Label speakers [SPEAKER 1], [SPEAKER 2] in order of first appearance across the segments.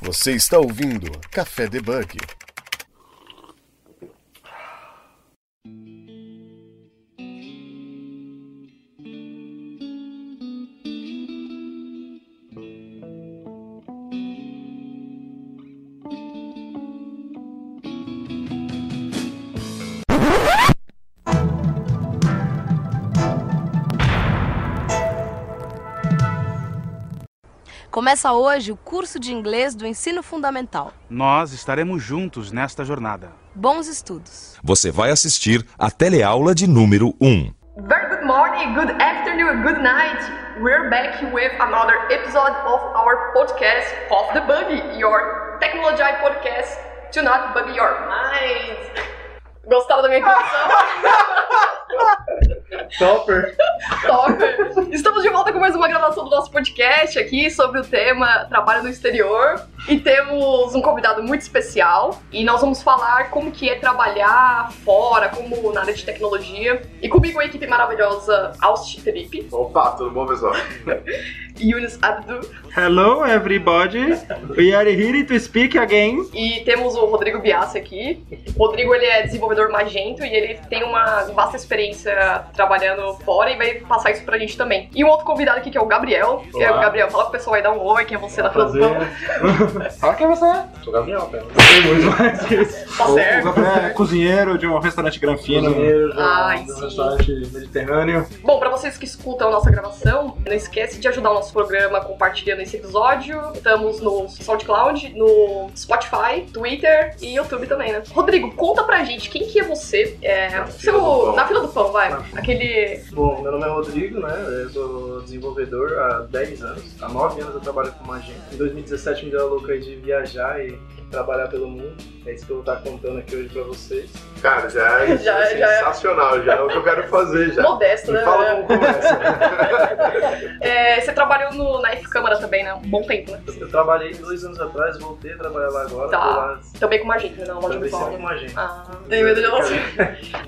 [SPEAKER 1] Você está ouvindo Café Debug.
[SPEAKER 2] Começa hoje o curso de inglês do ensino fundamental.
[SPEAKER 3] Nós estaremos juntos nesta jornada.
[SPEAKER 2] Bons estudos.
[SPEAKER 4] Você vai assistir a teleaula de número 1.
[SPEAKER 5] Very good morning, good afternoon, good night. We're back with another episode of our podcast of the buggy, your technology podcast to not bug your mind. Gostaram da minha
[SPEAKER 6] Topper.
[SPEAKER 5] introdução? Estamos de volta com mais uma gravação do nosso podcast aqui sobre o tema trabalho no exterior e temos um convidado muito especial e nós vamos falar como que é trabalhar fora, como na área de tecnologia e comigo a equipe maravilhosa Austin Felipe,
[SPEAKER 6] Opa, tudo bom, pessoal?
[SPEAKER 5] Yunus Abdu
[SPEAKER 7] Hello everybody, we are here to speak again.
[SPEAKER 5] E temos o Rodrigo Biassi aqui. O Rodrigo ele é desenvolvedor magento e ele tem uma vasta experiência trabalhando fora e vai passar isso pra gente também. E um outro convidado aqui que é o Gabriel. Que é o
[SPEAKER 6] Olá.
[SPEAKER 5] Gabriel, fala pro pessoal aí, dá um oi, quem é você na produção.
[SPEAKER 7] Fala quem você é?
[SPEAKER 6] Sou Gabriel, cara.
[SPEAKER 7] Tem muito mais que isso.
[SPEAKER 5] Tá certo.
[SPEAKER 7] É, cozinheiro de um restaurante granfino.
[SPEAKER 6] Cozinheiro de um-
[SPEAKER 5] Ai,
[SPEAKER 6] de um
[SPEAKER 5] Ah, sim.
[SPEAKER 6] restaurante.
[SPEAKER 7] Mediterrâneo.
[SPEAKER 5] Bom, pra vocês que escutam a nossa gravação, não esquece de ajudar o nosso programa compartilhando esse episódio. Estamos no SoundCloud, no Spotify, Twitter e YouTube também, né? Rodrigo, conta pra gente quem que é você. É,
[SPEAKER 6] fila do
[SPEAKER 5] seu,
[SPEAKER 6] pão.
[SPEAKER 5] na fila do pão, vai. Aquele
[SPEAKER 6] Bom, meu nome é Rodrigo, né? Eu sou desenvolvedor há 10 anos. Há 9 anos eu trabalho como agente. Em 2017 me deu a louca aí de viajar e trabalhar pelo mundo. É isso que eu vou estar contando aqui hoje pra vocês. Cara, já é,
[SPEAKER 5] Já é, já é.
[SPEAKER 6] sensacional, já é o que eu quero fazer
[SPEAKER 5] modesto, né?
[SPEAKER 6] começa.
[SPEAKER 5] É, você trabalhou no, na F-Câmara também, né? Um bom tempo, né?
[SPEAKER 6] Eu trabalhei dois anos atrás, voltei a trabalhar lá agora.
[SPEAKER 5] Tá.
[SPEAKER 6] tô lá
[SPEAKER 5] Também com uma gente, né? Não, uma
[SPEAKER 6] Também sempre
[SPEAKER 5] audiovisual.
[SPEAKER 6] como agente.
[SPEAKER 5] Ah, tenho medo de você.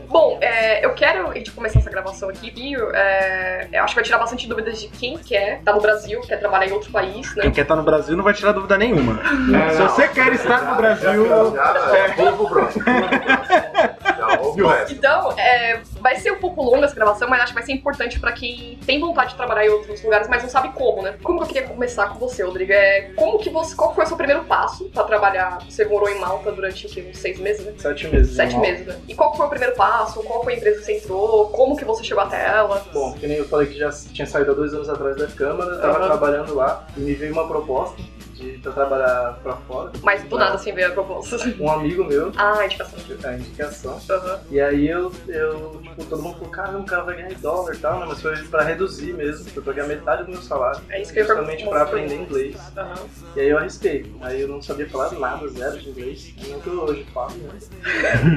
[SPEAKER 5] Bom, é, eu quero a gente começar essa gravação aqui. E, é, eu acho que vai tirar bastante dúvidas de quem quer estar no Brasil, quer trabalhar em outro país, né?
[SPEAKER 7] Quem quer estar no Brasil não vai tirar dúvida nenhuma.
[SPEAKER 6] É,
[SPEAKER 7] Se
[SPEAKER 6] não.
[SPEAKER 7] você quer estar Tá no Brasil, É.
[SPEAKER 6] já, vamos pro próximo. Já, vamos pro resto.
[SPEAKER 5] Então, é, vai ser um pouco longa essa gravação, mas acho que vai ser importante pra quem tem vontade de trabalhar em outros lugares, mas não sabe como, né? Como que eu queria começar com você, Rodrigo? É, como que você, qual foi o seu primeiro passo pra trabalhar? Você morou em Malta durante o quê? uns seis meses, né?
[SPEAKER 6] Sete meses.
[SPEAKER 5] Sete
[SPEAKER 6] irmão.
[SPEAKER 5] meses, né? E qual foi o primeiro passo? Qual foi a empresa que você entrou? Como que você chegou até ela?
[SPEAKER 6] Bom, que nem eu falei que já tinha saído há dois anos atrás da Câmara, tava
[SPEAKER 5] Aham.
[SPEAKER 6] trabalhando lá e me veio uma proposta de pra trabalhar pra fora.
[SPEAKER 5] Mas do nada assim veio a proposta.
[SPEAKER 6] Um amigo meu,
[SPEAKER 5] Ah, indicação.
[SPEAKER 6] a indicação.
[SPEAKER 5] Aham.
[SPEAKER 6] E aí eu, eu tipo, todo mundo falou, cara, o cara vai ganhar em dólar e tal, né? Mas foi pra reduzir mesmo, foi pra ganhar metade do meu salário.
[SPEAKER 5] É isso que eu ia
[SPEAKER 6] justamente
[SPEAKER 5] perguntar.
[SPEAKER 6] pra aprender inglês.
[SPEAKER 5] Aham.
[SPEAKER 6] E aí eu arrisquei. Aí eu não sabia falar nada, zero de inglês. Não que eu hoje falo, né?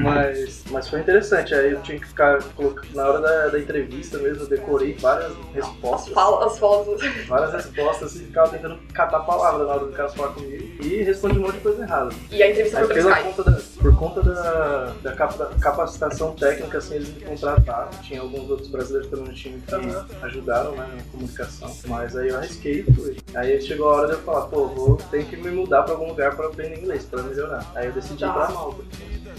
[SPEAKER 6] mas, mas foi interessante. Aí eu tinha que ficar. coloca- Na hora da, da entrevista mesmo, eu decorei várias
[SPEAKER 5] As
[SPEAKER 6] respostas.
[SPEAKER 5] falas, as falas.
[SPEAKER 6] Várias respostas e ficava tentando catar a palavra na hora do cara falar comigo. E respondi um monte de coisa errada.
[SPEAKER 5] E a entrevista
[SPEAKER 6] Aí
[SPEAKER 5] foi pelo
[SPEAKER 6] É pela
[SPEAKER 5] Skype.
[SPEAKER 6] conta da, por conta da, da capa- capacitação técnica, assim, eles me contrataram. Tinha alguns outros brasileiros também no time que
[SPEAKER 5] Aham.
[SPEAKER 6] ajudaram né, na comunicação. Mas aí eu arrisquei e fui. Aí chegou a hora de eu falar, pô, vou ter que me mudar pra algum lugar pra aprender inglês, pra melhorar. Aí eu decidi
[SPEAKER 5] Tá.
[SPEAKER 6] ir pra Malta.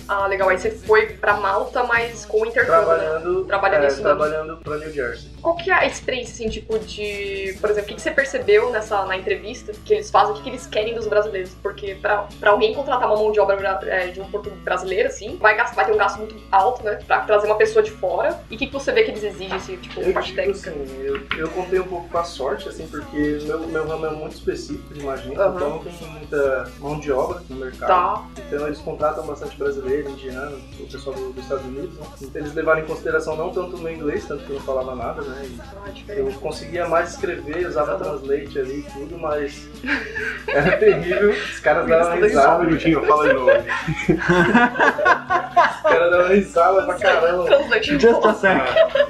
[SPEAKER 5] Ah, legal. Aí você foi pra Malta, mas com o intercâmbio, né?
[SPEAKER 6] Trabalhando,
[SPEAKER 5] Trabalhando
[SPEAKER 6] é,
[SPEAKER 5] isso, né?
[SPEAKER 6] trabalhando pra New Jersey.
[SPEAKER 5] Qual que é a experiência, assim, tipo, de... Por exemplo, o que, que você percebeu nessa, na entrevista que eles fazem, o que, que eles querem dos brasileiros? Porque pra, pra alguém contratar uma mão de obra bra- é, de um português brasileiro, assim, vai, gastar, vai ter um gasto muito alto, né? Pra trazer uma pessoa de fora. E o que, que você vê que eles exigem, assim, tipo,
[SPEAKER 6] Eu,
[SPEAKER 5] parte
[SPEAKER 6] digo
[SPEAKER 5] técnica?
[SPEAKER 6] assim, eu, eu contei um pouco com a sorte, assim, porque meu, meu ramo é muito específico, imagina.
[SPEAKER 5] Aham.
[SPEAKER 6] Então não tem muita mão de obra no mercado.
[SPEAKER 5] Tá.
[SPEAKER 6] Então eles contratam bastante brasileiro, indiano, o pessoal do- dos Estados Unidos. Né? Então, eles levaram em consideração não tanto o meu inglês, tanto que eu não falava nada, né? E
[SPEAKER 5] Ah, diferente.
[SPEAKER 6] Eu conseguia mais escrever,
[SPEAKER 8] Tá
[SPEAKER 6] usava translate ali e tudo, mas era terrível. Os caras davam risada.
[SPEAKER 8] um minutinho, fala de novo.
[SPEAKER 6] Os caras davam risada pra caramba.
[SPEAKER 5] Translate.
[SPEAKER 7] just a sec.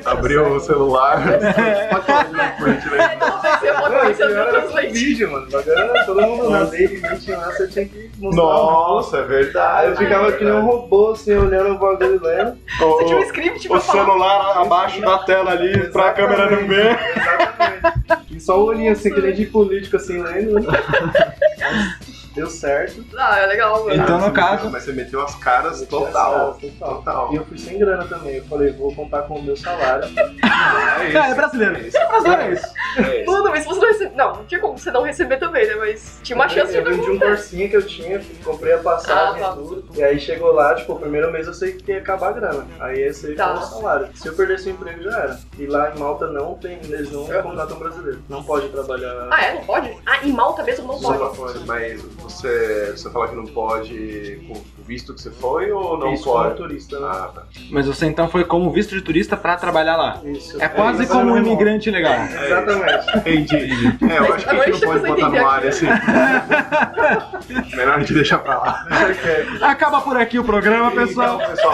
[SPEAKER 8] Abriu o celular. Pode falar por direito.
[SPEAKER 5] Você né? É, pode
[SPEAKER 6] Mano,
[SPEAKER 5] conhecer
[SPEAKER 6] eu
[SPEAKER 5] o meu
[SPEAKER 6] era
[SPEAKER 5] translate.
[SPEAKER 6] vídeo, mano. Agora todo mundo na lei de 20 anos, eu tinha que mostrar.
[SPEAKER 8] Nossa, é
[SPEAKER 6] Aí eu
[SPEAKER 8] verdade.
[SPEAKER 6] ficava que nem um robô, assim, olhando o bagulho né? e lendo.
[SPEAKER 5] Você tinha um script
[SPEAKER 8] O
[SPEAKER 5] pra falar.
[SPEAKER 8] celular abaixo da tela ali, pra câmera não ver.
[SPEAKER 6] Exatamente. E só o olhinho assim, que nem de político assim, lendo. né? Mas deu certo.
[SPEAKER 5] Ah, é legal, mano.
[SPEAKER 8] Então,
[SPEAKER 7] Cara,
[SPEAKER 8] no
[SPEAKER 7] você
[SPEAKER 8] caso-
[SPEAKER 7] meteu- mas você meteu as caras
[SPEAKER 6] Total,
[SPEAKER 7] total.
[SPEAKER 6] total,
[SPEAKER 7] Total.
[SPEAKER 6] E eu fui sem grana também. Eu falei, vou contar com o meu salário.
[SPEAKER 7] Ah,
[SPEAKER 8] Ah, é brasileiro.
[SPEAKER 7] É isso.
[SPEAKER 8] Brasileiro é isso.
[SPEAKER 7] É isso.
[SPEAKER 5] Mano, mas se você não receber. Não, não tinha como você não receber também, né? Mas tinha uma chance de
[SPEAKER 6] Eu vendi um
[SPEAKER 5] perguntar.
[SPEAKER 6] cursinho que eu tinha, comprei a passagem
[SPEAKER 5] Ah, tá.
[SPEAKER 6] e tudo. E aí chegou lá, tipo, o primeiro mês eu sei que ia acabar a grana. Aí eu sei que
[SPEAKER 5] Tá.
[SPEAKER 6] o salário. Se eu perdesse o emprego, já era. E lá em Malta não tem, eles não contratam brasileiro. Não pode trabalhar.
[SPEAKER 5] Ah, é? Não pode? Ah, em Malta mesmo não
[SPEAKER 7] Só
[SPEAKER 5] pode.
[SPEAKER 7] pra fora, Mas você, você fala que não pode com o visto que você foi ou não
[SPEAKER 6] Isso, como
[SPEAKER 7] pode?
[SPEAKER 6] turista, né?
[SPEAKER 7] Ah, tá.
[SPEAKER 8] Mas você então foi como visto de turista pra trabalhar lá.
[SPEAKER 6] Isso.
[SPEAKER 8] É quase
[SPEAKER 6] isso,
[SPEAKER 8] como um
[SPEAKER 6] era meu
[SPEAKER 8] imigrante legal.
[SPEAKER 6] irmão.
[SPEAKER 7] É
[SPEAKER 6] Exatamente.
[SPEAKER 7] Entendi. É, eu acho que a gente não pode botar no ar assim. Melhor a gente deixar pra lá.
[SPEAKER 8] Acaba por aqui o programa, pessoal.
[SPEAKER 7] Então, pessoal,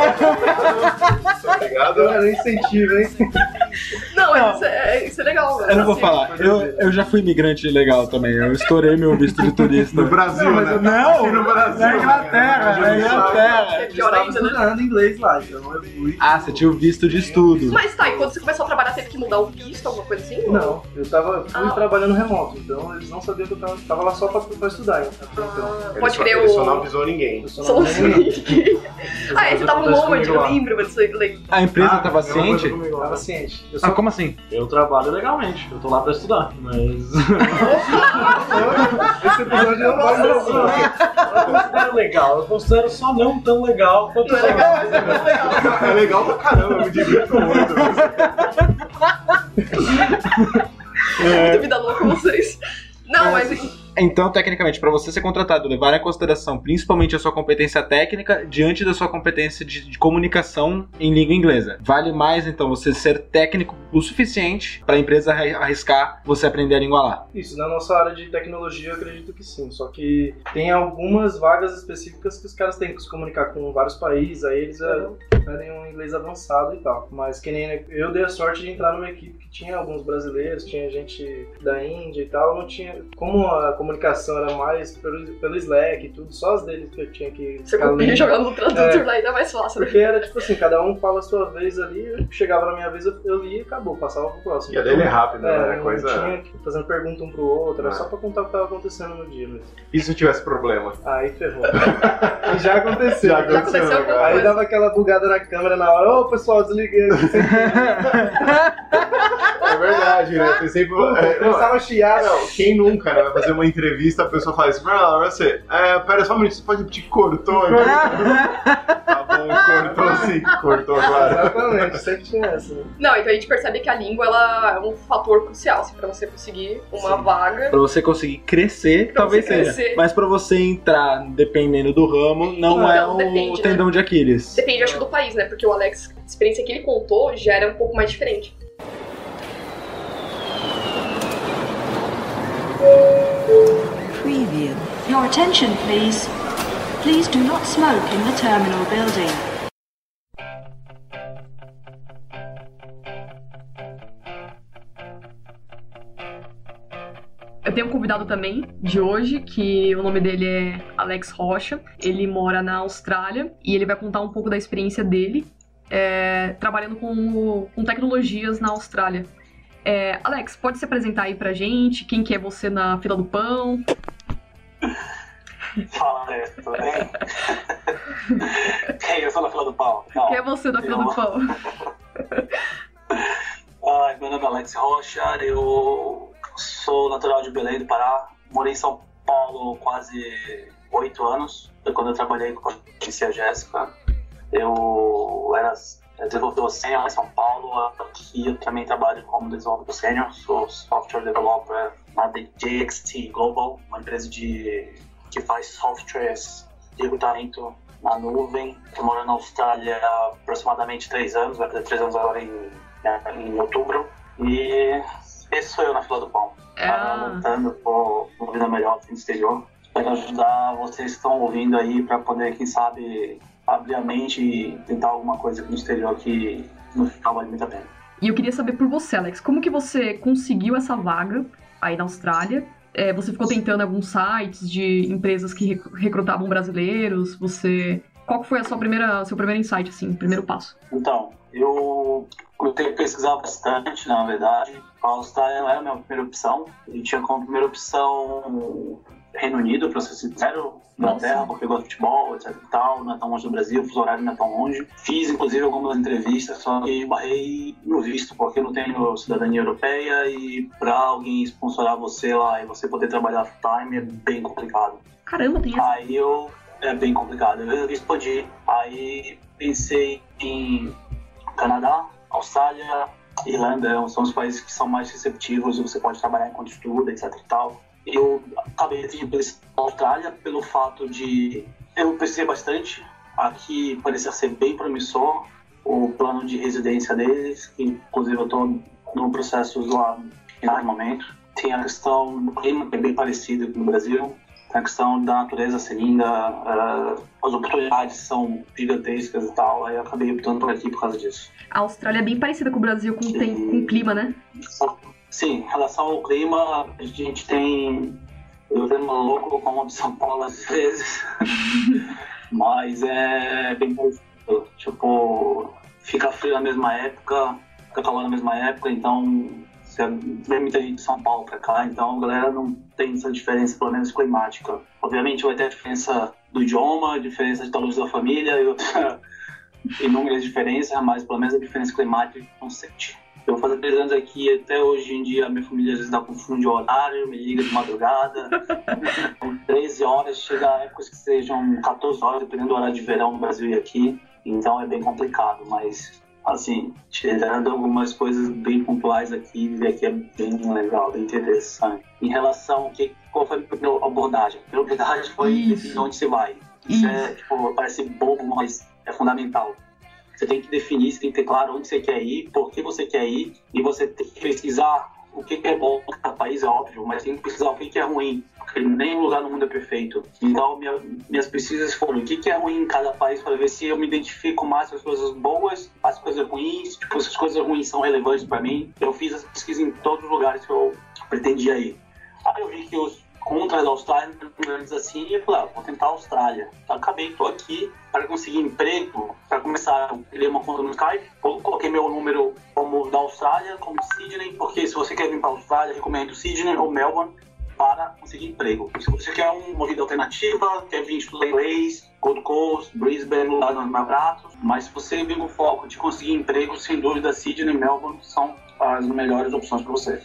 [SPEAKER 7] muito obrigado.
[SPEAKER 6] Agora era incentivo, hein? tá
[SPEAKER 5] Não,
[SPEAKER 8] Não.
[SPEAKER 5] mas Isso, é, isso é legal, mano.
[SPEAKER 8] Eu não vou
[SPEAKER 5] Assim,
[SPEAKER 8] falar. Eu, eu já fui imigrante legal também. Eu estourei meu visto de turista.
[SPEAKER 7] No Brasil, né? Aqui no Brasil. né?
[SPEAKER 8] na Inglaterra, na
[SPEAKER 5] É
[SPEAKER 8] Inglaterra.
[SPEAKER 5] pior ainda, né?
[SPEAKER 6] estudando inglês lá, então eu fui.
[SPEAKER 8] Ah, você tinha o visto de estudo.
[SPEAKER 5] Mas tá, e quando você começou a trabalhar, teve que mudar o visto, alguma coisa assim?
[SPEAKER 6] Não, eu tava, eu fui
[SPEAKER 5] Ah.
[SPEAKER 6] trabalhando remoto, então eles não sabiam que eu tava, tava lá só pra, pra estudar. Então,
[SPEAKER 5] Ah,
[SPEAKER 7] Ele
[SPEAKER 5] pode
[SPEAKER 7] só-
[SPEAKER 5] crer
[SPEAKER 7] Ele só não
[SPEAKER 5] o.
[SPEAKER 7] avisou ninguém.
[SPEAKER 6] eu só
[SPEAKER 5] Só não
[SPEAKER 6] lembro.
[SPEAKER 5] sei. Ah, é, você tava um
[SPEAKER 6] Acontece
[SPEAKER 5] moment,
[SPEAKER 6] comigo
[SPEAKER 5] eu
[SPEAKER 6] lá.
[SPEAKER 5] lembro, mas eu lembro.
[SPEAKER 8] A empresa
[SPEAKER 6] Ah,
[SPEAKER 8] tava
[SPEAKER 6] não, mas
[SPEAKER 8] ciente?
[SPEAKER 6] eu comigo, eu Tava ciente. Eu
[SPEAKER 8] Ah,
[SPEAKER 6] só
[SPEAKER 8] como assim?
[SPEAKER 9] Eu trabalho legalmente, eu tô lá pra estudar, mas.
[SPEAKER 6] Esse episódio não vai
[SPEAKER 9] eu considero legal, eu considero só não tão legal quanto
[SPEAKER 5] Não é legal, mas é
[SPEAKER 7] É legal pra caramba, eu me divirto muito.
[SPEAKER 5] muito vida louca vocês. Não, mas enfim,
[SPEAKER 8] Então, tecnicamente, pra você ser contratado, levar em consideração principalmente a sua competência técnica diante da sua competência de, de comunicação em língua inglesa. Vale mais, então, você ser técnico o suficiente pra empresa arri- arriscar você aprender a língua lá.
[SPEAKER 6] Isso, na nossa área de tecnologia eu acredito que sim. Só que tem algumas vagas específicas que os caras têm que se comunicar com vários países, aí eles é, pedem um inglês avançado e tal. Mas que nem né, eu dei a sorte de entrar numa equipe que tinha alguns brasileiros, tinha gente da Índia e tal, não tinha. Como a comunicação era mais pelo, pelo Slack e tudo, só as deles que eu tinha que.
[SPEAKER 5] você
[SPEAKER 6] ficar
[SPEAKER 5] copia
[SPEAKER 6] lendo.
[SPEAKER 5] jogando no tradutor lá ainda é mais fácil, né?
[SPEAKER 6] Porque era tipo assim, cada um fala a sua vez ali, eu chegava na minha vez, eu, eu lia e acabou, passava pro próximo.
[SPEAKER 7] E a dele é rápida,
[SPEAKER 6] É,
[SPEAKER 7] né?
[SPEAKER 6] não
[SPEAKER 7] Coisa.
[SPEAKER 6] tinha que- fazendo pergunta um pro outro, era
[SPEAKER 7] Ah.
[SPEAKER 6] só pra contar o que tava acontecendo no dia mesmo.
[SPEAKER 7] E se tivesse problema?
[SPEAKER 6] Aí ferrou. e já aconteceu.
[SPEAKER 7] Já
[SPEAKER 5] aconteceu alguma
[SPEAKER 7] cara.
[SPEAKER 6] Aí
[SPEAKER 5] coisa?
[SPEAKER 6] dava aquela bugada na câmera na hora, ô pessoal, desliguei.
[SPEAKER 7] É verdade, né? Tem sempre. é, não,
[SPEAKER 6] Começava a chiar.
[SPEAKER 7] não, quem nunca né, vai fazer uma entrevista, a pessoa fala assim: vai lá, vai você. É, pera só um minuto, você pode repetir? Cortou? né? Tá bom, cortou sim, cortou agora.
[SPEAKER 6] Ah, Exatamente, sempre tinha essa. né?
[SPEAKER 5] Não, então a gente percebe que a língua ela é um fator crucial assim, pra você conseguir uma vaga.
[SPEAKER 8] Pra você conseguir crescer,
[SPEAKER 5] Pra
[SPEAKER 8] talvez
[SPEAKER 5] você
[SPEAKER 8] seja.
[SPEAKER 5] crescer.
[SPEAKER 8] Mas pra você entrar, dependendo do ramo, não,
[SPEAKER 5] Não,
[SPEAKER 8] é
[SPEAKER 5] não,
[SPEAKER 8] o
[SPEAKER 5] depende, né?
[SPEAKER 8] tendão de Aquiles.
[SPEAKER 5] Depende, acho, do país, né? Porque o Alex, a experiência que ele contou já era um pouco mais diferente.
[SPEAKER 10] Preview. Your attention, please. Please do not smoke in the terminal building.
[SPEAKER 5] Eu tenho um convidado também de hoje, que o nome dele é Alex Rocha. Ele mora na Austrália e ele vai contar um pouco da experiência dele é, trabalhando com, com tecnologias na Austrália. É, Alex, pode se apresentar aí pra gente? Quem que é você na fila do pão?
[SPEAKER 9] Fala, André, tudo bem? Ei, eu sou na fila do pau. Não.
[SPEAKER 5] Quem é você na fila do pão?
[SPEAKER 9] Ai, meu nome é Alex Rocha, eu sou natural de Belém do Pará, morei em São Paulo quase oito anos, foi quando eu trabalhei com a agência Jéssica. Eu era desenvolvedor sênior lá em São Paulo, aqui eu também trabalho como desenvolvedor sênior, sou software developer na DXT Global, uma empresa de, que faz softwares de recrutamento na nuvem. Estou morando na Austrália há aproximadamente três anos, vai fazer três anos agora em em outubro. E esse sou eu na fila do pão.
[SPEAKER 5] Ah,
[SPEAKER 9] Ah, lutando por uma vida melhor aqui no exterior. Espero ajudar vocês que estão ouvindo aí para poder, quem sabe, abrir a mente e tentar alguma coisa aqui no exterior que nos vale muito a pena.
[SPEAKER 5] e eu queria saber por você, Alex, como que você conseguiu essa vaga aí na Austrália? É, você ficou tentando alguns sites de empresas que recru- recrutavam brasileiros? Você. Qual que foi a sua primeira, seu primeiro insight, assim, primeiro passo?
[SPEAKER 9] Então, eu Eu tenho que pesquisar bastante, na verdade. A Austrália não era a minha primeira opção. A gente tinha como primeira opção Reino Unido, pra ser sincero, Inglaterra, porque eu gosto de futebol, etc e tal, não é tão longe do Brasil, o fuso horário não é tão longe. Fiz, inclusive, algumas entrevistas, só que barrei no visto, porque eu não tenho cidadania europeia e pra alguém sponsorar você lá e você poder trabalhar full-time é bem complicado.
[SPEAKER 11] Caramba, tem essa.
[SPEAKER 9] Aí eu. É bem complicado. Eu explodi. Aí pensei em Canadá, Austrália, Irlanda, são os países que são mais receptivos e você pode trabalhar enquanto estuda, etc e tal. Eu acabei decidindo pela Austrália pelo fato de. Eu pensei bastante. Aqui parecia ser bem promissor o plano de residência deles, que inclusive eu estou no processo lá no momento. Tem a questão do clima, que é bem parecido com o Brasil a questão da natureza seringa, eh, as oportunidades são gigantescas e tal, aí eu acabei optando por aqui por causa disso.
[SPEAKER 11] A Austrália é bem parecida com o Brasil com, tem, com o clima, né?
[SPEAKER 9] Sim, em relação ao clima, a gente tem. Eu lembro louco como de São Paulo às vezes, mas é bem parecido. Tipo, fica frio na mesma época, fica calor na mesma época, então você vê muita gente de São Paulo pra cá, então a galera não tem essa diferença, pelo menos climática. Obviamente vai ter a diferença do idioma, a diferença de talvez da família e outra, inúmeras diferenças, mas pelo menos a diferença climática não sente. Eu vou fazer três anos aqui e até hoje em dia a minha família às vezes dá confunde o horário, me liga de madrugada. Então, 13 horas, chega a épocas que sejam 14 horas, dependendo do horário de verão no Brasil e aqui. Então é bem complicado, mas assim, tirando algumas coisas bem pontuais aqui, ver aqui é bem legal, bem interessante. Em relação ao que, qual foi a primeira abordagem? A primeira abordagem foi definir onde você vai. Isso, é, tipo, parece bobo, mas é fundamental. Você tem que definir, você tem que ter claro onde você quer ir, por que você quer ir, e você tem que pesquisar o que que é bom para cada país, é óbvio, mas tem que pesquisar o que que é ruim, porque nenhum lugar no mundo é perfeito. Então, minha, minhas pesquisas foram o que que é ruim em cada país para ver se eu me identifico mais com as coisas boas, as coisas ruins, tipo, se as coisas ruins são relevantes para mim. Eu fiz as pesquisas em todos os lugares que eu pretendia ir. Aí eu vi que os contras da Austrália eram grandes assim, e eu falei, ah, vou tentar a Austrália. Então, Acabei, tô aqui para conseguir emprego, para começar, eu criei uma conta no Skype, coloquei meu número como da Austrália, como Sydney, porque se você quer vir para a Austrália, recomendo Sydney ou Melbourne para conseguir emprego. Se você quer uma vida alternativa, quer vir estudar inglês, Gold Coast, Brisbane, lugares mais baratos, mas se você vir com o foco de conseguir emprego, sem dúvida Sydney e Melbourne são as melhores opções para você.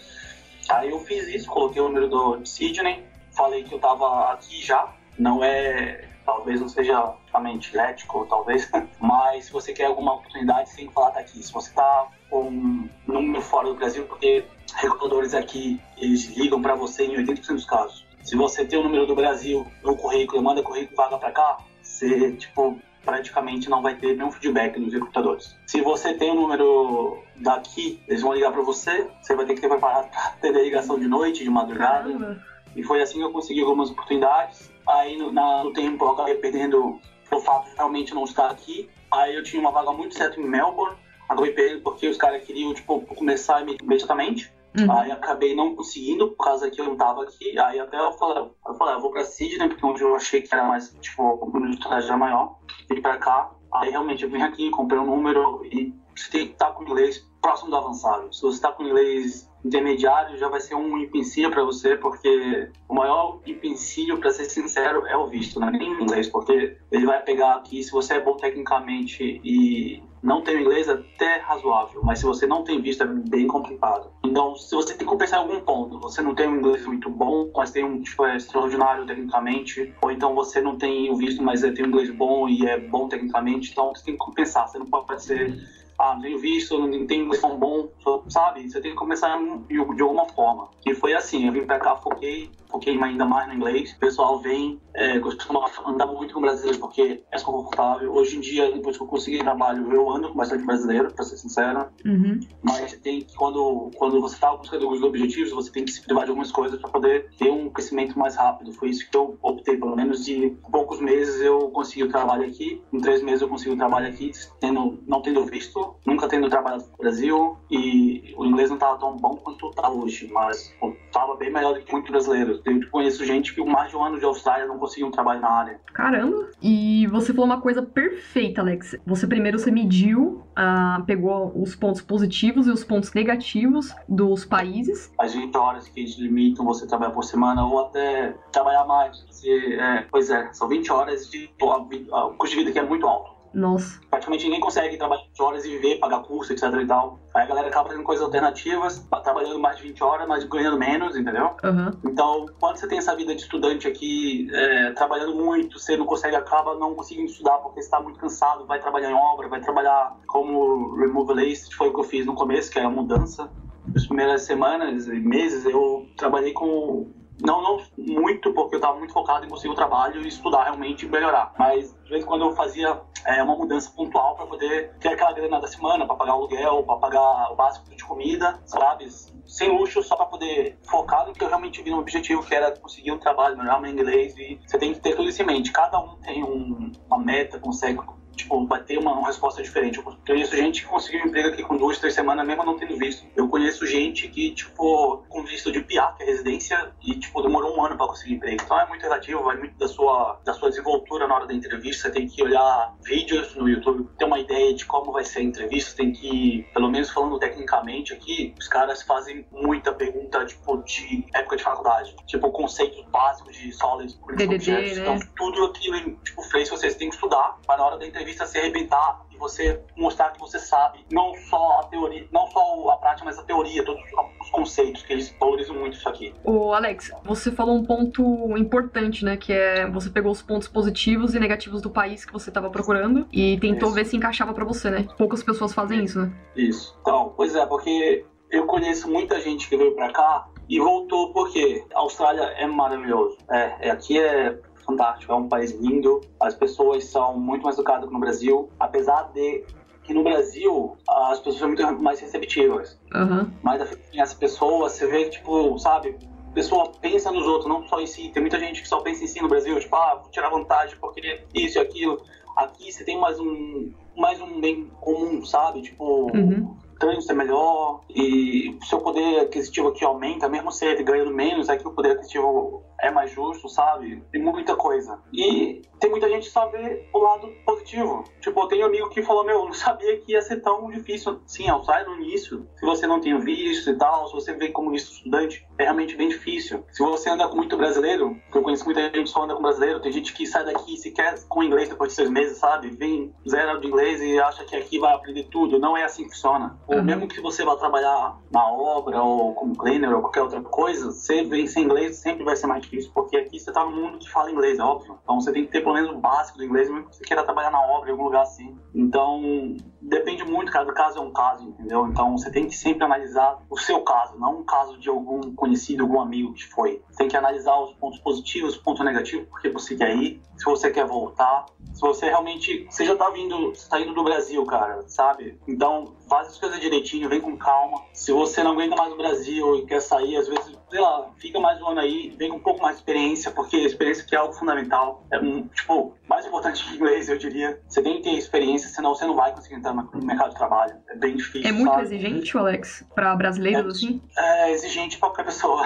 [SPEAKER 9] Aí eu fiz isso, coloquei o número do né? Sydney, falei que eu tava aqui já, não é. Talvez não seja realmente ético, talvez, mas se você quer alguma oportunidade, você tem que falar daqui. Se você tá com um número fora do Brasil, porque recrutadores aqui, eles ligam para você em 80% dos casos. Se você tem o número do Brasil no currículo e manda currículo vaga para cá, você, tipo, praticamente não vai ter nenhum feedback dos recrutadores. Se você tem o número daqui, eles vão ligar para você, você vai ter que ter preparado para ter ligação de noite, de madrugada. E foi assim que eu consegui algumas oportunidades. Aí no, na- no tempo eu acabei perdendo o fato de realmente não estar aqui. Aí eu tinha uma vaga muito certa em Melbourne. Acabei perdendo porque os caras queriam tipo, começar imed- imediatamente. Aí acabei não conseguindo, por causa que eu não tava aqui. Aí até eu falei, eu falei, "Ah, eu vou pra Sydney, porque é onde eu achei que era mais, tipo, uma oportunidade era maior. Vim pra cá. Aí realmente eu vim aqui, comprei um número e você tem que estar com inglês próximo do avançado. Se você está com inglês intermediário, já vai ser um empecilho para você, porque o maior empecilho, para ser sincero, é o visto, né? nem o inglês, porque ele vai pegar aqui, se você é bom tecnicamente e não tem o inglês, é até razoável, mas se você não tem visto, é bem complicado. Então, se você tem que compensar em algum ponto, você não tem um inglês muito bom, mas tem um tipo é extraordinário tecnicamente, ou então você não tem o visto, mas é, tem um inglês bom e é bom tecnicamente, então você tem que compensar, você não pode ser ah, não tenho visto, não tenho inglês tão bom, só- sabe? Você tem que começar um, de de alguma forma. E foi assim, eu vim pra cá, foquei, foquei ainda mais no inglês. O pessoal vem, é, costuma andar muito com brasileiros porque é só confortável. Hoje em dia, depois que eu consegui trabalho, eu ando com bastante brasileiro, pra ser sincero.
[SPEAKER 5] Uhum.
[SPEAKER 9] Mas você tem que, quando, quando você tá buscando alguns objetivos, você tem que se privar de algumas coisas para poder ter um crescimento mais rápido. Foi isso que eu optei, pelo menos de poucos meses eu consegui o trabalho aqui, em três meses eu consegui o trabalho aqui, tendo, não tendo visto, nunca tendo trabalhado no Brasil, e o inglês não estava tão bom quanto tá hoje, mas pô, Tava bem melhor do que muito brasileiro. Eu conheço gente que mais de um ano de Austrália não conseguiu um trabalho na área.
[SPEAKER 12] Caramba! E você falou uma coisa perfeita, Alex. Você primeiro você mediu, ah, pegou os pontos positivos e os pontos negativos dos países.
[SPEAKER 9] As 20 horas que eles limitam você trabalhar por semana ou até trabalhar mais. Se, é, pois é, são 20 horas de. a vi- a- O custo de vida que é muito alto.
[SPEAKER 12] Nossa,
[SPEAKER 9] Praticamente ninguém consegue trabalhar 20 horas e viver, pagar curso, etc e tal. Aí a galera acaba fazendo coisas alternativas, tá trabalhando mais de 20 horas, mas ganhando menos, entendeu?
[SPEAKER 12] aham.
[SPEAKER 9] Então, quando você tem essa vida de estudante aqui, é, trabalhando muito, você não consegue, acaba não conseguindo estudar porque você está muito cansado, vai trabalhar em obra, vai trabalhar como removalist, foi o que eu fiz no começo, que era a mudança. Nas primeiras semanas e meses eu trabalhei com. Não, não muito, porque eu estava muito focado em conseguir um trabalho e estudar realmente e melhorar. Mas de vez em quando eu fazia é, uma mudança pontual para poder ter aquela grana da semana, para pagar o aluguel, para pagar o básico de comida, sabe? sem luxo, só pra poder focar no que eu realmente vi no objetivo, que era conseguir um trabalho, melhorar meu inglês. E você tem que ter tudo isso em mente. Cada um tem um- uma meta, consegue, tipo, vai ter uma, uma resposta diferente. Eu conheço gente que conseguiu um emprego aqui com duas, três semanas, mesmo não tendo visto. Eu conheço gente que, tipo, com visto de PA, que é residência, e, tipo, demorou um ano pra conseguir emprego. Então é muito relativo, vai muito da sua, da sua desenvoltura na hora da entrevista. Você tem que olhar vídeos no YouTube, ter uma ideia de como vai ser a entrevista. Você tem que, pelo menos falando tecnicamente aqui, os caras fazem muita pergunta, tipo, de época de faculdade. Tipo, conceitos básicos de sólidos,
[SPEAKER 12] DDD, né?
[SPEAKER 9] Então, tudo aquilo, tipo, fez vocês têm que estudar para na hora da entrevista se arrebentar e você mostrar que você sabe não só a teoria, não só a prática, mas a teoria, todos os conceitos que eles valorizam muito isso aqui.
[SPEAKER 12] Ô, Alex, você falou um ponto importante, né? Que é você pegou os pontos positivos e negativos do país que você tava procurando e tentou
[SPEAKER 9] Isso.
[SPEAKER 12] ver se encaixava pra você, né? Poucas pessoas fazem isso, né?
[SPEAKER 9] Isso. Então, pois é, porque eu conheço muita gente que veio pra cá e voltou porque a Austrália é maravilhoso. É, é aqui é fantástico, é um país lindo, as pessoas são muito mais educadas que no Brasil, apesar de que no Brasil as pessoas são muito mais receptivas.
[SPEAKER 12] Aham.
[SPEAKER 9] mais afim às pessoas, você vê, tipo, sabe, a pessoa pensa nos outros, não só em si. Tem muita gente que só pensa em si no Brasil, tipo, ah, vou tirar vantagem porque é isso e aquilo. Aqui você tem mais um mais um bem comum, sabe? Tipo,
[SPEAKER 12] Uhum.
[SPEAKER 9] trânsito é melhor e o seu poder aquisitivo aqui aumenta, mesmo você ganhando menos, aqui o poder aquisitivo é mais justo, sabe? Tem muita coisa. E tem muita gente que só vê o lado positivo. Tipo, eu tenho um amigo que falou, meu, eu não sabia que ia ser tão difícil assim, ao sair no início. Se você não tem visto e tal, se você vem como visto estudante, é realmente bem difícil. Se você anda com muito brasileiro, porque eu conheço muita gente que só anda com brasileiro, tem gente que sai daqui sequer com inglês depois de seis meses, sabe? Vem zero de inglês e acha que aqui vai aprender tudo. Não é assim que funciona. Ou
[SPEAKER 12] Uhum.
[SPEAKER 9] mesmo que você vá trabalhar na obra ou como cleaner ou qualquer outra coisa, você vem sem inglês sempre vai ser mais difícil, porque aqui você tá num mundo que fala inglês, é óbvio. Então você tem que ter pelo menos o básico do inglês, mesmo que você queira trabalhar na obra em algum lugar assim. Então, depende muito, cada caso é um caso, entendeu? Então você tem que sempre analisar o seu caso, não um caso de algum conhecido, algum amigo que foi. Você tem que analisar os pontos positivos, os pontos negativos, porque você quer ir, se você quer voltar, se você realmente. Você já tá vindo, você tá indo do Brasil, cara, sabe? Então, faz as coisas direitinho, vem com calma. Se você não aguenta mais o Brasil e quer sair, às vezes, sei lá, fica mais um ano aí, vem com um pouco mais de experiência, porque a experiência que é algo fundamental. É, um, tipo, mais importante que inglês, eu diria. Você tem que ter experiência, senão você não vai conseguir entrar no no mercado de trabalho. É bem difícil.
[SPEAKER 12] É muito
[SPEAKER 9] sabe?
[SPEAKER 12] exigente, o Alex, pra brasileiros, assim?
[SPEAKER 9] é exigente pra qualquer pessoa.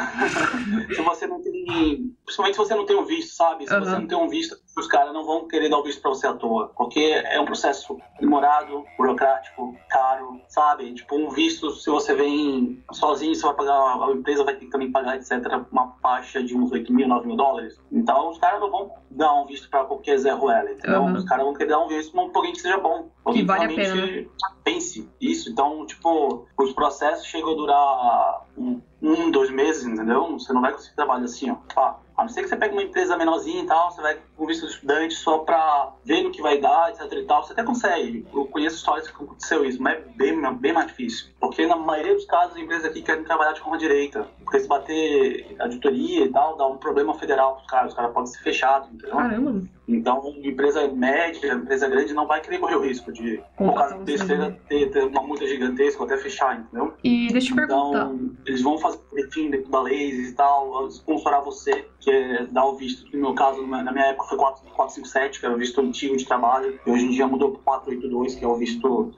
[SPEAKER 9] se você não tem. Principalmente se você não tem um visto, sabe? Se
[SPEAKER 12] Aham.
[SPEAKER 9] você não tem um visto, os caras não vão querer dar o visto pra você à toa. Porque é um processo demorado, burocrático, caro, sabe? Tipo, um visto, se você vem sozinho, você vai pagar, a empresa vai ter que também pagar, etc., uma faixa de uns 8 mil, 9 mil dólares. Então, os caras não vão dar um visto pra qualquer Zé Ruela, entendeu?
[SPEAKER 12] Aham.
[SPEAKER 9] Os caras vão querer dar um visto pra alguém que seja bom. Alguém
[SPEAKER 12] Que vale a
[SPEAKER 9] realmente
[SPEAKER 12] pena, né?
[SPEAKER 9] pense isso. Então, tipo, os processos chegam a durar um, um, dois meses, entendeu? Você não vai conseguir trabalho assim, ó. Ah, a não ser que você pegue uma empresa menorzinha e tal, você vai com visto de estudante só pra ver no que vai dar, etc e tal. Você até consegue. Eu conheço histórias que aconteceu isso, mas é bem, bem mais difícil. Porque na maioria dos casos, as empresas aqui querem trabalhar de forma direita. Porque se bater auditoria e tal, dá um problema federal pros caras. Os caras podem ser fechados, entendeu?
[SPEAKER 12] Caramba,
[SPEAKER 9] Então, uma empresa média, uma empresa grande não vai querer correr o risco de, por
[SPEAKER 12] Contratar
[SPEAKER 9] causa de
[SPEAKER 12] um
[SPEAKER 9] besteira, ter, ter uma multa gigantesca ou até fechar, entendeu?
[SPEAKER 12] E deixa eu te perguntar.
[SPEAKER 9] Então, eles vão fazer direitinho dentro da lei e tal, sponsorar você, que é dar o visto. No meu caso, na na minha época foi 4- 457, que era o visto antigo de trabalho, e hoje em dia mudou para 482, que é o visto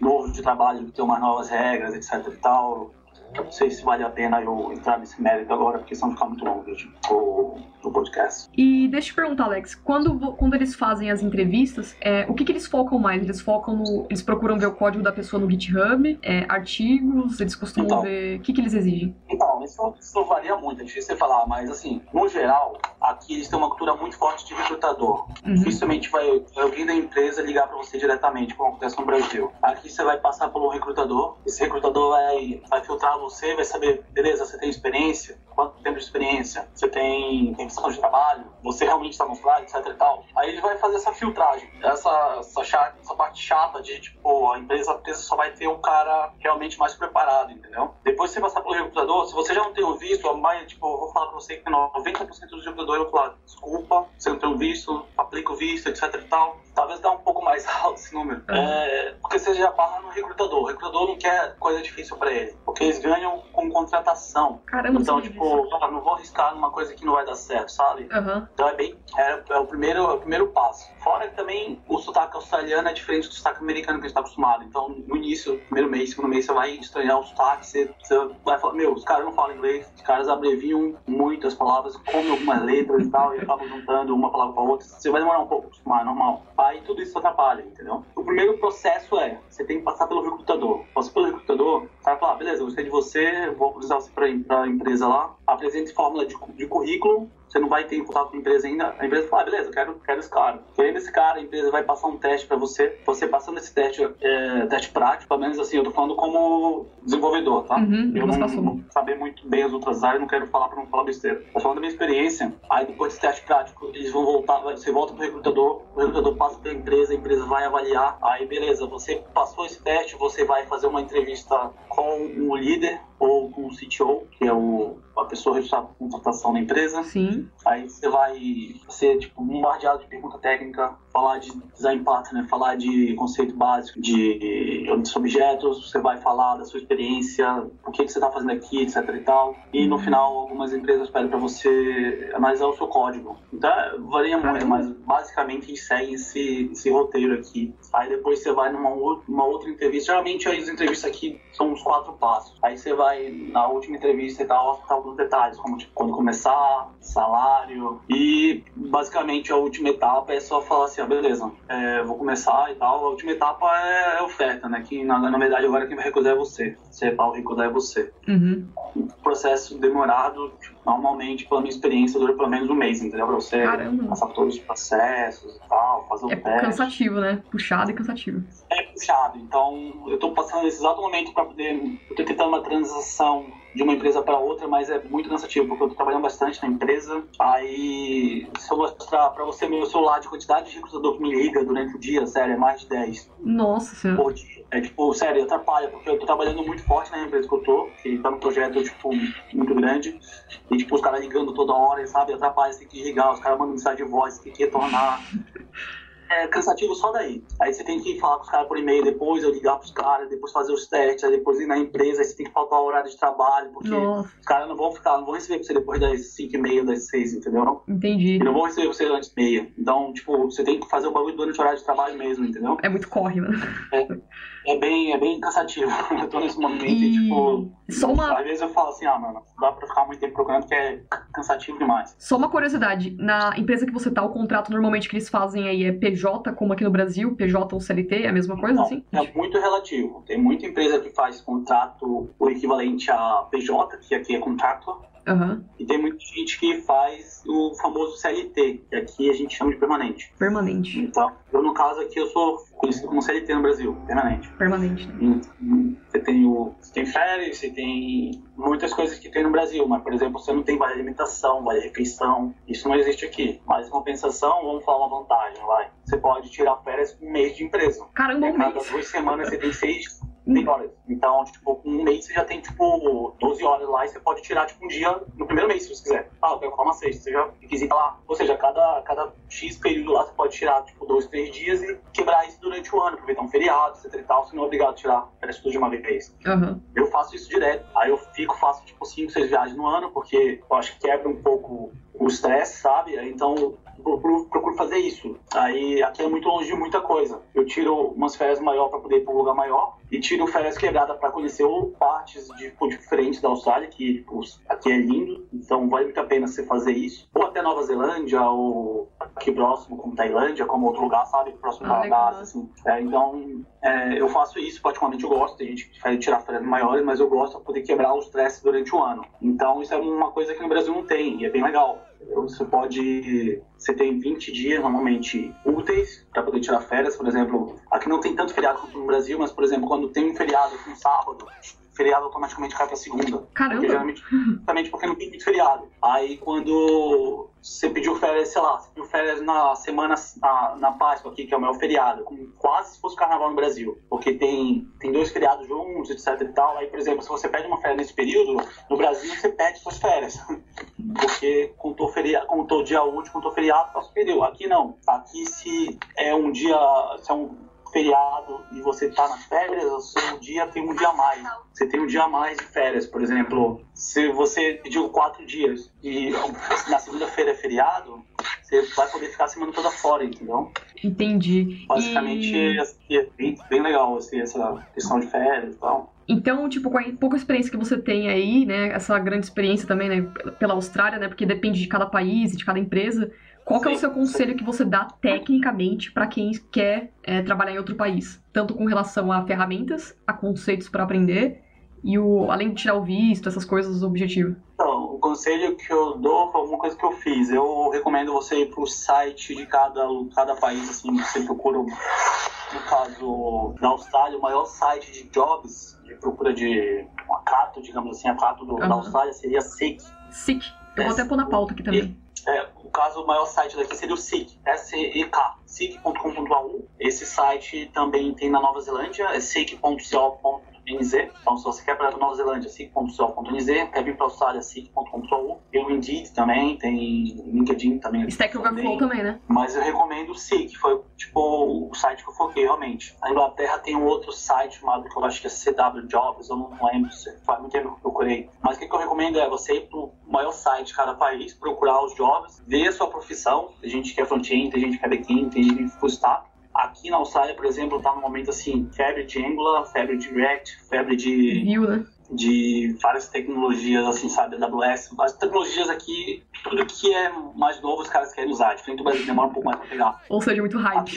[SPEAKER 9] novo de trabalho, que tem umas novas regras, etc e tal. Eu não sei se vale a pena eu entrar nesse mérito agora, porque senão fica muito longo tipo, o, o podcast.
[SPEAKER 12] E deixa eu te perguntar, Alex, quando, vo- quando eles fazem as entrevistas, é, o que, que eles focam mais? Eles focam no. Eles procuram ver o código da pessoa no GitHub, é, artigos, eles costumam
[SPEAKER 9] Então.
[SPEAKER 12] ver. O que, que eles exigem?
[SPEAKER 9] Então, isso, isso varia muito, é difícil você falar, mas assim, no geral, aqui eles têm uma cultura muito forte de recrutador. Dificilmente vai alguém da empresa ligar pra você diretamente, como acontece no Brasil. Aqui você vai passar por um recrutador, esse recrutador vai, vai filtrar você, vai saber, beleza, você tem experiência, quanto tempo de experiência, você tem intenção de trabalho, você realmente está no fly, etc e tal. Aí ele vai fazer essa filtragem, essa, essa, cha- essa parte chata de, tipo, a empresa, a empresa só vai ter um cara realmente mais preparado, entendeu? Depois que você passar pelo recrutador, se você já não tem o visto, a maioria, tipo, eu vou falar pra você que 90% dos recrutadores vão falar, desculpa, você não tem o visto, aplica o visto, etc e tal. Talvez dá um pouco mais alto esse número. É, porque você já barra no recrutador. O recrutador não quer coisa difícil pra ele. Porque eles ganham com contratação.
[SPEAKER 12] Caramba,
[SPEAKER 9] então,
[SPEAKER 12] sabia
[SPEAKER 9] tipo, ah, não vou arriscar numa coisa que não vai dar certo, sabe?
[SPEAKER 12] Aham.
[SPEAKER 9] Então é bem. É, é o primeiro, é o primeiro passo. Fora que também o sotaque australiano é diferente do sotaque americano que a gente tá acostumado. Então, no início, primeiro mês, segundo mês, você vai estranhar o sotaque, você, você vai falar, meu, os caras não falam inglês, os caras abreviam muito as palavras, comem algumas letras e tal, e acabam juntando uma palavra com a outra. Você vai demorar um pouco pra acostumar, é normal. Aí tudo isso atrapalha, entendeu? O primeiro processo é, você tem que passar pelo recrutador. Passa pelo recrutador, o cara fala, "Ah, beleza, eu gostei de você, vou precisar você pra, em- pra empresa lá, apresente fórmula de, cu- de currículo, você não vai ter em contato com a empresa ainda. A empresa fala, ah, beleza, eu quero, quero esse cara. Querendo esse cara, a empresa vai passar um teste pra você. Você passando esse teste, é, teste prático, pelo menos assim, eu tô falando como desenvolvedor, tá?
[SPEAKER 12] Uhum,
[SPEAKER 9] eu
[SPEAKER 12] mas
[SPEAKER 9] não,
[SPEAKER 12] passou.
[SPEAKER 9] não saber muito bem as outras áreas, não quero falar pra não falar besteira. Mas falando da minha experiência, aí depois desse teste prático, eles vão voltar, você volta pro recrutador, o recrutador passa pra empresa, a empresa vai avaliar. Aí beleza, você passou esse teste, você vai fazer uma entrevista com o líder ou com o CTO, que é o, a pessoa responsável pela contratação da empresa.
[SPEAKER 12] Sim.
[SPEAKER 9] Aí você vai ser tipo bombardeado de pergunta técnica, falar de design pattern, né? falar de conceito básico de dos objetos, você vai falar da sua experiência, o que, que você está fazendo aqui, etc e tal. E no final algumas empresas pedem para você analisar o seu código. Então varia muito, mas basicamente eles seguem esse, esse roteiro aqui. Aí depois você vai numa ou- uma outra entrevista. Geralmente as entrevistas aqui são uns quatro passos. Aí você vai na última entrevista e tal, tá alguns detalhes, como tipo, quando começar, salário. E basicamente a última etapa é só falar assim, ah, beleza, é, vou começar e tal. A última etapa é, é oferta, né? Que na, na verdade agora quem vai recusar é você. Você vai recusar é você.
[SPEAKER 12] Uhum.
[SPEAKER 9] um Processo demorado, tipo, normalmente, pela minha experiência, dura pelo menos um mês, entendeu? Pra você
[SPEAKER 12] Caramba.
[SPEAKER 9] passar por todos os processos e tal, fazer o
[SPEAKER 12] É
[SPEAKER 9] teste
[SPEAKER 12] cansativo, né? Puxado e cansativo.
[SPEAKER 9] é puxado. Então, eu estou passando nesse exato momento para poder. Eu tô tentando uma transição de uma empresa para outra, mas é muito cansativo, porque eu tô trabalhando bastante na empresa. Aí, se eu mostrar para você meu celular de quantidade de recrutador que me liga durante o dia, sério, é mais de 10
[SPEAKER 12] Nossa senhora.
[SPEAKER 9] por dia. É tipo, sério, atrapalha, porque eu tô trabalhando muito forte na empresa que eu tô, que tá num projeto, tipo, muito grande. E, tipo, os caras ligando toda hora, sabe? Atrapalha, você tem que ligar, os caras mandam mensagem de voz, você tem que retornar. É cansativo só daí. Aí você tem que falar com os caras por e-mail depois, eu ligar pros caras, depois fazer os testes, aí depois ir na empresa, aí você tem que faltar horário de trabalho, porque
[SPEAKER 12] Nossa,
[SPEAKER 9] os caras não vão ficar, não vão receber você depois das 5 e meia, das 6, entendeu? Não?
[SPEAKER 12] entendi.
[SPEAKER 9] E não vão receber você antes de meia. Então, tipo, você tem que fazer o bagulho durante o horário de trabalho mesmo, entendeu?
[SPEAKER 12] É muito corre, mano.
[SPEAKER 9] É bem, é bem cansativo. Eu tô nesse momento
[SPEAKER 12] E-
[SPEAKER 9] e, tipo.
[SPEAKER 12] Só uma-
[SPEAKER 9] Às vezes eu falo assim, ah, mano, não dá pra ficar muito tempo procurando porque é cansativo demais.
[SPEAKER 12] Só uma curiosidade, na empresa que você tá, o contrato normalmente que eles fazem aí é PJ, como aqui no Brasil, PJ ou CLT, é a mesma coisa,
[SPEAKER 9] Não,
[SPEAKER 12] assim?
[SPEAKER 9] é muito relativo. Tem muita empresa que faz contrato o equivalente a PJ, que aqui é contrato,
[SPEAKER 12] Aham,
[SPEAKER 9] e tem muita gente que faz o famoso CLT, que aqui a gente chama de permanente.
[SPEAKER 12] permanente.
[SPEAKER 9] Então, eu no caso aqui eu sou conhecido como CLT no Brasil, permanente.
[SPEAKER 12] Permanente, né?
[SPEAKER 9] Você tem, o, você tem férias, você tem muitas coisas que tem no Brasil, mas, por exemplo, você não tem vale alimentação, vale refeição, isso não existe aqui. Mas, em compensação, vamos falar uma vantagem, vai. Você pode tirar férias com um mês de empresa.
[SPEAKER 12] Caramba,
[SPEAKER 9] É,
[SPEAKER 12] um
[SPEAKER 9] cada
[SPEAKER 12] mês.
[SPEAKER 9] duas semanas você tem seis seis horas. Então, tipo, com um mês você já tem, tipo, 12 horas lá e você pode tirar, tipo, um dia no primeiro mês, se você quiser. Ah, eu quero falar uma sexta, você já requisita lá. Ou seja, cada, cada X período lá você pode tirar, tipo, dois, três dias e quebrar isso durante o ano, aproveitar um feriado, etc e tal. Você não é obrigado a tirar férias tudo de uma vez.
[SPEAKER 12] Aham.
[SPEAKER 9] Eu faço isso direto. Aí eu fico, faço tipo 5, 6 viagens no ano, porque eu acho que quebra um pouco o estresse, sabe? Então procuro, procuro fazer isso. Aí aqui é muito longe de muita coisa. Eu tiro umas férias maior para poder ir para um lugar maior e tiro férias quebrada para conhecer ou partes de- tipo, diferentes da Austrália, que tipo, aqui é lindo, então vale muito a pena você fazer isso. Ou até Nova Zelândia, ou aqui próximo, como Tailândia, como outro lugar, sabe? Próximo
[SPEAKER 12] Ah,
[SPEAKER 9] da- da
[SPEAKER 12] legal.
[SPEAKER 9] Ásia, assim. É, então, é, eu faço isso, particularmente eu gosto, tem gente que faz tirar férias maiores, mas eu gosto pra poder quebrar o estresse durante o ano. Então, isso é uma coisa que no Brasil não tem, e é bem legal. Você pode. Você tem 20 dias normalmente úteis para poder tirar férias, por exemplo. Aqui não tem tanto feriado quanto no Brasil, mas, por exemplo, quando tem um feriado, um sábado, o feriado automaticamente cai pra segunda.
[SPEAKER 12] Caramba.
[SPEAKER 9] Porque geralmente, justamente porque não tem muito feriado. Aí quando você pediu férias, sei lá, você pediu férias na semana, na, na Páscoa aqui, que é o meu feriado, como quase se fosse carnaval no Brasil. Porque tem, tem dois feriados juntos, etc e tal. Aí, por exemplo, se você pede uma férias nesse período, no Brasil você pede suas férias. Porque contou, feria, contou dia útil, contou feriado, só se perdeu. Aqui não. Aqui se é um dia, se é um feriado e você tá nas férias, o seu dia tem um dia a mais. Você tem um dia a mais de férias, por exemplo. Se você pediu quatro dias e na segunda-feira é feriado, você vai poder ficar a semana toda fora, entendeu?
[SPEAKER 12] Entendi.
[SPEAKER 9] Basicamente
[SPEAKER 12] E-
[SPEAKER 9] assim, é bem, bem legal assim, essa questão de férias e tal.
[SPEAKER 12] Então, tipo, com a pouca experiência que você tem aí, né? Essa grande experiência também, né? Pela Austrália, né? Porque depende de cada país, e de cada empresa. Qual que é o
[SPEAKER 9] Sim,
[SPEAKER 12] seu conselho que você dá tecnicamente pra quem quer é, trabalhar em outro país? Tanto com relação a ferramentas, a conceitos pra aprender e o além de tirar o visto, essas coisas, o objetivo.
[SPEAKER 9] Então, o conselho que eu dou foi uma coisa que eu fiz. Eu recomendo você ir pro site de cada, cada país, assim, você procura, no caso da Austrália, o maior site de jobs, de procura de um acato, digamos assim, acato do, da
[SPEAKER 12] Aham.
[SPEAKER 9] Austrália seria SIC.
[SPEAKER 12] SIC. Eu vou até pôr na pauta aqui também.
[SPEAKER 9] É, o caso, o maior site daqui seria o SIC, S-E-K, sic.com.au. Esse site também tem na Nova Zelândia, é sic.co.nz. Então, se você quer para a Nova Zelândia, sic.co.nz. Quer vir para a Austrália, sic.com.au. Tem o Indeed também, tem LinkedIn também.
[SPEAKER 5] é
[SPEAKER 12] Stack Overflow
[SPEAKER 9] Tem.
[SPEAKER 12] também, né?
[SPEAKER 9] Mas eu recomendo o SIC, foi tipo o site que eu foquei realmente. Na Inglaterra tem um outro site chamado que eu acho que é CW Jobs, eu não lembro, se- faz muito tempo que eu procurei. Mas o que que eu recomendo é você ir pro maior site de cada país, procurar os jobs, ver a sua profissão. Tem gente que é front-end, tem gente que é back-end, tem gente que é full stack. Aqui na Austrália, por exemplo, tá no momento assim, febre de Angular, febre de React, febre de
[SPEAKER 12] Viu, né?
[SPEAKER 9] de várias tecnologias, assim, sabe, AWS, as tecnologias aqui, tudo que é mais novo os caras querem usar, diferente do Brasil, demora um pouco mais pra pegar.
[SPEAKER 12] Ou seja, muito hype.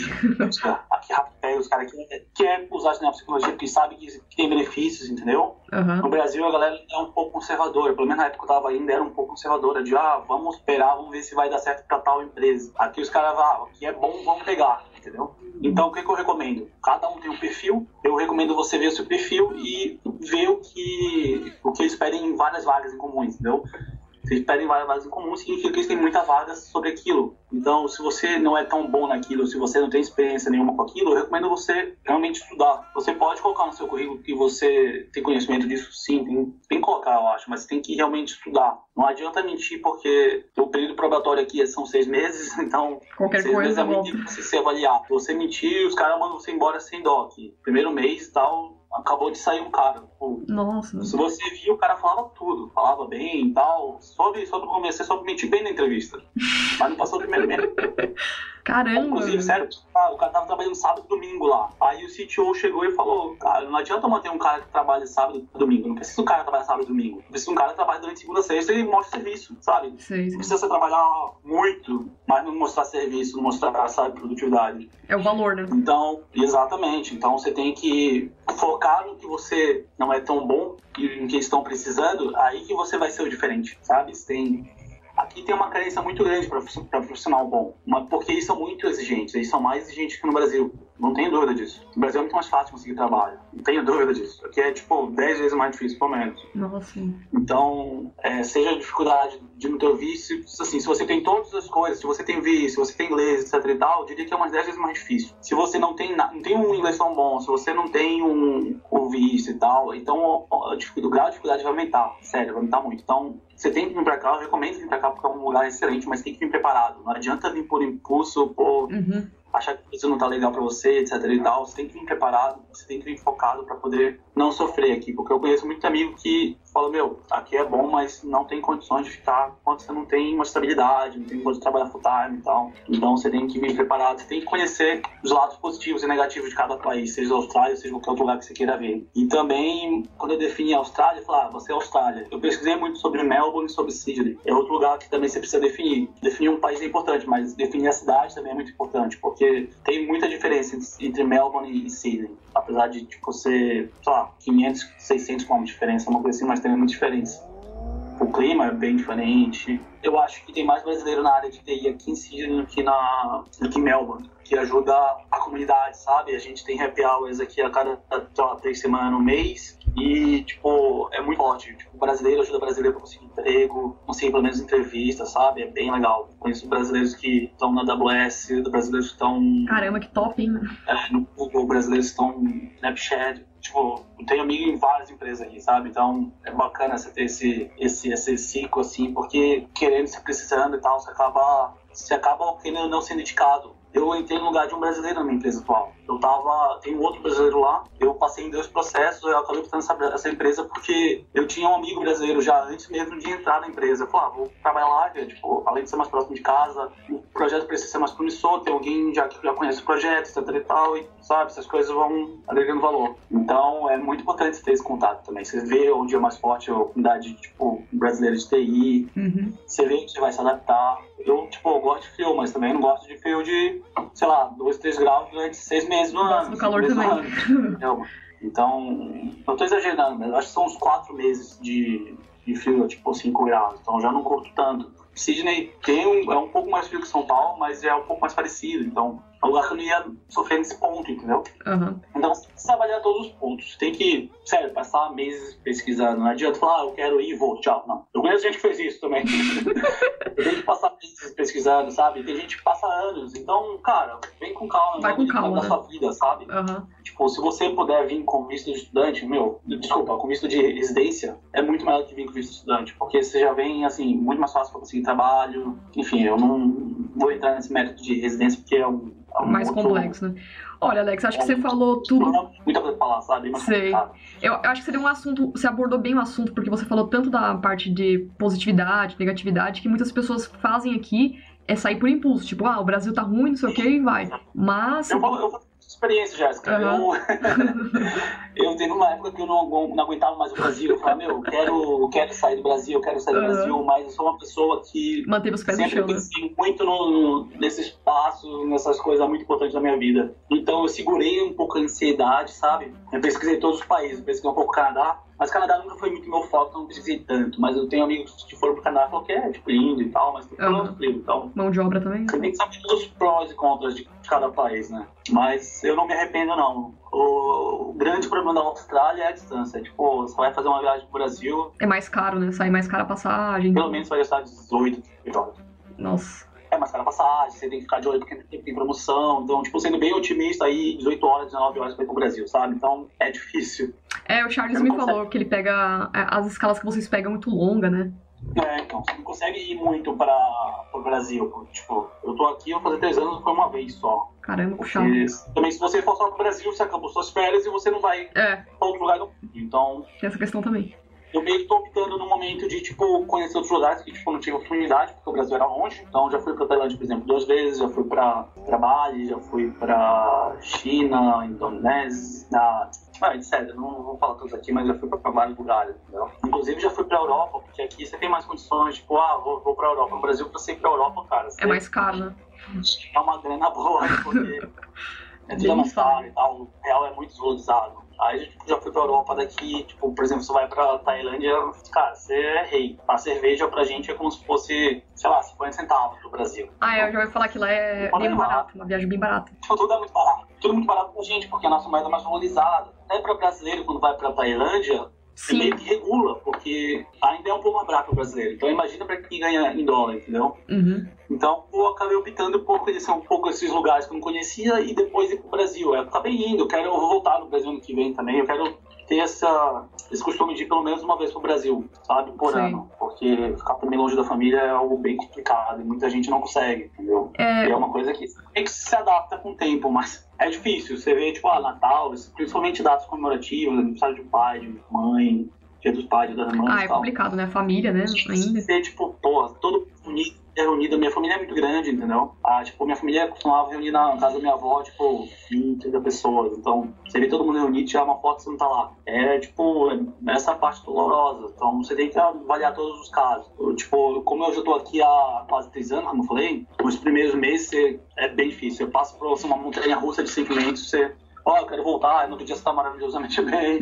[SPEAKER 9] Aqui rápido pega os caras que querem usar essa nova tecnologia porque sabe que, que tem benefícios, entendeu?
[SPEAKER 12] Aham.
[SPEAKER 9] No Brasil a galera é um pouco conservadora, pelo menos na época que eu tava ainda era um pouco conservadora, de ah, vamos esperar, vamos ver se vai dar certo pra tal empresa. Aqui os caras vão, ah, o que é bom, vamos pegar, entendeu? Então o que, que eu recomendo? Cada um tem um perfil, eu recomendo você ver o seu perfil e ver o que, o que eles pedem em várias vagas em comum, entendeu? Se eles pedem várias vagas em comum, significa que eles têm muitas vagas sobre aquilo. Então, se você não é tão bom naquilo, se você não tem experiência nenhuma com aquilo, eu recomendo você realmente estudar. Você pode colocar no seu currículo que você tem conhecimento disso, sim, tem, tem que colocar, eu acho, mas tem que realmente estudar. Não adianta mentir, porque o período probatório aqui é, são seis meses, então
[SPEAKER 12] Qualquer
[SPEAKER 9] seis meses
[SPEAKER 12] coisa
[SPEAKER 9] é muito
[SPEAKER 12] volta.
[SPEAKER 9] difícil você se avaliar. Se você mentir, os caras mandam você embora sem dó. Que primeiro mês tal, acabou de sair um cara. Pô,
[SPEAKER 12] Nossa.
[SPEAKER 9] se você viu, o cara falava tudo, falava bem e tal. Soube, soube convencer, soube mentir bem na entrevista. Mas não passou o primeiro mês.
[SPEAKER 12] Caramba.
[SPEAKER 9] Inclusive,
[SPEAKER 12] velho.
[SPEAKER 9] sério, ah, o cara tava trabalhando sábado e domingo lá. Aí o CTO chegou e falou: Cara, não adianta manter um cara que trabalha sábado e domingo. Não precisa um cara trabalhar sábado e domingo. Precisa um cara que trabalha durante segunda a sexta e mostra serviço, sabe?
[SPEAKER 12] Sei,
[SPEAKER 9] Não
[SPEAKER 12] sei.
[SPEAKER 9] precisa você trabalhar muito, mas não mostrar serviço, não mostrar, sabe, produtividade.
[SPEAKER 12] É o valor, né?
[SPEAKER 9] Então, exatamente. Então você tem que focar no que você não é tão bom e no que estão precisando, aí que você vai ser o diferente, sabe? Você tem aqui tem uma carência muito grande para profissional bom, mas porque eles são muito exigentes, eles são mais exigentes que no Brasil. Não tenho dúvida disso. No Brasil é muito mais fácil conseguir trabalho. Não tenho dúvida disso. Aqui é tipo 10 vezes mais difícil, pelo menos.
[SPEAKER 12] Nossa.
[SPEAKER 9] Então, é, seja a dificuldade de não ter o vício, assim, se você tem todas as coisas, se você tem vício, se você tem inglês, etc e tal, eu diria que é umas 10 vezes mais difícil. Se você não tem, na- não tem um inglês tão bom, se você não tem um, o vício e tal, então ó, ó, a dificu- o grau de dificuldade vai aumentar, sério, vai aumentar muito. Então, você tem que vir pra cá, eu recomendo vir pra cá porque é um lugar excelente, mas tem que vir preparado. Não adianta vir por impulso, por
[SPEAKER 12] Uhum.
[SPEAKER 9] achar que isso não tá legal pra você, etc e tal, você tem que vir preparado, você tem que vir focado pra poder não sofrer aqui, porque eu conheço muito amigo que fala, meu, aqui é bom, mas não tem condições de ficar quando você não tem uma estabilidade, não tem como trabalhar full time e tal. Então você tem que vir preparado, você tem que conhecer os lados positivos e negativos de cada país, seja a Austrália, seja qualquer outro lugar que você queira vir. E também, quando eu defini a Austrália, eu falava, ah, você é Austrália. Eu pesquisei muito sobre Melbourne e sobre Sydney. É outro lugar que também você precisa definir. Definir um país é importante, mas definir a cidade também é muito importante, porque tem muita diferença entre- entre Melbourne e Sydney. Apesar de, tipo, ser, sei lá, 500, 600 km de diferença, uma coisa assim, mas tem muita diferença. O clima é bem diferente. Eu acho que tem mais brasileiro na área de TI aqui em Sydney do que, na, do que em Melbourne, que ajuda a comunidade, sabe? A gente tem happy hours aqui a cada, sei lá, três semanas, no mês. E, tipo, é muito forte. Tipo, o brasileiro ajuda o brasileiro a conseguir emprego, conseguir pelo menos entrevista, sabe? É bem legal. Conheço brasileiros que estão na AWS, brasileiros que estão
[SPEAKER 12] Caramba, que top, hein?
[SPEAKER 9] é, no Google, brasileiros estão no um Snapchat. Tipo, eu tenho amigo em várias empresas aqui, sabe? Então é bacana você ter esse, esse, esse ciclo, assim, porque querendo, se precisando e tal, você acaba, você acaba querendo não sendo indicado. Eu entrei no lugar de um brasileiro na minha empresa atual. Eu tava. Tem um outro brasileiro lá. Eu passei em dois processos. Eu acabei optando essa, essa empresa porque eu tinha um amigo brasileiro já antes mesmo de entrar na empresa. Eu falei, ah, vou trabalhar lá, que, tipo, além de ser mais próximo de casa, o projeto precisa ser mais promissor, ter alguém já que já conhece o projeto, etc e tal, e sabe, essas coisas vão agregando valor. Então é muito importante ter esse contato também. Você vê onde é mais forte a comunidade, tipo, brasileira de TI, você vê que você vai se adaptar. Eu, tipo, eu gosto de frio, mas também não gosto de frio de, sei lá, 2, 3 graus durante seis meses no ano.
[SPEAKER 12] do calor
[SPEAKER 9] seis meses no
[SPEAKER 12] também.
[SPEAKER 9] ano, entendeu? Então, não tô exagerando, mas eu acho que são uns 4 meses de, de frio, tipo 5 graus. Então já não curto tanto. Sydney tem um, é um pouco mais frio que São Paulo, mas é um pouco mais parecido. Então, é um lugar que eu não ia sofrer nesse ponto, entendeu?
[SPEAKER 12] Aham.
[SPEAKER 9] Então você precisa avaliar todos os pontos. Tem que, sério, passar meses pesquisando. Não adianta falar, ah, eu quero ir e vou, tchau. Não. Eu conheço gente que fez isso também. Tem que passar meses pesquisando, sabe? Tem gente que passa anos. Então, cara, vem com calma.
[SPEAKER 12] Vai com calma,
[SPEAKER 9] Na
[SPEAKER 12] né?
[SPEAKER 9] sua vida, sabe?
[SPEAKER 12] Aham.
[SPEAKER 9] Tipo, se você puder vir com visto de estudante, meu, desculpa, com visto de residência, é muito melhor que vir com visto de estudante, porque você já vem, assim, muito mais fácil pra conseguir trabalho. Enfim, eu não vou entrar nesse método de residência porque é um. é um
[SPEAKER 12] Mais
[SPEAKER 9] outro-
[SPEAKER 12] complexo, né? Olha, Alex, acho que você falou tudo
[SPEAKER 9] Muita coisa pra falar, sabe? Mas tá.
[SPEAKER 12] Sei.
[SPEAKER 9] complicado.
[SPEAKER 12] Eu, eu acho que seria um assunto. Você abordou bem o assunto, porque você falou tanto da parte de positividade, negatividade, que muitas pessoas fazem aqui é sair por impulso. Tipo, ah, o Brasil tá ruim, não sei o que, e vai. Mas.
[SPEAKER 9] Eu vou, eu vou ter experiência, Jéssica.
[SPEAKER 12] Aham.
[SPEAKER 9] Eu, eu teve uma época que eu não, agu- não aguentava mais o Brasil. Eu falei, meu, eu quero, eu quero sair do Brasil, eu quero sair do
[SPEAKER 12] Aham.
[SPEAKER 9] Brasil, mas eu sou uma pessoa que
[SPEAKER 12] Manteve os pés no
[SPEAKER 9] sempre
[SPEAKER 12] chão, né?
[SPEAKER 9] pensei muito no, no- nesse espaço, nessas coisas muito importantes da minha vida. Então eu segurei um pouco a ansiedade, sabe? Eu pesquisei todos os países, eu pesquisei um pouco o Canadá. Mas Canadá nunca foi muito meu foco, então não pesquisei tanto. Mas eu tenho amigos que foram pro Canadá e falaram que é, tipo, lindo e tal, mas tem
[SPEAKER 12] Aham.
[SPEAKER 9] uhum. frio. Então
[SPEAKER 12] Mão de obra também.
[SPEAKER 9] você tem que saber dos prós e contras de cada país, né? Mas eu não me arrependo, não. O, o grande problema da Austrália é a distância. Tipo, você vai fazer uma viagem pro Brasil,
[SPEAKER 12] É mais caro, né? Sai mais cara a passagem.
[SPEAKER 9] pelo menos você vai gastar 18 dólares.
[SPEAKER 12] Nossa.
[SPEAKER 9] É mais cara a passagem, você tem que ficar de olho porque tem- tem promoção. Então, tipo, sendo bem otimista aí, 18 horas, 19 horas vai pro Brasil, sabe? Então, é difícil.
[SPEAKER 12] É, o Charles me falou que ele pega. é, As escalas que vocês pegam é muito longa, né?
[SPEAKER 9] É, então, você não consegue ir muito pra, pro Brasil. porque, Tipo, eu tô aqui, eu vou fazer 3 anos, foi uma vez só.
[SPEAKER 12] Caramba, puxado.
[SPEAKER 9] Porque, também, se você for só pro Brasil, você acabou suas férias e você não vai
[SPEAKER 12] É,
[SPEAKER 9] pra outro lugar do mundo. Então,
[SPEAKER 12] tem essa questão também.
[SPEAKER 9] Eu meio que tô optando no momento de, tipo, conhecer outros lugares que, tipo, não tive oportunidade, porque o Brasil era longe. Então, já fui pra Tailândia, por exemplo, duas vezes. Já fui pra, pra Bali, já fui pra China, Indonésia, na... Ah, sério, não vou falar todos aqui, mas já fui pra, pra vários lugares, entendeu? Inclusive, já fui pra Europa, porque aqui você tem mais condições, tipo, ah, vou, vou pra Europa. No Brasil, pra você ir pra Europa, cara, você
[SPEAKER 12] É mais caro, né?
[SPEAKER 9] é uma grana boa, né, porque é tudo
[SPEAKER 12] Bem
[SPEAKER 9] avançado e tal, o real é muito desvalorizado. Aí eu tipo, já fui pra Europa daqui, tipo, por exemplo, você vai pra Tailândia, cara, você é rei. A cerveja pra gente é como se fosse, sei lá, 50 centavos pro Brasil.
[SPEAKER 12] Ah, eu já ia falar que lá é bem barato, uma viagem bem barata.
[SPEAKER 9] Tipo, tudo é muito barato. Tudo muito barato pra gente, porque a nossa moeda é mais valorizada. Até pra brasileiro, quando vai pra Tailândia, você
[SPEAKER 12] Sim.
[SPEAKER 9] meio que regula, porque ainda é um pouco mais barato pro brasileiro. Então imagina pra quem ganha em dólar, entendeu?
[SPEAKER 12] Uhum.
[SPEAKER 9] Então eu acabei optando por conhecer um pouco esses lugares que eu não conhecia e depois ir pro Brasil. É, Eu acabei indo, eu quero eu vou voltar no Brasil ano que vem também, eu quero ter essa, esse costume de ir pelo menos uma vez pro Brasil, sabe, por
[SPEAKER 12] Sim.
[SPEAKER 9] ano. Porque ficar também longe da família é algo bem complicado e muita gente não consegue, entendeu?
[SPEAKER 12] É,
[SPEAKER 9] E é uma coisa que meio que se adapta com o tempo, mas é um difícil. Você vê, tipo, ah, Natal, principalmente datas comemorativas, aniversário de pai, de mãe, Dia dos pais, dia das mães
[SPEAKER 5] Ah,
[SPEAKER 9] e
[SPEAKER 5] é
[SPEAKER 9] tal.
[SPEAKER 5] complicado, né? Família, né? Ainda.
[SPEAKER 9] ser, tipo, porra, todo unido, reunido. Minha família é muito grande, entendeu? Ah, tipo, minha família costumava reunir na casa da minha avó, tipo, 20, 30 pessoas. Então, você vê todo mundo reunido, tirar uma foto, você não tá lá. É, tipo, é essa parte dolorosa. Então, você tem que avaliar todos os casos. Eu, tipo, como eu já tô aqui há quase três anos, como eu falei, os primeiros meses você- é bem difícil. Eu passo por assim, uma montanha russa de sentimentos, você... Ó, eu quero voltar, no outro dia você tá maravilhosamente bem.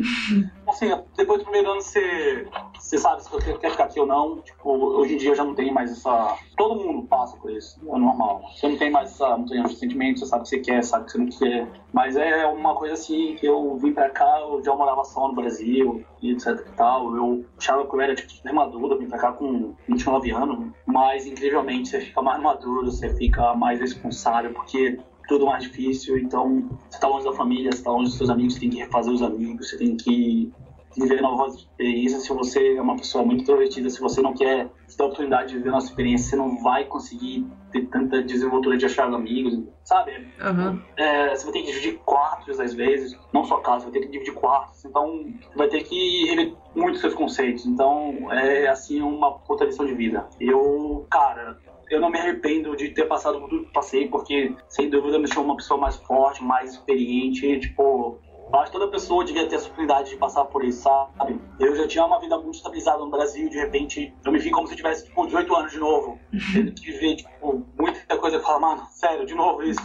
[SPEAKER 9] assim, depois do primeiro ano você, você sabe se você quer ficar aqui ou não. Tipo, hoje em dia eu já não tenho mais essa. Todo mundo passa por isso, é normal. Você não tem mais essa montanha de sentimentos, você sabe o que você quer, sabe o que você não quer. Mas é uma coisa assim que eu vim pra cá, eu já morava só no Brasil e etc e tal. Eu achava que eu era tipo, super maduro, eu vim pra cá com 29 anos. Mas incrivelmente você fica mais maduro, você fica mais responsável, porque é tudo mais difícil, então você tá longe da família, você tá longe dos seus amigos, você tem que refazer os amigos, você tem que viver novas experiências. Se você é uma pessoa muito introvertida, se você não quer se dar a oportunidade de viver novas experiências, você não vai conseguir ter tanta desenvoltura de achar amigos, sabe?
[SPEAKER 5] Aham.
[SPEAKER 9] É, você vai ter que dividir quartos às vezes, não só casa, vai ter que dividir quartos, então vai ter que rever muitos seus conceitos. Então é assim uma puta lição de vida. Eu, cara, eu não me arrependo de ter passado por tudo que passei, porque sem dúvida me deixou uma pessoa mais forte, mais experiente, tipo. eu Acho que toda pessoa devia ter essa oportunidade de passar por isso, sabe? Eu já tinha uma vida muito estabilizada no Brasil, de repente eu me vi como se eu tivesse, tipo, 18 anos de novo. Tendo que viver, tipo, muita coisa que fala, mano, sério, de novo isso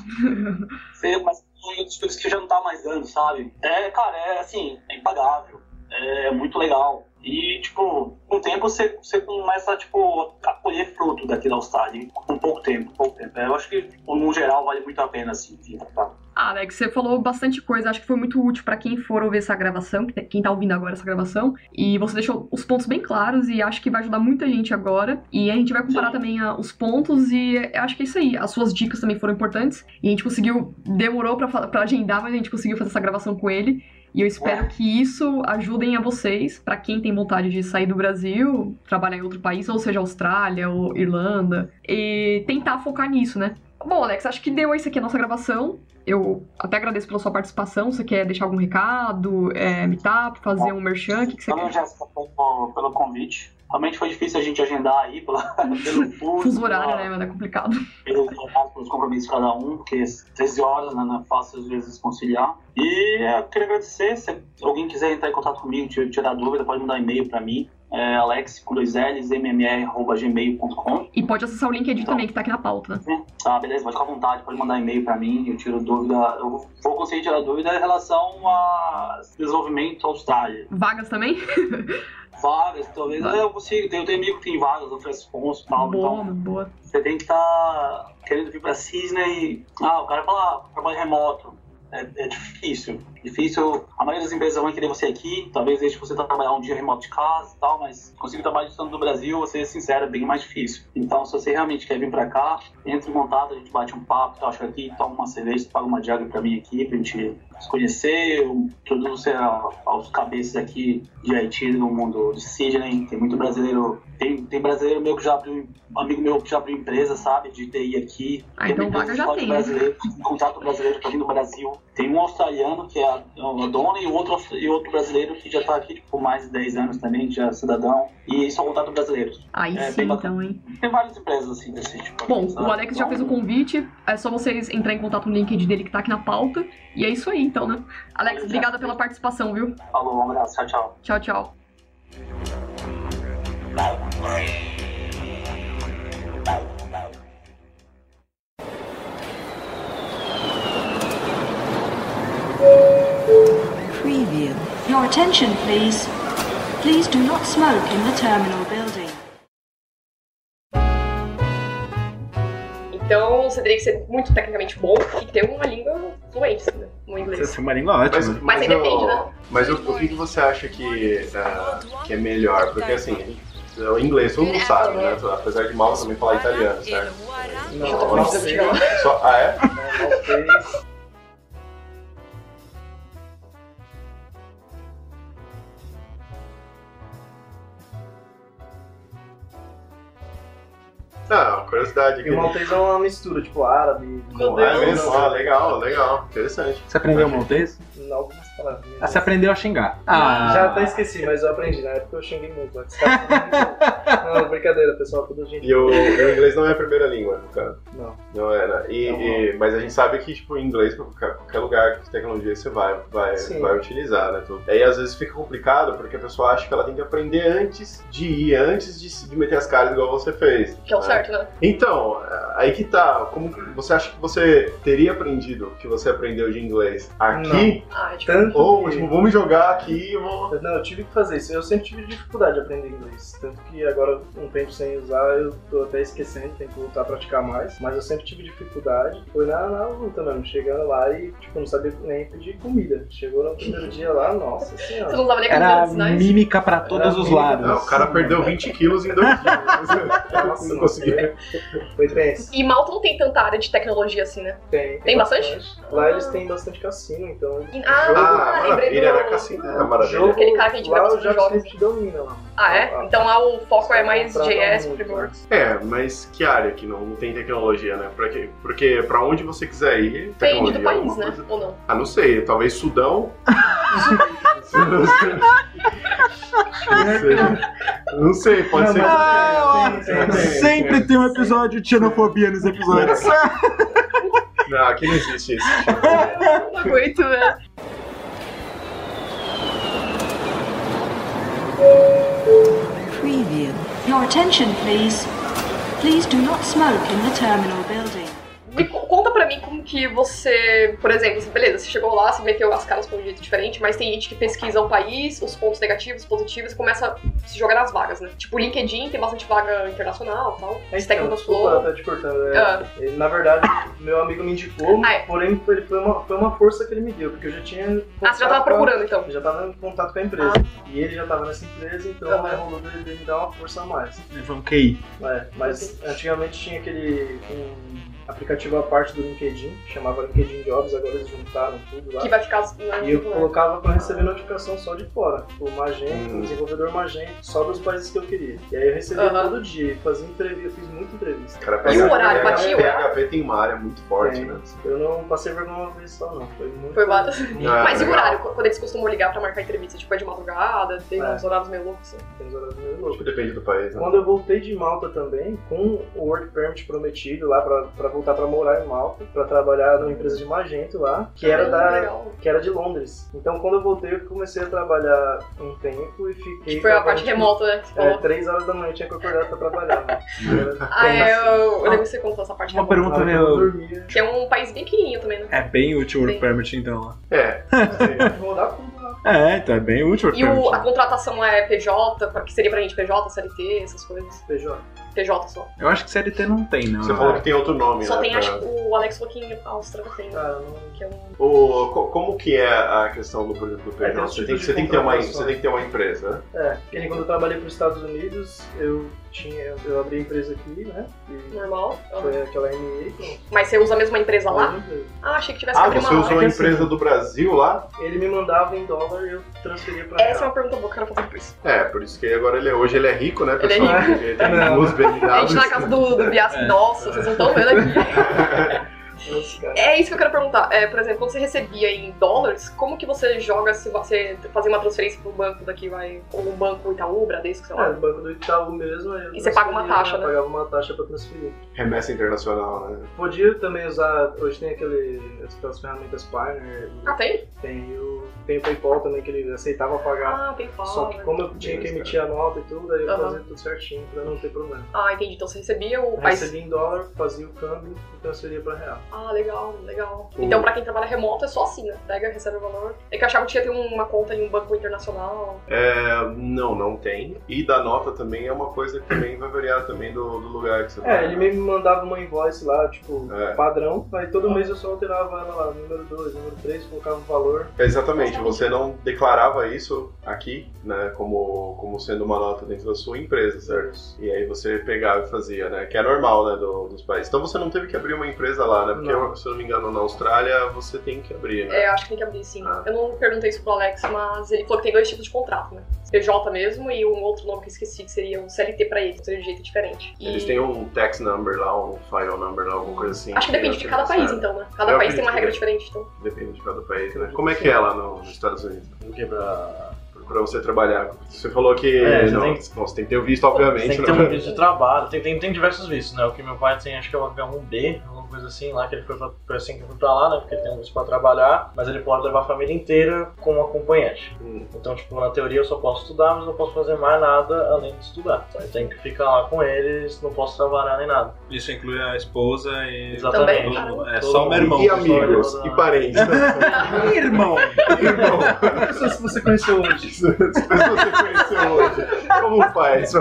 [SPEAKER 9] ser mas tem outras coisas que já não tá mais dando, sabe? É, cara, é assim, é impagável, é muito legal. E, tipo, com o tempo você, você começa, tipo, a colher fruto daqui da Austrália, com pouco tempo, pouco tempo. Eu acho que, tipo, no geral, vale muito a pena, assim, vir pra cá.
[SPEAKER 5] Ah, Alex, você falou bastante coisa. Acho que foi muito útil pra quem for ouvir essa gravação, que- quem tá ouvindo agora essa gravação. E você deixou os pontos bem claros e acho que vai ajudar muita gente agora. E a gente vai comparar também ah, os pontos e eh, acho que é isso aí. As suas dicas também foram importantes. E a gente conseguiu, demorou pra, fa- pra agendar, mas a gente conseguiu fazer essa gravação com ele. E eu espero que isso ajudem a vocês, pra quem tem vontade de sair do Brasil, trabalhar em outro país, ou seja, Austrália ou Irlanda, e tentar focar nisso, né? Bom, Alex, acho que deu isso aqui a nossa gravação. Eu até agradeço pela sua participação. Você quer deixar algum recado, é, meetup, fazer um merchan? O que, que você
[SPEAKER 9] Então,
[SPEAKER 5] quer?
[SPEAKER 9] Jéssica, pelo, pelo convite. Realmente foi difícil a gente agendar aí pela, pelo
[SPEAKER 5] Fuso
[SPEAKER 9] fuso,
[SPEAKER 5] horário,
[SPEAKER 9] pela-
[SPEAKER 5] né? Mas é complicado.
[SPEAKER 9] pelos horários, pelos compromissos de cada um, porque 13 horas né, não é fácil às vezes conciliar. E é, eu queria agradecer, se alguém quiser entrar em contato comigo, ti- tirar dúvida, pode mandar e-mail para mim, é alex com dois L's, mmr, arroba gmail.com.
[SPEAKER 5] E pode acessar o LinkedIn também, que tá aqui na pauta, né?
[SPEAKER 9] Ah, beleza, pode ficar à vontade, pode mandar e-mail para mim, eu tiro dúvida, eu vou conseguir tirar dúvida em relação a desenvolvimento Austrália.
[SPEAKER 5] Vagas também?
[SPEAKER 9] Vagas, talvez, eu consigo, eu tenho amigo que tem vagas, oferece pontos e tal, então
[SPEAKER 5] boa, mano, boa.
[SPEAKER 9] você tem que estar querendo vir pra Cisne e. Ah, o cara fala, ah, trabalho remoto. É, é difícil. Difícil. A maioria das empresas vão querer você aqui, talvez deixe você trabalhar um dia remoto de casa e tal, mas conseguir trabalho estando do Brasil, vou ser sincero, é bem mais difícil. Então, se você realmente quer vir pra cá, entre em contato, a gente bate um papo, tal, chega aqui, toma uma cerveja, tu paga uma diária pra mim aqui, pra gente se conhecer. Eu introduzo você a- aos cabeças aqui de Haiti, no mundo de Sydney. Tem muito brasileiro, tem, tem brasileiro meu que já abriu, amigo meu que já abriu empresa, sabe, de TI aqui.
[SPEAKER 5] Ah,
[SPEAKER 9] Tem
[SPEAKER 5] então
[SPEAKER 9] uma
[SPEAKER 5] vaga
[SPEAKER 9] empresa
[SPEAKER 5] já
[SPEAKER 9] só de
[SPEAKER 5] tem, né?
[SPEAKER 9] brasileiro, um contrato brasileiro pra vir no Brasil. Tem um australiano que é a, a dona e outro, e outro brasileiro que já tá aqui tipo, por mais de 10 anos também, já é cidadão. E é são contato brasileiros.
[SPEAKER 5] Aí
[SPEAKER 9] É,
[SPEAKER 5] sim,
[SPEAKER 9] bem bacana.
[SPEAKER 5] então, hein?
[SPEAKER 9] Tem várias empresas assim desse tipo.
[SPEAKER 5] Bom,
[SPEAKER 9] aqui, sabe?
[SPEAKER 5] o Alex já
[SPEAKER 9] Então,
[SPEAKER 5] fez o convite. É só vocês entrar em contato no LinkedIn dele que tá aqui na pauta. E é isso aí, então, né? Alex, obrigada pela participação, viu?
[SPEAKER 9] Falou, um abraço, tchau,
[SPEAKER 5] Tchau,
[SPEAKER 9] tchau.
[SPEAKER 5] tchau.
[SPEAKER 11] Preview. Your attention, please. Please do not smoke in the terminal building.
[SPEAKER 13] Então você teria que ser muito tecnicamente bom e ter uma língua fluente, né? Um inglês.
[SPEAKER 14] Essa é uma língua ótima.
[SPEAKER 8] Mas,
[SPEAKER 13] Mas aí
[SPEAKER 8] eu-
[SPEAKER 13] depende, né?
[SPEAKER 8] Mas o, o que, que você acha que, ah, que é melhor? Porque assim, o inglês todo mundo sabe, né? Apesar de mal também falar italiano, certo?
[SPEAKER 6] Não, não sei. Não
[SPEAKER 8] Só, ah, é?
[SPEAKER 6] sei.
[SPEAKER 8] Não, curiosidade aqui.
[SPEAKER 6] E o maltês é uma mistura, tipo árabe.
[SPEAKER 8] Ah, é mesmo? Ah, legal, legal. Interessante.
[SPEAKER 14] Você aprendeu o maltês?
[SPEAKER 6] Não, algumas palavrinhas.
[SPEAKER 7] Ah, Você Ah. aprendeu a xingar.
[SPEAKER 6] Já
[SPEAKER 14] Ah.
[SPEAKER 6] tá até esqueci, mas eu aprendi. Na época eu xinguei muito. lá, que os caras xingam muito. não, brincadeira, pessoal, tudo gente.
[SPEAKER 8] E o, e o inglês não é a primeira língua, no caso.
[SPEAKER 6] Não.
[SPEAKER 8] Não era.
[SPEAKER 7] É
[SPEAKER 8] E,
[SPEAKER 6] Não.
[SPEAKER 8] e- mas a gente sabe que, tipo, inglês, pra qualquer, qualquer lugar que tecnologia você vai, vai,
[SPEAKER 6] Sim.
[SPEAKER 8] vai utilizar, né? Tudo. E aí, às vezes, fica complicado porque a pessoa acha que ela tem que aprender antes de ir, antes de, se- de meter as caras igual você fez.
[SPEAKER 5] Que é o
[SPEAKER 8] né?
[SPEAKER 5] certo, né?
[SPEAKER 8] Então, aí que tá. Como que- você acha que você teria aprendido o que você aprendeu de inglês aqui?
[SPEAKER 5] Ah, é tipo,
[SPEAKER 6] Tanto
[SPEAKER 8] Ou,
[SPEAKER 6] que-
[SPEAKER 8] tipo, vamos jogar aqui e vou...
[SPEAKER 6] Não, eu tive que fazer isso. Eu sempre tive dificuldade de aprender inglês. Tanto que agora, um tempo sem usar, eu tô até esquecendo, tenho que voltar a praticar mais. Mas eu sempre tive dificuldade. Foi na, na luta mesmo, chegando lá e, tipo, não sabia nem pedir comida. Chegou no primeiro dia lá, nossa
[SPEAKER 5] você
[SPEAKER 6] senhora.
[SPEAKER 5] não sabe nem como
[SPEAKER 7] Era
[SPEAKER 5] fazer sinais.
[SPEAKER 7] mímica pra todos
[SPEAKER 6] Era
[SPEAKER 7] os
[SPEAKER 6] mímica.
[SPEAKER 7] lados.
[SPEAKER 8] É,
[SPEAKER 7] né?
[SPEAKER 8] Não, o cara perdeu 20 quilos em dois dias.
[SPEAKER 6] Nossa,
[SPEAKER 8] não consegui.
[SPEAKER 6] Foi tenso.
[SPEAKER 5] E Malta não tem tanta área de tecnologia assim, né?
[SPEAKER 6] Tem,
[SPEAKER 5] Tem bastante?
[SPEAKER 6] Lá eles têm bastante cassino, então. eles-
[SPEAKER 5] E- Ah,
[SPEAKER 8] Ah,
[SPEAKER 5] lembrei
[SPEAKER 8] maravilha,
[SPEAKER 5] do...
[SPEAKER 8] era cassino, era maravilha.
[SPEAKER 5] Aquele cara que a gente vai
[SPEAKER 6] Assim, né? lá o
[SPEAKER 5] pros jogos.
[SPEAKER 6] JavaScript domina lá.
[SPEAKER 5] Ah, é? Então lá o foco é mais
[SPEAKER 6] Pra dar
[SPEAKER 5] JS,
[SPEAKER 6] muito,
[SPEAKER 5] Primor.
[SPEAKER 6] né?
[SPEAKER 8] É, mas que área que não, não tem tecnologia, né? Pra quê? Porque pra onde você quiser ir,
[SPEAKER 5] Depende
[SPEAKER 8] tecnologia
[SPEAKER 5] do
[SPEAKER 8] é
[SPEAKER 5] país,
[SPEAKER 8] alguma
[SPEAKER 5] né?
[SPEAKER 8] coisa.
[SPEAKER 5] Ou não?
[SPEAKER 8] Ah, não sei, talvez Sudão. não, sei. não sei, pode
[SPEAKER 6] Não,
[SPEAKER 8] ser. É,
[SPEAKER 6] mas-
[SPEAKER 7] Ah,
[SPEAKER 6] Tem,
[SPEAKER 7] ó,
[SPEAKER 6] tem, tem.
[SPEAKER 7] Sempre tem um episódio de xenofobia nos episódios.
[SPEAKER 8] Não, aqui não existe isso.
[SPEAKER 5] Não aguento, É né?
[SPEAKER 2] Preview.
[SPEAKER 11] Your attention, please. Please do not smoke in the terminal building.
[SPEAKER 5] Me co- conta pra mim como que você, por exemplo, você- beleza, você chegou lá, você meteu as caras pra um jeito diferente, mas tem gente que pesquisa o país, os pontos negativos, positivos, e começa a se jogar nas vagas, né? Tipo, o LinkedIn tem bastante vaga internacional e tal. As
[SPEAKER 6] Então,
[SPEAKER 5] técnicas
[SPEAKER 6] desculpa,
[SPEAKER 5] flow.
[SPEAKER 6] tá te cortando. é,
[SPEAKER 5] Ah.
[SPEAKER 6] ele, na verdade, meu amigo me indicou,
[SPEAKER 5] Ah, é.
[SPEAKER 6] porém foi, foi uma, foi uma força que ele me deu, porque eu já tinha.
[SPEAKER 5] Ah, você já tava
[SPEAKER 6] contato com a-
[SPEAKER 5] procurando então.
[SPEAKER 6] Eu já tava em contato com a empresa. E ele já tava nessa empresa, então
[SPEAKER 5] Aham.
[SPEAKER 6] uhum. rolou dele dele me dar uma força a mais.
[SPEAKER 7] Vamos QI.
[SPEAKER 6] É, mas antigamente tinha aquele um aplicativo à parte do LinkedIn, chamava LinkedIn Jobs, agora eles juntaram tudo lá.
[SPEAKER 5] Que vai ficar. né,
[SPEAKER 6] E eu
[SPEAKER 5] né?
[SPEAKER 6] colocava pra receber notificação só de fora. Tipo, Magento,
[SPEAKER 8] Uhum.
[SPEAKER 6] desenvolvedor Magento, só dos países que eu queria. E aí eu recebia
[SPEAKER 5] Aham.
[SPEAKER 6] todo dia, fazia entrevista, eu fiz muita entrevista.
[SPEAKER 8] Cara,
[SPEAKER 5] E o horário,
[SPEAKER 8] PHP,
[SPEAKER 5] batia o horário?
[SPEAKER 8] PHP tem uma área muito forte,
[SPEAKER 6] Tem.
[SPEAKER 8] né?
[SPEAKER 6] Eu não passei vergonha uma vez só, não. Foi muito.
[SPEAKER 5] Foi válido.
[SPEAKER 8] Ah,
[SPEAKER 5] Mas e o
[SPEAKER 8] legal.
[SPEAKER 5] horário, quando eles costumam ligar pra marcar entrevista? Tipo, é de madrugada, tem
[SPEAKER 6] É.
[SPEAKER 5] uns horários meio loucos assim.
[SPEAKER 6] Tem uns horários meio
[SPEAKER 8] Acho que
[SPEAKER 6] loucos.
[SPEAKER 8] depende do país, né?
[SPEAKER 6] Quando eu voltei de Malta também, com o Work Permit prometido lá pra, pra voltar pra morar em Malta, pra trabalhar numa empresa de Magento lá, que era
[SPEAKER 5] Caramba,
[SPEAKER 6] da.
[SPEAKER 5] É legal.
[SPEAKER 6] Que era de Londres. Então, quando eu voltei, eu comecei a trabalhar um tempo e fiquei.
[SPEAKER 5] Que foi a parte
[SPEAKER 6] trabalhando, tipo,
[SPEAKER 5] remota, né? que você
[SPEAKER 6] É,
[SPEAKER 5] falou.
[SPEAKER 6] três horas da manhã eu tinha que acordar pra trabalhar. Né? Era-
[SPEAKER 5] Ah, é, eu, eu lembro que você contou essa parte
[SPEAKER 7] Uma
[SPEAKER 5] remota.
[SPEAKER 7] pergunta
[SPEAKER 8] né?
[SPEAKER 6] Na hora que eu
[SPEAKER 7] meio.
[SPEAKER 6] dormia.
[SPEAKER 5] Que é um país bem pequenininho também, né?
[SPEAKER 7] É bem útil o
[SPEAKER 5] Sim.
[SPEAKER 7] Work Permit, então.
[SPEAKER 8] É,
[SPEAKER 6] Rodar tudo lá.
[SPEAKER 7] É, então é bem útil o Work
[SPEAKER 5] E o- a
[SPEAKER 7] Permit.
[SPEAKER 5] contratação é PJ, pra- que seria pra gente PJ, CLT, essas coisas.
[SPEAKER 6] PJ.
[SPEAKER 5] PJ só.
[SPEAKER 7] Eu acho que CLT não tem, não.
[SPEAKER 8] você falou que tem outro nome,
[SPEAKER 5] Só
[SPEAKER 8] né?
[SPEAKER 5] tem,
[SPEAKER 8] pra- Ah.
[SPEAKER 5] acho que o Alex falou que em Áustria não tem, né?
[SPEAKER 6] Cara, tá? não-
[SPEAKER 5] que é um...
[SPEAKER 8] O, co- como que é a questão do, por exemplo, do
[SPEAKER 6] É, tem
[SPEAKER 8] PJ?
[SPEAKER 6] os
[SPEAKER 8] Você
[SPEAKER 6] tipos
[SPEAKER 8] tem, que-
[SPEAKER 6] de
[SPEAKER 8] você, tem que ter uma,
[SPEAKER 6] contratação.
[SPEAKER 8] você tem que ter uma empresa, né?
[SPEAKER 6] É, porque quando eu trabalhei para os Estados Unidos, eu tinha, eu abri a empresa aqui, né? E
[SPEAKER 5] normal.
[SPEAKER 6] foi aquela ME. com
[SPEAKER 5] Mas você usa a mesma empresa
[SPEAKER 6] a
[SPEAKER 5] lá?
[SPEAKER 6] mesma empresa.
[SPEAKER 5] Ah, achei que tivesse que
[SPEAKER 8] Uhum. Ah,
[SPEAKER 5] abrir
[SPEAKER 8] você
[SPEAKER 5] uma
[SPEAKER 8] usou
[SPEAKER 5] área.
[SPEAKER 8] a
[SPEAKER 6] é assim.
[SPEAKER 8] empresa do Brasil lá?
[SPEAKER 6] Ele me mandava em dólar e eu transferia para
[SPEAKER 5] Essa é
[SPEAKER 6] cá.
[SPEAKER 5] uma pergunta boa, eu quero fazer por isso.
[SPEAKER 8] É, por isso que agora ele é, hoje ele é rico, né,
[SPEAKER 5] Ele é
[SPEAKER 8] pessoal?
[SPEAKER 5] rico.
[SPEAKER 8] Porque Ele tem
[SPEAKER 6] Não. é
[SPEAKER 8] duas
[SPEAKER 5] A gente tá na
[SPEAKER 8] BMW.
[SPEAKER 5] casa do, do Bias, nossa, vocês não estão vendo aqui.
[SPEAKER 6] Esse cara.
[SPEAKER 5] É isso que eu quero perguntar. É, por exemplo, quando você recebia em dólares, como que você joga se você fazer uma transferência pro banco daqui, vai, ou um banco Itaú, Bradesco, sei
[SPEAKER 6] É,
[SPEAKER 5] lá.
[SPEAKER 6] o banco do Itaú mesmo. aí eu
[SPEAKER 5] E você paga uma
[SPEAKER 6] transferia,
[SPEAKER 5] taxa,
[SPEAKER 6] eu
[SPEAKER 5] né?
[SPEAKER 6] Pagava uma taxa para transferir.
[SPEAKER 8] Remessa internacional, né?
[SPEAKER 6] Podia também usar, hoje tem aquele, aquelas ferramentas Pioneer,
[SPEAKER 5] Ah, tem?
[SPEAKER 6] tem o, tem o PayPal também que ele aceitava pagar.
[SPEAKER 5] Ah, tem fala.
[SPEAKER 6] Só que como eu tinha que emitir a nota e tudo, aí eu
[SPEAKER 5] Aham.
[SPEAKER 6] fazia tudo certinho pra não ter problema.
[SPEAKER 5] Ah, entendi. Então você recebia o país.
[SPEAKER 6] Recebia em dólar, fazia o câmbio e transferia pra real.
[SPEAKER 5] Ah, legal, legal. Então, pra quem trabalha remoto, é só assim, né? Pega, recebe o valor. É que eu achava que tinha ter uma conta em um banco internacional.
[SPEAKER 8] É, não, não tem. E da nota também é uma coisa que também vai variar também do, do lugar que você
[SPEAKER 6] É,
[SPEAKER 5] Ah.
[SPEAKER 8] vai.
[SPEAKER 6] ele me mandava uma invoice lá, tipo,
[SPEAKER 8] É.
[SPEAKER 6] padrão, aí
[SPEAKER 5] Ah.
[SPEAKER 6] todo mês eu só alterava ela lá, número 2, número 3, colocava o valor.
[SPEAKER 8] Exatamente, você não declarava isso aqui, né, como, como sendo uma nota dentro da sua empresa, certo? E aí você pegava e fazia, né? Que é normal, né, do- dos países. Então você não teve que abrir uma empresa lá, né? Porque, eu- se eu não me engano, na Austrália você tem que abrir, né?
[SPEAKER 5] É, eu acho que tem que abrir sim. Eu não perguntei isso pro Alex, mas ele falou que tem dois tipos de contrato, né? PJ mesmo e um outro nome que eu esqueci, que seria um CLT pra eles, seria de jeito diferente. E
[SPEAKER 8] Eles têm um tax number lá, um file number lá, alguma coisa assim.
[SPEAKER 5] Acho que depende de cada
[SPEAKER 8] você
[SPEAKER 5] país,
[SPEAKER 8] sabe.
[SPEAKER 5] então, né? Cada
[SPEAKER 8] Eu
[SPEAKER 5] país tem uma
[SPEAKER 8] acredito
[SPEAKER 5] regra
[SPEAKER 8] que-
[SPEAKER 5] diferente, então.
[SPEAKER 8] Depende de cada país, né? Como é que é lá no- nos Estados Unidos? Como que é pra, pra você trabalhar? Você falou que.
[SPEAKER 15] É, você
[SPEAKER 8] não,
[SPEAKER 15] tem
[SPEAKER 8] bom, você tem que ter o visto, obviamente.
[SPEAKER 15] Tem que ter
[SPEAKER 8] né?
[SPEAKER 15] um visto de trabalho, tem, tem, tem diversos vistos, né? O que meu pai tem, acho que é o H1B, alguma coisa assim, lá que ele foi pra, foi assim que foi pra lá, né? Porque ele tem um visto pra trabalhar, mas ele pode levar a família inteira como acompanhante. Então, tipo, na teoria eu só posso estudar, mas não posso fazer mais nada além de estudar. Então, eu tenho que ficar lá com eles, não posso trabalhar nem nada.
[SPEAKER 7] Isso inclui a esposa e.
[SPEAKER 15] Exatamente.
[SPEAKER 7] Todo mundo. É
[SPEAKER 15] Todo
[SPEAKER 7] só o
[SPEAKER 15] mundo.
[SPEAKER 7] meu irmão.
[SPEAKER 15] E amigos,
[SPEAKER 7] Só-
[SPEAKER 15] e parentes.
[SPEAKER 7] irmão!
[SPEAKER 8] Irmão!
[SPEAKER 6] Pessoas que você conheceu hoje.
[SPEAKER 7] É
[SPEAKER 8] Como faz?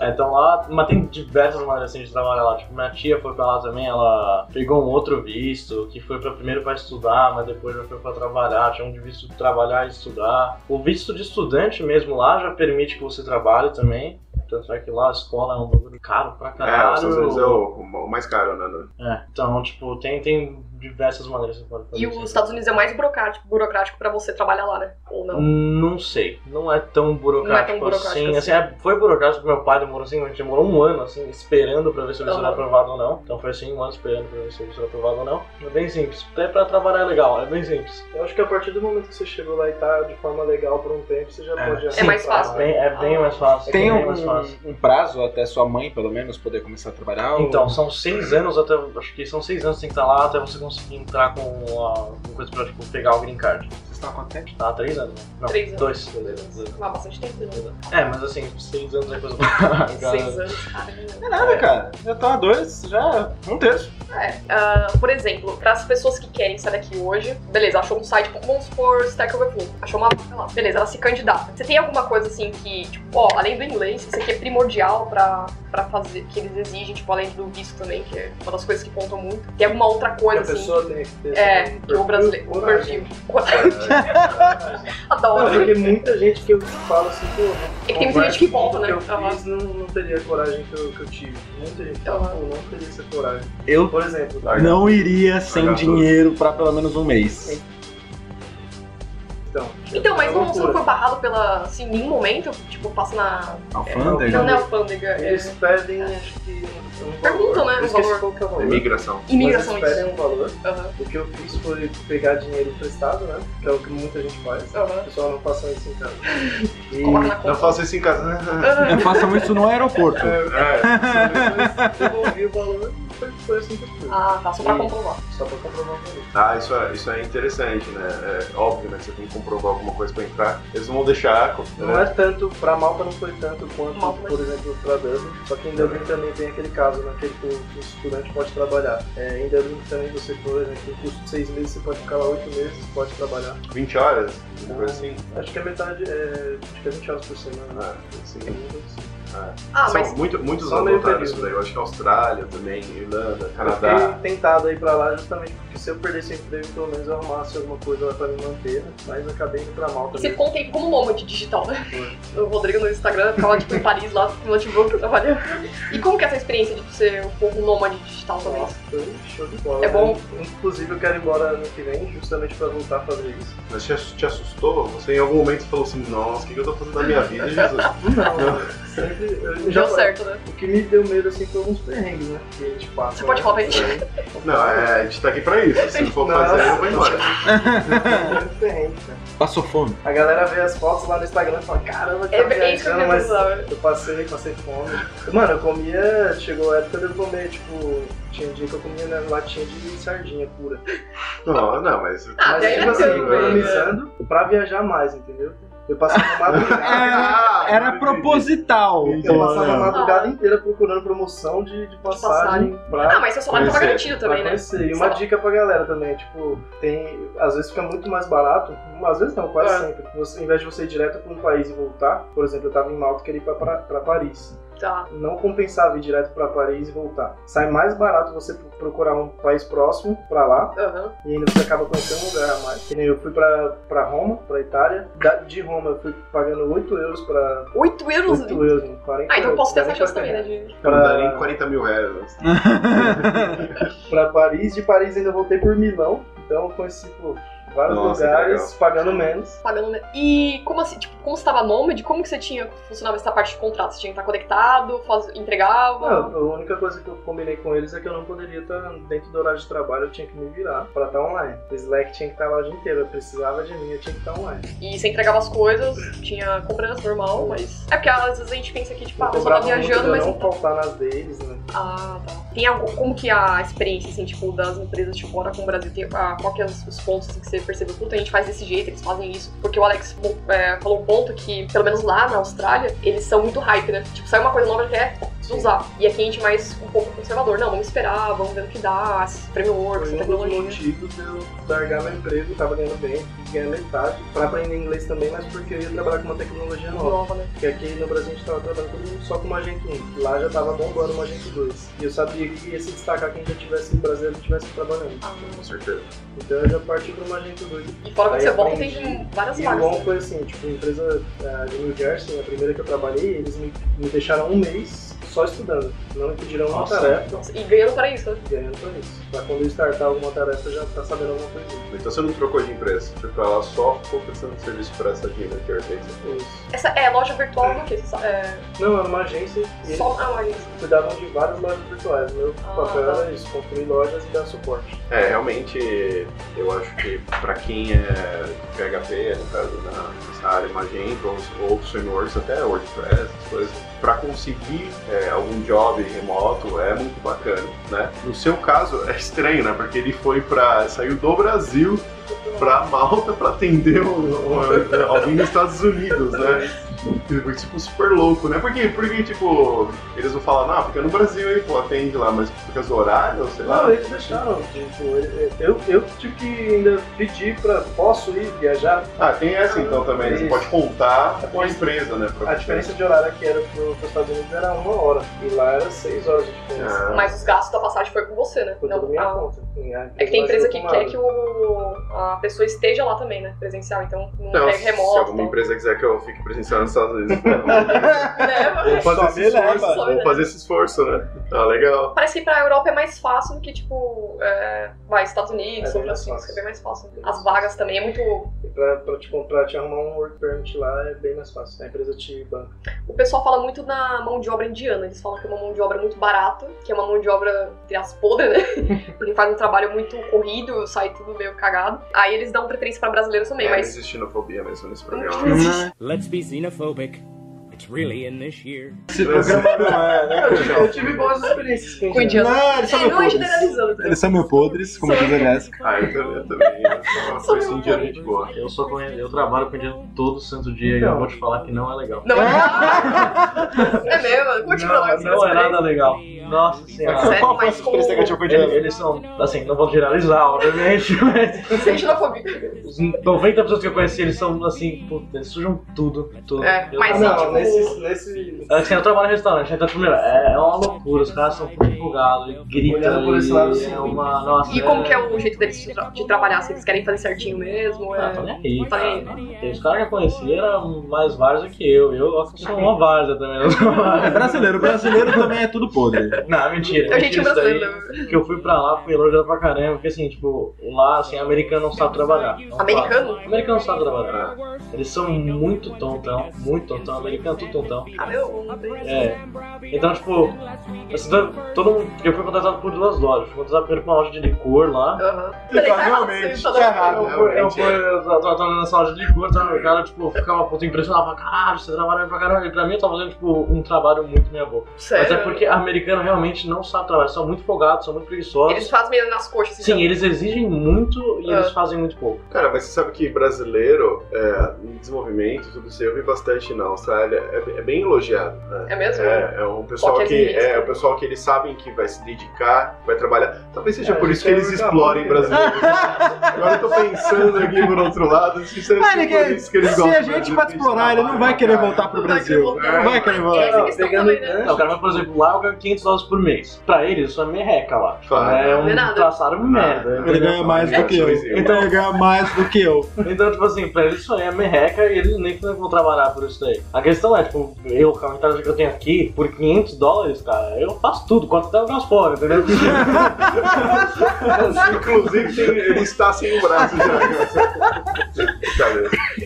[SPEAKER 15] É, então lá, mas tem diversas maneiras assim, de trabalhar lá. Tipo, minha tia foi pra lá também, ela pegou um outro visto, que foi pra, primeiro pra estudar, mas depois já foi pra trabalhar. Tinha um de visto de trabalhar e estudar. O visto de estudante mesmo lá já permite que você trabalhe também. Tanto é que lá a escola é um bagulho caro pra
[SPEAKER 8] É,
[SPEAKER 15] caralho.
[SPEAKER 8] os Estados Unidos é o, o mais caro, né? no-
[SPEAKER 15] É, então, tipo, tem, tem diversas maneiras que você pode fazer.
[SPEAKER 5] E os Estados Unidos é mais burocrático, burocrático pra você trabalhar lá, né? Ou
[SPEAKER 8] Hum.
[SPEAKER 5] não?
[SPEAKER 15] Não sei. Não é tão burocrático,
[SPEAKER 5] burocrático
[SPEAKER 15] assim. assim
[SPEAKER 5] assim.
[SPEAKER 15] é, foi burocrático pro meu pai, demorou assim, a gente demorou um ano assim, esperando pra ver se o visto
[SPEAKER 5] Aham.
[SPEAKER 15] era aprovado ou não. Então foi assim, um ano esperando pra ver se o visto era aprovado ou não. É bem simples. Até pra trabalhar é legal, é bem simples.
[SPEAKER 6] Eu acho que a partir do momento que você chegou lá e tá de forma legal por um tempo, você já pode... né? já-
[SPEAKER 15] É bem, é
[SPEAKER 5] Ah.
[SPEAKER 15] bem mais fácil.
[SPEAKER 7] Tem
[SPEAKER 15] é bem
[SPEAKER 7] um,
[SPEAKER 15] mais fácil.
[SPEAKER 7] um prazo até sua mãe, pelo menos, poder começar a trabalhar? ou-
[SPEAKER 15] Então, são seis anos até. Acho que são seis anos que tem que estar lá até você conseguir entrar com a- alguma coisa pra tipo, pegar o green card. Você está com a tempo? Tá há três anos, né? Não,
[SPEAKER 5] É. Três anos.
[SPEAKER 15] Dois.
[SPEAKER 5] Não, bastante tempo. né?
[SPEAKER 15] É, mas assim, seis anos é coisa pra.
[SPEAKER 5] Seis anos, cara.
[SPEAKER 7] É nada, cara. Já tá dois, já um terço.
[SPEAKER 5] É, ah, por exemplo, para as pessoas que querem sair daqui hoje, beleza, achou um site, tipo, vamos supor Stack Overflow, achou uma vaga lá, beleza, ela se candidata. Você tem alguma coisa assim que, tipo, ó, além do inglês, isso aqui é primordial pra, pra fazer, que eles exigem, tipo, além do visto também, que é uma das coisas que contam muito. Tem alguma outra coisa
[SPEAKER 6] Que
[SPEAKER 5] assim?
[SPEAKER 6] a pessoa tem que ter,
[SPEAKER 5] É,
[SPEAKER 6] assim, um
[SPEAKER 5] que o brasileiro, um perfil.
[SPEAKER 6] coragem. É. Não,
[SPEAKER 5] Adoro.
[SPEAKER 6] porque muita gente que eu falo assim, pô...
[SPEAKER 5] É que tem muita gente que volta,
[SPEAKER 6] volta,
[SPEAKER 5] né?
[SPEAKER 6] Eu fiz, não, não teria a coragem que eu, que eu tive. Muita gente fala, pô, não teria essa coragem.
[SPEAKER 7] Eu,
[SPEAKER 6] por exemplo,
[SPEAKER 7] Não iria sem
[SPEAKER 6] Largar tudo.
[SPEAKER 7] dinheiro pra pelo menos um mês.
[SPEAKER 6] Então,
[SPEAKER 5] Então, mas não, você não
[SPEAKER 6] loucura.
[SPEAKER 5] foi barrado pela, assim, em nenhum momento, tipo, passa na...
[SPEAKER 7] Alfândega?
[SPEAKER 5] Não, não é alfândega. é-
[SPEAKER 6] Eles pedem, acho que. um valor.
[SPEAKER 5] Perguntam, né,
[SPEAKER 6] Eu
[SPEAKER 5] o
[SPEAKER 6] esqueci
[SPEAKER 5] valor.
[SPEAKER 6] qual que é o valor.
[SPEAKER 8] Imigração.
[SPEAKER 5] Imigração,
[SPEAKER 6] Mas eles pedem
[SPEAKER 5] isso.
[SPEAKER 6] um valor.
[SPEAKER 5] Aham.
[SPEAKER 6] O que eu fiz foi pegar dinheiro emprestado, né? Que é o que muita gente faz.
[SPEAKER 5] Aham.
[SPEAKER 6] O pessoal não faça isso em casa. E
[SPEAKER 8] Coloca na conta. Não faça isso em casa.
[SPEAKER 7] É, Façam isso no aeroporto.
[SPEAKER 6] devolvi o valor e foi, foi assim que eu fiz.
[SPEAKER 5] Ah, tá, só pra
[SPEAKER 6] E-
[SPEAKER 5] comprovar.
[SPEAKER 6] Só pra comprovar o valor.
[SPEAKER 8] Ah, isso é, isso é interessante, né? É óbvio, né? que Você tem que comprovar alguma coisa pra entrar. Eles não vão deixar.
[SPEAKER 6] Não é
[SPEAKER 8] Né?
[SPEAKER 6] tanto, pra Malta não foi tanto quanto, por exemplo, pra Dublin. Só que em
[SPEAKER 8] É.
[SPEAKER 6] Dublin também tem aquele caso, né, que o que o estudante pode trabalhar. É, em Dublin também você, por exemplo, um curso de seis meses, você pode ficar lá oito meses, pode trabalhar.
[SPEAKER 8] 20 horas, uma coisa assim.
[SPEAKER 6] Acho que é metade, é, acho que é 20 horas por semana.
[SPEAKER 8] Ah, sim. Ah,
[SPEAKER 6] Ah,
[SPEAKER 8] São
[SPEAKER 6] mas-
[SPEAKER 8] muito, muitos
[SPEAKER 6] Só
[SPEAKER 8] anos
[SPEAKER 6] meio
[SPEAKER 8] adotaram
[SPEAKER 6] período.
[SPEAKER 8] isso daí. Eu acho que Austrália também, Irlanda,
[SPEAKER 6] Eu
[SPEAKER 8] Canadá.
[SPEAKER 6] fiquei tentado ir pra lá justamente porque se eu perdesse o emprego, pelo menos eu arrumasse alguma coisa lá pra me manter, né? mas acabei indo pra Malta.
[SPEAKER 5] E você
[SPEAKER 6] mesmo.
[SPEAKER 5] ficou um tempo como nômade digital, né? O Rodrigo no Instagram ficava tipo em Paris lá no notebook trabalhando. E como que é essa experiência de ser um pouco nômade digital também?
[SPEAKER 6] Nossa, foi um show de bola.
[SPEAKER 5] É bom?
[SPEAKER 6] Eu, Inclusive eu quero ir embora ano que vem justamente pra voltar a fazer isso.
[SPEAKER 8] Mas te, ass- te assustou? Você em algum momento falou assim, nossa, o que, que eu tô fazendo na minha vida, Jesus?
[SPEAKER 5] Ah,
[SPEAKER 6] Não, sempre. Eu,
[SPEAKER 5] Deu certo, né?
[SPEAKER 6] O que me deu medo assim foi alguns perrengues, né? Que a gente passa.
[SPEAKER 5] Você pode falar pra gente?
[SPEAKER 8] Não, é, a gente tá aqui pra isso. Se não for fazer, eu vou embora.
[SPEAKER 6] Muito perrengue, cara.
[SPEAKER 7] Passou fome.
[SPEAKER 6] A galera vê as fotos lá no Instagram e fala, caramba, tá
[SPEAKER 5] É bem isso que eu
[SPEAKER 6] viajando, mas
[SPEAKER 5] pensava.
[SPEAKER 6] eu passei, passei fome. Mano, eu comia, chegou a época de eu comer, tipo, tinha dia que eu comia né, latinha de sardinha pura.
[SPEAKER 8] Não, não, mas.
[SPEAKER 6] mas
[SPEAKER 8] daí
[SPEAKER 6] tipo
[SPEAKER 8] é
[SPEAKER 6] assim,
[SPEAKER 8] tranquilo, né?
[SPEAKER 6] economizando pra viajar mais, entendeu? Eu passava madrugada.
[SPEAKER 7] Era,
[SPEAKER 8] Ah,
[SPEAKER 7] era proposital.
[SPEAKER 6] Eu passava a madrugada inteira procurando promoção de, de passagem.
[SPEAKER 5] passagem.
[SPEAKER 6] Pra
[SPEAKER 5] Ah, mas seu salário tava
[SPEAKER 6] conhecer,
[SPEAKER 5] garantido também,
[SPEAKER 6] pra
[SPEAKER 5] né?
[SPEAKER 6] conhecer. E uma
[SPEAKER 5] Salário.
[SPEAKER 6] dica pra galera também, tipo, tem. Às vezes fica muito mais barato, às vezes não,
[SPEAKER 5] É.
[SPEAKER 6] quase sempre. Você, em vez de você ir direto pra um país e voltar, por exemplo, eu tava em Malta e queria ir pra, pra, pra Paris.
[SPEAKER 5] Tá.
[SPEAKER 6] Não compensava vir direto pra Paris e voltar. Sai mais barato você procurar um país próximo pra lá
[SPEAKER 5] Aham.
[SPEAKER 6] e ainda você acaba conhecendo um lugar a mais. Que nem eu fui pra, pra Roma, pra Itália. Da- de Roma eu fui pagando 8 euros pra.
[SPEAKER 5] 8 euros?
[SPEAKER 6] 8 euros, 40
[SPEAKER 5] Ah, então eu posso ter essa
[SPEAKER 6] euros,
[SPEAKER 5] chance também, né? De...
[SPEAKER 8] Não
[SPEAKER 6] Pra-
[SPEAKER 8] dá nem 40 mil né? euros.
[SPEAKER 6] pra Paris. De Paris ainda voltei por Milão. Então eu conheci pô, vários
[SPEAKER 8] Nossa, que
[SPEAKER 6] lugares
[SPEAKER 8] legal.
[SPEAKER 6] pagando menos.
[SPEAKER 5] Pagando, né? E como assim, tipo, como você tava nômade, como que você tinha, funcionava essa parte de contrato? Você tinha que estar conectado, faz, entregava?
[SPEAKER 6] Não, a única coisa que eu combinei com eles é que eu não poderia estar dentro do horário de trabalho, eu tinha que me virar pra estar online. O Slack tinha que tá estar lá o dia inteiro, eu precisava de mim, eu tinha que estar online.
[SPEAKER 5] E você entregava as coisas, tinha cobrança normal, mas. É porque às vezes a gente pensa que, tipo, ah, a pessoa tá
[SPEAKER 6] cobrava muito né?
[SPEAKER 5] viajando,
[SPEAKER 6] pra
[SPEAKER 5] mas.
[SPEAKER 6] não faltar nas deles, né?
[SPEAKER 5] Ah, tá. Tem algum, como que é a experiência, assim, tipo, das empresas de fora com o Brasil? Tem, ah, qual que é os, os pontos assim, que você percebeu? Puta, a gente faz desse jeito, eles fazem isso. Porque o Alex bom, é, falou um ponto que, pelo menos lá na Austrália, eles são muito hype, né? Tipo, sai uma coisa nova, ele quer usar. E aqui a gente é mais um pouco conservador. Não, vamos esperar, vamos ver o que dá, esses frameworks,
[SPEAKER 6] Foi um dos
[SPEAKER 5] tecnologia.
[SPEAKER 6] motivos de eu largar meu emprego, tava ganhando bem, ganhar metade, pra aprender inglês também, mas porque eu ia trabalhar com uma tecnologia nova.
[SPEAKER 5] Nova, né?
[SPEAKER 6] Porque aqui no Brasil a gente tava trabalhando todo mundo só com Magento 1. Lá já tava bombando o Magento 2. E eu sabia que ia se destacar quem já tivesse brasileiro estivesse trabalhando.
[SPEAKER 5] Ah,
[SPEAKER 8] Com certeza.
[SPEAKER 6] Então eu já parti pro Magento 2.
[SPEAKER 5] e fora que
[SPEAKER 6] Aí
[SPEAKER 5] você volta,
[SPEAKER 6] aprendi.
[SPEAKER 5] tem várias
[SPEAKER 6] E o
[SPEAKER 5] vagas.
[SPEAKER 6] bom foi assim, tipo, a empresa eh, de New Jersey, a primeira que eu trabalhei, eles me, me deixaram um mês só estudando. Não me pediram uma
[SPEAKER 7] Nossa.
[SPEAKER 6] tarefa,
[SPEAKER 5] Nossa, e ganhando para isso, né?
[SPEAKER 6] ganhando pra isso. Pra quando eu startar alguma tarefa, eu já tá sabendo alguma coisa.
[SPEAKER 8] Então você não trocou de empresa. Foi pra lá só, ficou prestando serviço pra essa Gina que é eu sei.
[SPEAKER 6] Isso.
[SPEAKER 5] Essa é loja virtual do quê? Você só- É,
[SPEAKER 6] Não, era uma agência e
[SPEAKER 5] só ah, uma agência.
[SPEAKER 6] eles cuidavam de várias lojas virtuais. Meu
[SPEAKER 5] Ah,
[SPEAKER 6] papel
[SPEAKER 5] tá.
[SPEAKER 6] era isso, construir lojas e dar suporte.
[SPEAKER 8] É, realmente, eu acho que pra quem é PHP, no caso, na, nessa área Magento, ou, ou frameworks, até WordPress, essas coisas, pra conseguir é, algum job remoto é muito bacana, né? No seu caso, é estranho, né? Porque ele foi pra... saiu do Brasil pra Malta pra atender um- um- alguém nos Estados Unidos, né? Foi, tipo, super louco, né? Porque, porque, tipo, eles não falam, não, fica no Brasil aí, pô, atende lá, mas por causa do horário, sei lá.
[SPEAKER 6] Não, eles deixaram, tipo, ele- eu, eu tive que ainda pedir pra, posso ir viajar?
[SPEAKER 8] Ah, tem essa então também. Você
[SPEAKER 6] Isso.
[SPEAKER 8] pode contar com a empresa, né? pra
[SPEAKER 6] A
[SPEAKER 8] você.
[SPEAKER 6] diferença de horário que era pro, pros Estados Unidos era uma hora, e lá era seis horas de diferença.
[SPEAKER 8] Ah,
[SPEAKER 5] Mas os gastos da passagem foi com você, né?
[SPEAKER 6] Foi tudo minha
[SPEAKER 5] a-
[SPEAKER 6] conta. Minha
[SPEAKER 5] É que tem empresa que
[SPEAKER 6] ajudou
[SPEAKER 5] quer
[SPEAKER 6] com
[SPEAKER 5] que o, a pessoa esteja lá também, né? Presencial, então não
[SPEAKER 8] Não,
[SPEAKER 5] é
[SPEAKER 8] se
[SPEAKER 5] remoto.
[SPEAKER 8] alguma
[SPEAKER 5] Então.
[SPEAKER 8] empresa quiser que eu fique presencial nos Estados Unidos,
[SPEAKER 5] Né,
[SPEAKER 6] nada.
[SPEAKER 7] É,
[SPEAKER 5] mas-
[SPEAKER 6] Vou fazer
[SPEAKER 8] Sobe,
[SPEAKER 6] esse
[SPEAKER 8] né,
[SPEAKER 6] esforço.
[SPEAKER 5] mano?
[SPEAKER 8] vou fazer esse esforço, né? Ah, legal.
[SPEAKER 5] Parece que pra Europa é mais fácil do que, tipo, é, vai, Estados Unidos,
[SPEAKER 6] É
[SPEAKER 5] São
[SPEAKER 6] bem mais
[SPEAKER 5] Francisco,
[SPEAKER 6] fácil.
[SPEAKER 5] é bem mais fácil. As vagas também é muito.
[SPEAKER 6] E Pra, pra te comprar, te arrumar um work permit lá é bem mais fácil. A empresa te banca.
[SPEAKER 5] O pessoal fala muito na mão de obra indiana, eles falam que é uma mão de obra muito barata, que é uma mão de obra, entre as podre, né? Porque faz um trabalho muito corrido, sai tudo meio cagado. Aí eles dão preferência pra brasileiros também,
[SPEAKER 8] É, não
[SPEAKER 5] mas
[SPEAKER 8] existe xenofobia mesmo nesse programa. né?
[SPEAKER 7] Né?
[SPEAKER 16] Let's be xenophobic. It's really in this year.
[SPEAKER 7] Esse programa não é, né?
[SPEAKER 6] Eu tive boas experiências com
[SPEAKER 5] com indiano.
[SPEAKER 7] Não, eles são
[SPEAKER 5] É,
[SPEAKER 7] meio
[SPEAKER 5] não é
[SPEAKER 7] podres.
[SPEAKER 5] generalizando, tá?
[SPEAKER 7] Eles são meio podres, como diz a Jéssica.
[SPEAKER 8] Ah, eu também. Eu também. Eu sou uma coisa indiana, gente boa.
[SPEAKER 15] Eu só conheço, eu trabalho com dinheiro todo santo dia e eu
[SPEAKER 7] Então.
[SPEAKER 15] vou te falar que não é legal.
[SPEAKER 5] Não é. é mesmo, continua lá.
[SPEAKER 15] Não, não é nada legal. Nossa senhora.
[SPEAKER 5] Sério,
[SPEAKER 7] Qual foi a
[SPEAKER 5] mas
[SPEAKER 7] sua experiência negativa com o
[SPEAKER 15] É,
[SPEAKER 7] dinheiro?
[SPEAKER 15] Eles são, assim, não vou generalizar, obviamente, mas
[SPEAKER 5] Sem xenofobia.
[SPEAKER 15] os 90 pessoas que eu conheci, eles são assim, puta, eles sujam tudo, tudo.
[SPEAKER 5] É,
[SPEAKER 15] Eu-
[SPEAKER 5] mas
[SPEAKER 15] Ah,
[SPEAKER 5] sim,
[SPEAKER 15] não,
[SPEAKER 5] tipo-
[SPEAKER 6] nesse, nesse...
[SPEAKER 15] Assim, eu trabalho em restaurante, então, primeiro, é é uma loucura, os caras são tudo empolgados, e gritam,
[SPEAKER 6] Olhando por esse
[SPEAKER 15] e
[SPEAKER 6] lado, sim.
[SPEAKER 15] é uma, nossa...
[SPEAKER 5] E como
[SPEAKER 15] é-
[SPEAKER 5] que é o jeito deles de, tra- de trabalhar? Se eles querem fazer certinho mesmo?
[SPEAKER 15] Ah, tô nem
[SPEAKER 5] É...
[SPEAKER 15] aí,
[SPEAKER 5] Tá
[SPEAKER 15] cara.
[SPEAKER 5] nem
[SPEAKER 15] Tem Os caras que eu conheci eram mais várzea que eu, eu eu sou uma várzea também. eu sou uma
[SPEAKER 7] É
[SPEAKER 15] várzea.
[SPEAKER 7] brasileiro, brasileiro também é tudo podre.
[SPEAKER 15] Não, mentira.
[SPEAKER 5] É o
[SPEAKER 15] mentira
[SPEAKER 5] jeitinho
[SPEAKER 15] isso daí.
[SPEAKER 5] brasileiro. né?
[SPEAKER 15] que eu fui pra lá, fui elogiado pra caramba, porque assim, tipo, lá, assim, americano não sabe trabalhar. Não
[SPEAKER 5] Americano?
[SPEAKER 15] sabe. Americano não sabe trabalhar. Eles são muito tontão, muito tontão, americano é tudo tontão.
[SPEAKER 5] Ah, meu, não tem-
[SPEAKER 15] É. Então, tipo, assim, todo- todo mundo. Eu fui contratado por duas lojas. Fui contratado primeiro pra uma loja de licor lá.
[SPEAKER 5] Aham.
[SPEAKER 15] Então,
[SPEAKER 7] Ele
[SPEAKER 5] Peraí,
[SPEAKER 7] tá
[SPEAKER 5] tá
[SPEAKER 7] realmente,
[SPEAKER 5] errado, É um
[SPEAKER 15] Eu
[SPEAKER 7] tá errado.
[SPEAKER 15] fui, eu fui, eu tava- tava tava nessa loja de licor, tava, o cara, tipo, ficava puto impressionado, falava, caralho, você trabalha pra caramba. E pra mim, eu tava fazendo, tipo, um trabalho muito meia boca.
[SPEAKER 5] Sério?
[SPEAKER 15] Mas é porque americano realmente não sabe trabalhar, são muito folgados, são muito preguiçosos.
[SPEAKER 5] Eles fazem meio nas coxas. assim,
[SPEAKER 15] Sim,
[SPEAKER 5] então.
[SPEAKER 15] eles exigem muito e
[SPEAKER 5] Ah.
[SPEAKER 15] eles fazem muito pouco.
[SPEAKER 8] Cara, mas você sabe que brasileiro, é, em desenvolvimento, tudo isso, eu vi bastante na Austrália, é, é bem elogiado, né?
[SPEAKER 5] É mesmo?
[SPEAKER 8] É, é um pessoal
[SPEAKER 7] né?
[SPEAKER 5] Qualquer
[SPEAKER 8] que
[SPEAKER 5] serviço.
[SPEAKER 8] é o pessoal que eles sabem que vai se dedicar, vai trabalhar. Talvez seja
[SPEAKER 6] É,
[SPEAKER 8] por
[SPEAKER 6] a
[SPEAKER 8] isso que
[SPEAKER 6] gente
[SPEAKER 8] eles
[SPEAKER 6] é
[SPEAKER 8] explorem
[SPEAKER 6] muito amor,
[SPEAKER 8] brasileiros. Agora eu tô pensando aqui por outro lado, se isso é
[SPEAKER 7] Ah, ele
[SPEAKER 8] por
[SPEAKER 7] quer-
[SPEAKER 8] isso que eles
[SPEAKER 7] se
[SPEAKER 8] gostam né?
[SPEAKER 7] a
[SPEAKER 8] do
[SPEAKER 7] gente
[SPEAKER 8] Brasil,
[SPEAKER 7] pode
[SPEAKER 8] porque
[SPEAKER 7] explorar, ele não vai querer voltar pro Brasil. Não vai querer voltar.
[SPEAKER 15] Pegando-
[SPEAKER 5] né?
[SPEAKER 15] Não, é o né? cara vai, por exemplo, lá eu ganho 500 dólares por mês. Pra ele, isso é merreca lá.
[SPEAKER 7] Claro.
[SPEAKER 15] É
[SPEAKER 7] Não é
[SPEAKER 15] um
[SPEAKER 7] nada.
[SPEAKER 9] tá.
[SPEAKER 15] traçado merda.
[SPEAKER 7] Ele ganha mais do que eu. Então ele ganha mais do que eu.
[SPEAKER 15] Então, tipo assim, pra eles isso aí é merreca e eles nem vão trabalhar por isso daí. A questão é, tipo, eu, com a mentalidade que eu tenho aqui, por 500 dólares, cara, eu faço tudo, quanto até o gás fora, entendeu?
[SPEAKER 8] Inclusive, tem- ele está sem o braço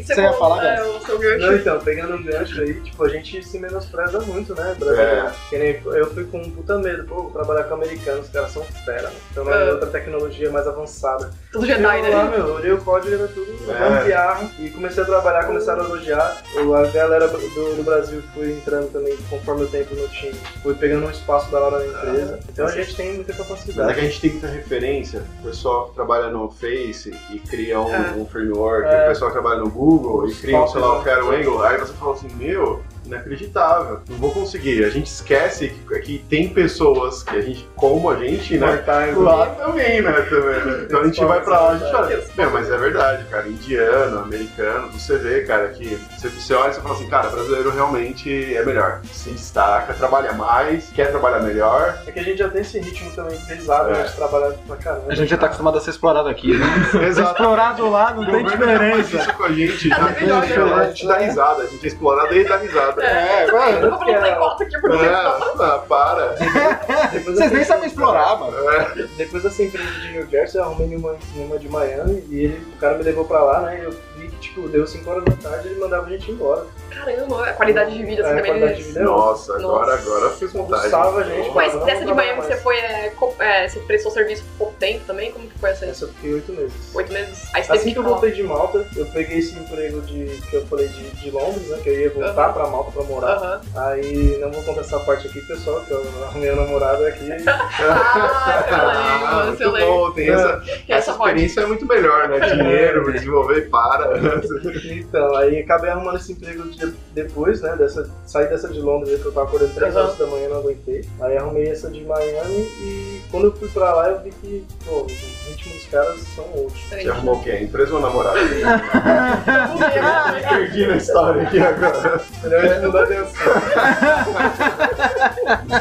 [SPEAKER 5] Você ia falar, né? o seu gancho.
[SPEAKER 6] Não, então, pegando um gancho aí, tipo, a gente se menospreza muito, né, brasileiro?
[SPEAKER 8] É.
[SPEAKER 6] Que nem- eu fui com um puta medo, pô, vou trabalhar com americanos, os caras são fera, né? Então não
[SPEAKER 5] É.
[SPEAKER 6] é outra tecnologia mais avançada.
[SPEAKER 5] Tudo Jedi,
[SPEAKER 6] eu,
[SPEAKER 5] né?
[SPEAKER 6] Lá, meu, eu olhei o código, era tudo
[SPEAKER 8] É.
[SPEAKER 6] gambiarra. E comecei a trabalhar, começaram a elogiar. Eu, a galera do, do Brasil foi entrando também, conforme o tempo no time. Fui pegando um espaço da hora na empresa. Então a gente tem muita
[SPEAKER 8] É. Mas é
[SPEAKER 6] capacidade.
[SPEAKER 8] que a gente tem muita referência. O pessoal que trabalha no Face e cria um,
[SPEAKER 6] É.
[SPEAKER 8] um framework,
[SPEAKER 6] É.
[SPEAKER 8] o pessoal que trabalha no Google e cria, um, sei lá, um
[SPEAKER 6] Software.
[SPEAKER 8] Fair Angle. Aí você fala assim, meu, inacreditável, não vou conseguir. A gente esquece que, que tem pessoas que a gente, como a gente, né? Lá também, né? também. Então a gente vai pra lá, a gente olha. Meu, mas é verdade, cara. Indiano, americano, você vê, cara, que você, você olha e você fala assim, cara, brasileiro realmente é melhor. Se destaca, trabalha mais, quer trabalhar melhor.
[SPEAKER 6] É que a gente já tem esse ritmo também pesado,
[SPEAKER 8] É.
[SPEAKER 6] né? De trabalhar pra caramba.
[SPEAKER 7] A gente já tá acostumado a ser explorado aqui, né?
[SPEAKER 8] Exato.
[SPEAKER 7] Explorado lá não tem diferença.
[SPEAKER 8] isso com a gente,
[SPEAKER 7] Tá
[SPEAKER 8] né?
[SPEAKER 7] melhor,
[SPEAKER 8] a gente, a gente dá risada, a gente é explorado e dá risada.
[SPEAKER 7] É, mano.
[SPEAKER 8] Eu vou botar
[SPEAKER 5] cota aqui
[SPEAKER 8] por Ah, para.
[SPEAKER 7] Vocês nem sabem explorar, mano.
[SPEAKER 8] É,
[SPEAKER 6] Depois dessa empresa de New Jersey, eu arrumei uma, uma de Miami e ele, o cara me levou pra lá, né? E eu vi que, tipo, deu 5 horas da tarde e ele mandava a gente embora.
[SPEAKER 5] Caramba, a qualidade de vida, assim,
[SPEAKER 6] É, a
[SPEAKER 5] também.
[SPEAKER 6] qualidade de
[SPEAKER 5] deles.
[SPEAKER 6] vida é
[SPEAKER 8] Nossa, agora,
[SPEAKER 5] Nossa.
[SPEAKER 8] agora fiz vontade.
[SPEAKER 6] Salva a gente,
[SPEAKER 5] Mas
[SPEAKER 6] Não,
[SPEAKER 5] dessa
[SPEAKER 6] não
[SPEAKER 5] de
[SPEAKER 6] dá
[SPEAKER 5] Miami
[SPEAKER 6] mais.
[SPEAKER 5] você foi, é, co- é, você prestou serviço por pouco tempo também? Como que foi essa aí?
[SPEAKER 6] Essa eu fiquei 8 meses.
[SPEAKER 5] Oito meses? Aí você
[SPEAKER 6] Assim
[SPEAKER 5] teve
[SPEAKER 6] que eu
[SPEAKER 5] ficar lá.
[SPEAKER 6] voltei de Malta, eu peguei esse emprego de, que eu falei de, de Londres, né? Que eu ia voltar
[SPEAKER 5] Aham.
[SPEAKER 6] pra Malta pra morar. Aí não vou contar essa parte aqui, pessoal, que eu arrumei a namorada aqui.
[SPEAKER 5] Ah,
[SPEAKER 8] muito bom, tem essa,
[SPEAKER 5] Tem essa
[SPEAKER 8] essa experiência é muito melhor, né? Dinheiro, desenvolver, para.
[SPEAKER 6] Então, aí acabei arrumando esse emprego de- depois, né? Dessa, saí dessa de Londres, né, que eu tava acordando 3
[SPEAKER 5] Aham.
[SPEAKER 6] horas da manhã, não aguentei. Aí arrumei essa de Miami e quando eu fui pra lá eu vi que, pô, os ritmos dos caras são outros.
[SPEAKER 8] Você
[SPEAKER 7] é
[SPEAKER 8] arrumou o quê? A Empresa ou a namorada?
[SPEAKER 6] Me
[SPEAKER 8] perdi na história aqui agora.
[SPEAKER 6] Melhor não dar atenção.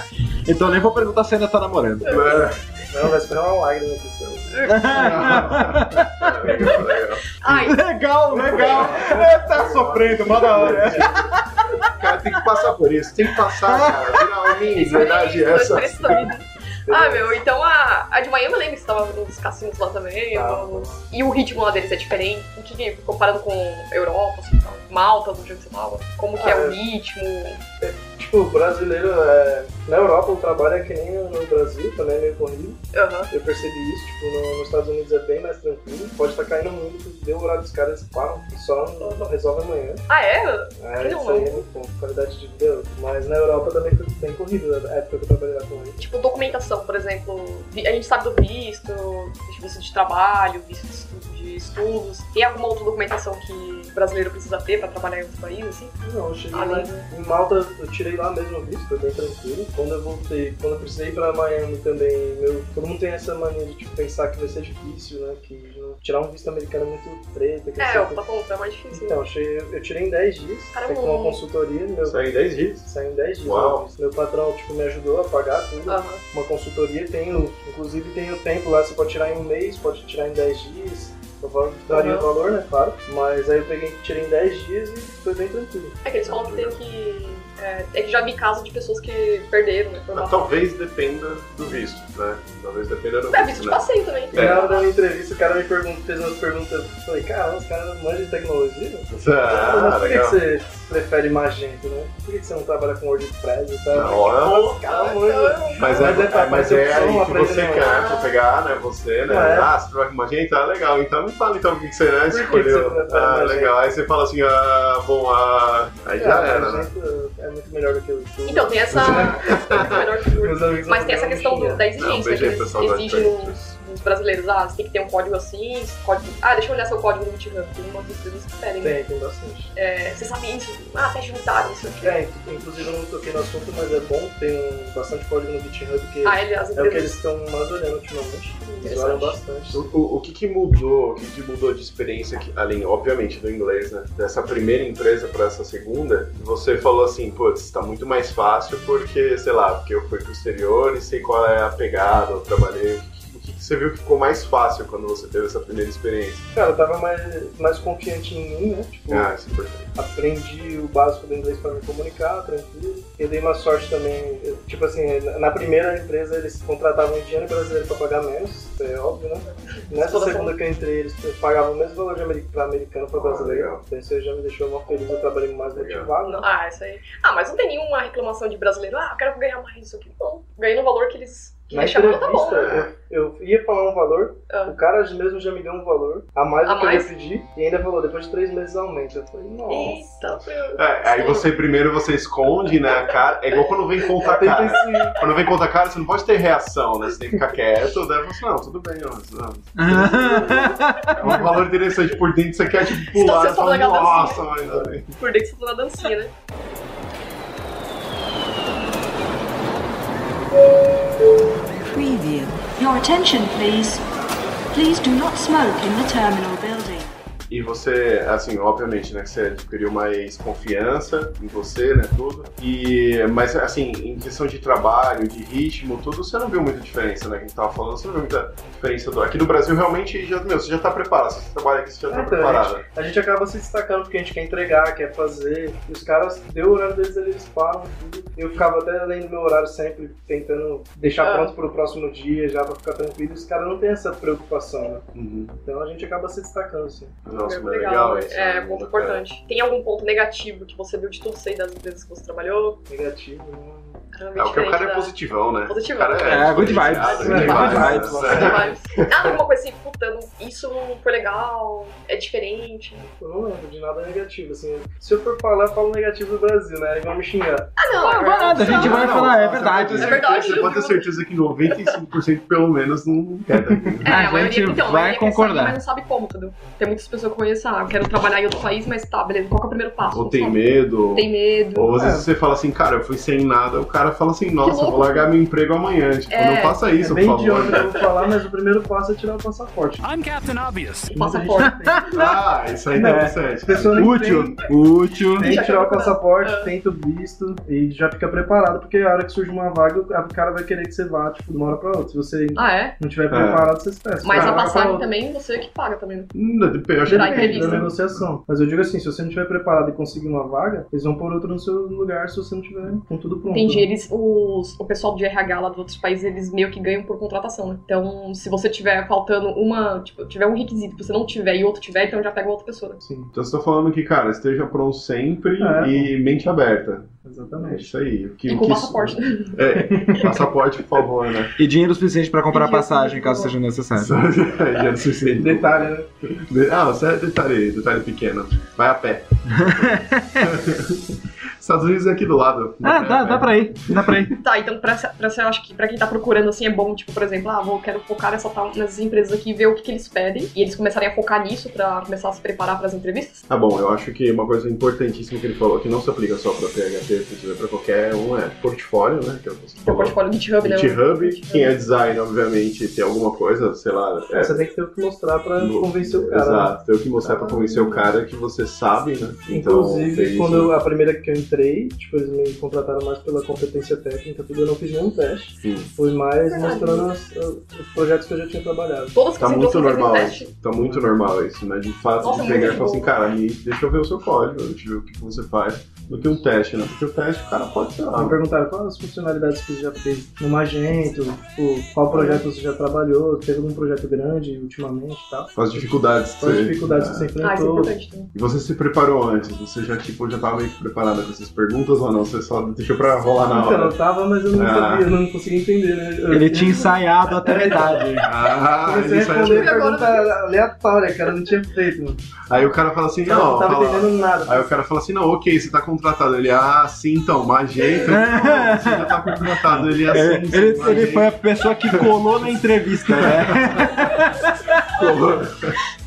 [SPEAKER 7] Então nem vou perguntar se ainda tá namorando.
[SPEAKER 6] Não, vai esperar uma lágrima aqui, seu.
[SPEAKER 7] Legal, legal. Ele tá sofrendo, mó da hora.
[SPEAKER 8] Cara, tem que passar por isso, tem que passar, cara. Virar uma minha verdade
[SPEAKER 5] Experiência
[SPEAKER 8] essa.
[SPEAKER 5] estressante. Ah, meu, então a, a de Miami eu lembro que você tava nos cassinos lá também. no- E o ritmo lá deles é diferente? O que, que comparado com Europa, assim, tal? Malta, do jeito que você tava? Como que é o
[SPEAKER 6] Ah, é.
[SPEAKER 5] ritmo?
[SPEAKER 6] Tipo, o brasileiro, é... na Europa o trabalho é que nem no Brasil, também é meio corrido. Eu percebi isso, tipo, no- nos Estados Unidos é bem mais tranquilo. Pode estar caindo muito, deu o horário dos caras, param, só não, não resolve amanhã.
[SPEAKER 5] Ah, é?
[SPEAKER 6] É,
[SPEAKER 5] não,
[SPEAKER 6] isso aí é muito bom, qualidade de vida. é outra. Mas na Europa também foi bem corrido, na época que eu trabalhei lá com ele.
[SPEAKER 5] Tipo, documentação, por exemplo. vi- A gente sabe do visto, visto de trabalho, visto de estudo- de estudos. Tem alguma outra documentação que o brasileiro precisa ter pra trabalhar em outros países, assim?
[SPEAKER 6] Não, eu cheguei
[SPEAKER 5] Além
[SPEAKER 6] lá em Malta, eu tirei lá mesmo o visto, foi bem tranquilo. Quando eu voltei, quando eu precisei ir pra Miami também, meu, todo mundo tem essa mania de tipo, pensar que vai ser difícil, né? Que não- tirar um visto americano é muito treta. Que
[SPEAKER 5] É,
[SPEAKER 6] não
[SPEAKER 5] o
[SPEAKER 6] sei o
[SPEAKER 5] tá falando, é mais difícil.
[SPEAKER 6] Então, eu cheguei- eu tirei em 10 dias,
[SPEAKER 5] Caramba.
[SPEAKER 6] foi com uma consultoria. Meu...
[SPEAKER 8] Saiu em 10 dias?
[SPEAKER 6] Saiu em 10 dias.
[SPEAKER 8] Uau.
[SPEAKER 6] Meu patrão tipo, me ajudou a pagar tudo.
[SPEAKER 5] Aham.
[SPEAKER 6] Uma consultoria tem, o- inclusive tem o tempo lá, você pode tirar em um mês, pode tirar em 10 dias. Eu vou- daria o
[SPEAKER 5] Aham.
[SPEAKER 6] valor, né, claro. Mas aí eu peguei, tirei em 10 dias e foi bem tranquilo.
[SPEAKER 5] É que eles falam que tem que. É, é que já vi casos de pessoas que perderam,
[SPEAKER 7] É.
[SPEAKER 5] né?
[SPEAKER 8] Ah, Talvez dependa do visto, né? Talvez dependa do
[SPEAKER 5] É, visto de
[SPEAKER 8] né?
[SPEAKER 5] passeio também.
[SPEAKER 6] E Na hora da minha entrevista, o cara me perguntou, fez umas perguntas. Eu falei, cara, os caras manjam de tecnologia?
[SPEAKER 8] Ah,
[SPEAKER 6] mas por que, que
[SPEAKER 8] legal.
[SPEAKER 6] você prefere Magento, né? Por que, que você não trabalha com WordPress e tal?
[SPEAKER 8] Na hora.
[SPEAKER 6] Pô, os
[SPEAKER 5] Então,
[SPEAKER 6] caras manjam.
[SPEAKER 8] Mas é, mas é,
[SPEAKER 6] né, tá? mas eu sou
[SPEAKER 8] aí
[SPEAKER 6] uma
[SPEAKER 8] que você
[SPEAKER 6] aprendendo.
[SPEAKER 8] quer pra pegar, né? Você, né?
[SPEAKER 6] É.
[SPEAKER 8] Ah, você vai com magenta? Ah, legal. Então me fala então o que que você né,
[SPEAKER 6] que que
[SPEAKER 8] escolheu.
[SPEAKER 6] você prefere
[SPEAKER 8] ah,
[SPEAKER 6] magenta?
[SPEAKER 8] legal. Aí você fala assim, ah, bom, ah. Aí já
[SPEAKER 6] É,
[SPEAKER 8] era, né?
[SPEAKER 6] Magento É muito melhor do que o YouTube.
[SPEAKER 5] Então, tem essa-
[SPEAKER 6] Meus amigos
[SPEAKER 5] Mas tem essa
[SPEAKER 6] adoram
[SPEAKER 5] questão do-
[SPEAKER 6] xingar.
[SPEAKER 5] da exigência, né, que
[SPEAKER 8] beijei,
[SPEAKER 5] eles
[SPEAKER 8] pessoal da
[SPEAKER 5] exigem nos, nos brasileiros. Ah, você tem que ter um código assim, esse código... Ah, deixa eu olhar seu código no GitHub, tem umas empresas que pedem. né?
[SPEAKER 6] Tem, tem bastante.
[SPEAKER 5] É, você sabe isso? Ah, teste unitário, isso aqui.
[SPEAKER 6] É, inclusive eu não toquei no assunto, mas é bom, tem um- bastante código no GitHub que
[SPEAKER 5] Ah, ele- as
[SPEAKER 6] é o que
[SPEAKER 5] empresas- assim,
[SPEAKER 6] eles estão mais olhando ultimamente. Eles
[SPEAKER 5] Interessante.
[SPEAKER 6] olham bastante.
[SPEAKER 8] O, o- o que, que mudou? O que, que mudou de experiência, que- além, obviamente, do inglês, né? Dessa primeira empresa para essa segunda, você falou assim, putz, tá muito mais fácil porque, sei lá, porque eu fui pro exterior e sei qual é a pegada, eu trabalhei. O que, o que que você viu que ficou mais fácil quando você teve essa primeira experiência?
[SPEAKER 6] Cara, eu tava mais, mais confiante em mim, né? Tipo,
[SPEAKER 8] Ah, isso é importante.
[SPEAKER 6] aprendi o básico do inglês pra me comunicar, tranquilo. Eu dei uma sorte também, eu- tipo assim, na- na primeira empresa eles contratavam indiano e brasileiro pra pagar menos, isso é óbvio, né? Nessa
[SPEAKER 15] Exploração.
[SPEAKER 6] segunda que eu entrei, eles pagavam o mesmo valor de ameri- pra americano pra brasileiro. então isso aí já me deixou mó feliz, eu trabalhei mais motivado. né?
[SPEAKER 5] Ah, isso aí. Ah, mas não tem nenhuma reclamação de brasileiro. Ah, eu quero ganhar mais isso aqui. Não, ganhei no valor que eles que
[SPEAKER 6] Na
[SPEAKER 5] eles chamaram, tá bom. Ah.
[SPEAKER 6] entrevista, eu, eu ia falar um valor, o cara mesmo já me deu um valor a mais do
[SPEAKER 5] A
[SPEAKER 6] que
[SPEAKER 5] mais?
[SPEAKER 6] eu ia pedir, e ainda falou, depois de três meses aumenta. Eu falei, nossa.
[SPEAKER 8] É, aí você primeiro você esconde, né, a cara. É igual quando vem conta a cara. Quando vem conta a cara, você não pode ter reação, né? Você tem que ficar quieto, daí você, não, tudo bem, ó, isso não. É um valor interessante por dentro, você quer tipo pular,
[SPEAKER 5] Está
[SPEAKER 8] você fala,
[SPEAKER 5] sendo
[SPEAKER 8] nossa,
[SPEAKER 5] legal,
[SPEAKER 8] mas. olha".
[SPEAKER 5] Por dentro você tá na dancinha, né?
[SPEAKER 11] Preview. Your attention, please. Please do not smoke in the terminal building.
[SPEAKER 8] E você, assim, obviamente, né, que você adquiriu mais confiança em você, né, tudo. E, mas, assim, em questão de trabalho, de ritmo, tudo, você não viu muita diferença, né, que a gente tava falando, você não viu muita diferença do... Aqui no Brasil, realmente, já, meu, você já tá preparado, se você trabalha aqui, você já tá
[SPEAKER 6] Então, a,
[SPEAKER 8] preparado.
[SPEAKER 6] gente, a gente acaba se destacando porque a gente quer entregar, quer fazer. E os caras, deu o horário deles, eles param tudo. Eu ficava até além do meu horário sempre, tentando deixar
[SPEAKER 15] Ah.
[SPEAKER 6] pronto pro próximo dia, já pra ficar tranquilo. E os caras não têm essa preocupação, né? Então a gente acaba se destacando, assim.
[SPEAKER 8] Uhum. Nossa,
[SPEAKER 5] É legal, é, ponto importante. Tem algum ponto negativo que você viu de tudo sair das empresas que você trabalhou?
[SPEAKER 6] Negativo, né?
[SPEAKER 5] Caramba,
[SPEAKER 8] É, o que o
[SPEAKER 5] diferente
[SPEAKER 8] cara é
[SPEAKER 5] da-
[SPEAKER 8] positivão, né?
[SPEAKER 5] Positivão.
[SPEAKER 8] O cara
[SPEAKER 7] É, good vibes.
[SPEAKER 8] diferenciado,
[SPEAKER 7] Good vibes.
[SPEAKER 8] né?
[SPEAKER 5] Ah, alguma coisa assim, puta, não- isso não foi legal, é diferente.
[SPEAKER 6] Eu não lembro de nada negativo, assim. Se eu for falar, eu falo negativo do Brasil, né? Eles vão me xingar.
[SPEAKER 5] Ah, não,
[SPEAKER 7] Não, vai nada, a gente vai falar, é verdade.
[SPEAKER 8] Você pode ter certeza- Você pode ter certeza que 95% pelo menos não quer tá daqui.
[SPEAKER 5] É, a maioria, então, a maioria Quer sair, mas não
[SPEAKER 8] Ou
[SPEAKER 5] sabe como, entendeu? Tem muitas pessoas que conhecem, ah, eu quero trabalhar em outro país, mas tá, beleza, qual que é o primeiro passo? Não
[SPEAKER 8] tem
[SPEAKER 5] sabe.
[SPEAKER 8] medo.
[SPEAKER 5] Tem medo.
[SPEAKER 8] Ou às
[SPEAKER 5] É.
[SPEAKER 8] vezes você fala assim, cara, eu fui sem nada, o cara fala assim, nossa, eu
[SPEAKER 6] louco.
[SPEAKER 8] vou largar meu emprego amanhã. Tipo,
[SPEAKER 6] É,
[SPEAKER 8] não faça isso,
[SPEAKER 6] é bem
[SPEAKER 8] por favor. né?
[SPEAKER 6] idiota que eu vou falar, mas o primeiro passo é tirar o passaporte.
[SPEAKER 16] I'm Captain Obvious.
[SPEAKER 8] ah, isso aí é
[SPEAKER 6] Não,
[SPEAKER 8] interessante.
[SPEAKER 6] pessoa nem
[SPEAKER 8] Útil, útil.
[SPEAKER 6] Tem que tirar o passaporte,
[SPEAKER 5] Ah.
[SPEAKER 6] tenta o visto e já fica preparado, porque a hora que surge uma vaga, o cara vai querer que você vá, tipo, de uma hora pra outra. Se você
[SPEAKER 5] Ah, é?
[SPEAKER 6] não tiver
[SPEAKER 8] É.
[SPEAKER 6] preparado, você
[SPEAKER 5] Mas
[SPEAKER 6] esquece. Uma
[SPEAKER 5] a
[SPEAKER 6] hora pra
[SPEAKER 5] passagem
[SPEAKER 6] outra.
[SPEAKER 5] também, você que paga também. né?
[SPEAKER 8] Eu acho né?
[SPEAKER 5] Dá
[SPEAKER 6] Depende
[SPEAKER 5] entrevista.
[SPEAKER 6] da negociação. Mas eu digo assim, se você não tiver preparado e conseguir uma vaga, eles vão pôr outro no seu lugar se você não tiver com tudo pronto.
[SPEAKER 5] Entendi, eles, os, o pessoal de RH lá dos outros países, eles meio que ganham por contratação, né? Então, se você tiver faltando uma, tipo, tiver um requisito que você não tiver e outro tiver, então já pega outra pessoa.
[SPEAKER 6] Sim.
[SPEAKER 8] Então você tá falando que, cara, esteja pronto sempre
[SPEAKER 5] É.
[SPEAKER 8] e mente aberta.
[SPEAKER 6] Exatamente.
[SPEAKER 8] É isso aí. O que-
[SPEAKER 5] E
[SPEAKER 8] o
[SPEAKER 5] com
[SPEAKER 8] que-
[SPEAKER 5] passaporte.
[SPEAKER 8] É, passaporte, por favor, né?
[SPEAKER 7] E dinheiro suficiente pra comprar passagem, caso seja necessário.
[SPEAKER 8] é, Já não sei se-
[SPEAKER 6] Detalhe, né?
[SPEAKER 8] De- Ah, você é detalhe, detalhe pequeno. Vai a pé. Estados Unidos é aqui do lado.
[SPEAKER 7] Ah, dá, dá pra ir. Dá pra ir.
[SPEAKER 5] Tá, então pra, pra, eu acho que pra quem tá procurando assim é bom, tipo, por exemplo, ah, vou, quero focar nessa, tal- nessas empresas aqui e ver o que, que eles pedem. E eles começarem a focar nisso pra começar a se preparar pras entrevistas.
[SPEAKER 8] Tá bom, eu acho que uma coisa importantíssima que ele falou, que não se aplica só pra PHP, precisa pra qualquer um, é portfólio, né? Que é o que você
[SPEAKER 5] Teu
[SPEAKER 8] falou.
[SPEAKER 5] portfólio GitHub, né?
[SPEAKER 8] GitHub, quem é design, obviamente, tem alguma coisa, sei lá. é-
[SPEAKER 6] Você tem que ter o que mostrar pra
[SPEAKER 8] No-
[SPEAKER 6] convencer o cara. né?
[SPEAKER 8] Exato, tem que mostrar pra convencer o cara que você sabe, né? Então,
[SPEAKER 6] Inclusive,
[SPEAKER 8] tem
[SPEAKER 6] quando
[SPEAKER 8] isso.
[SPEAKER 6] eu- a primeira que eu entrei, tipo, eles me contrataram mais pela competência técnica, tudo, eu não fiz nenhum teste.
[SPEAKER 8] Sim.
[SPEAKER 6] Foi mais
[SPEAKER 5] Verdade.
[SPEAKER 6] mostrando as- os projetos que eu já tinha trabalhado.
[SPEAKER 5] Todas
[SPEAKER 8] Tá muito normal isso.
[SPEAKER 5] teste.
[SPEAKER 8] Tá muito normal isso, né? De fato,
[SPEAKER 5] Nossa,
[SPEAKER 8] de pegar e
[SPEAKER 5] muito
[SPEAKER 8] falar assim,
[SPEAKER 5] bom.
[SPEAKER 8] cara, me, deixa eu ver o seu código, deixa eu ver o que você faz, do que um teste, né? Porque o teste, o cara pode, sei lá.
[SPEAKER 6] Me perguntaram quais as funcionalidades que você já fez no Magento, tipo, qual projeto você já trabalhou, teve algum projeto grande ultimamente e tal.
[SPEAKER 8] Quais as dificuldades que
[SPEAKER 6] Quais
[SPEAKER 8] você-
[SPEAKER 6] as dificuldades que você
[SPEAKER 8] Ah, isso é
[SPEAKER 6] enfrentou.
[SPEAKER 8] importante
[SPEAKER 5] né?
[SPEAKER 8] E você se preparou antes? Você já, tipo, já tava meio que preparada com essas perguntas ou não? Você só deixou pra rolar na
[SPEAKER 6] Então, eu
[SPEAKER 8] hora?
[SPEAKER 6] tava, mas eu não
[SPEAKER 8] Ah.
[SPEAKER 6] sabia, eu não conseguia entender, né? Eu-
[SPEAKER 7] Ele tinha ensaiado até metade.
[SPEAKER 8] Ah,
[SPEAKER 6] Comecei a
[SPEAKER 8] ele saiu-
[SPEAKER 6] responder pergunta aleatória, cara, eu não tinha feito, mano.
[SPEAKER 8] Aí o cara fala assim,
[SPEAKER 6] Cara,
[SPEAKER 8] não,
[SPEAKER 6] não tava
[SPEAKER 8] fala-
[SPEAKER 6] entendendo nada.
[SPEAKER 8] Aí o cara fala assim, não, ok, você tá com contratado. Ele, ah, sim, então, Magento. então, Você já tá contratado. Ele, ah, sim, sim,
[SPEAKER 7] Ele, ele
[SPEAKER 8] Magento.
[SPEAKER 7] foi a pessoa que colou na entrevista, né?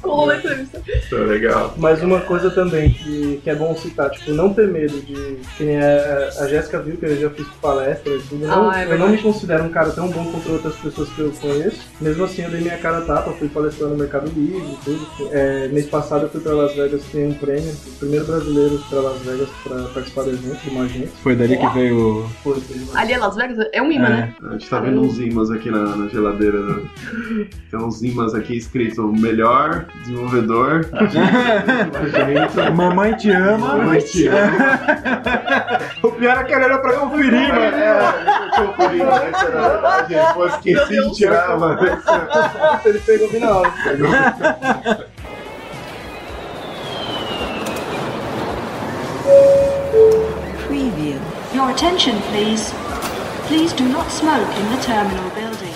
[SPEAKER 5] Colou na entrevista.
[SPEAKER 8] Tá legal.
[SPEAKER 6] Mas uma coisa também que, que é bom citar, tipo, não ter medo de. Que nem a, a Jéssica viu que eu já fiz palestra e tudo. Não,
[SPEAKER 5] Ah, é
[SPEAKER 6] eu não me
[SPEAKER 5] verdade.
[SPEAKER 6] considero um cara tão bom contra outras pessoas que eu conheço. Mesmo assim, eu dei minha cara a tapa, fui palestrar no Mercado Livre e tudo. É, mês passado eu fui pra Las Vegas, ganhei um prêmio. O primeiro brasileiro pra Las Vegas pra participar do evento, de uma agência.
[SPEAKER 7] Foi dali que veio.
[SPEAKER 6] Foi, foi demais.
[SPEAKER 5] Ali é Las Vegas, é um imã, né?
[SPEAKER 8] A gente tá vendo uns imãs aqui na, na geladeira. Né? Tem uns imãs aqui escrito melhor desenvolvedor. de-
[SPEAKER 7] Mamãe te ama.
[SPEAKER 8] Mamãe te ama.
[SPEAKER 7] O pior é que ele era pra conferir, mano.
[SPEAKER 8] né? "Ah, Pô, esqueci de tirar, mano.
[SPEAKER 6] Ele pegou bem na hora.
[SPEAKER 11] Preview. Your attention, please. Please do not smoke in the terminal building.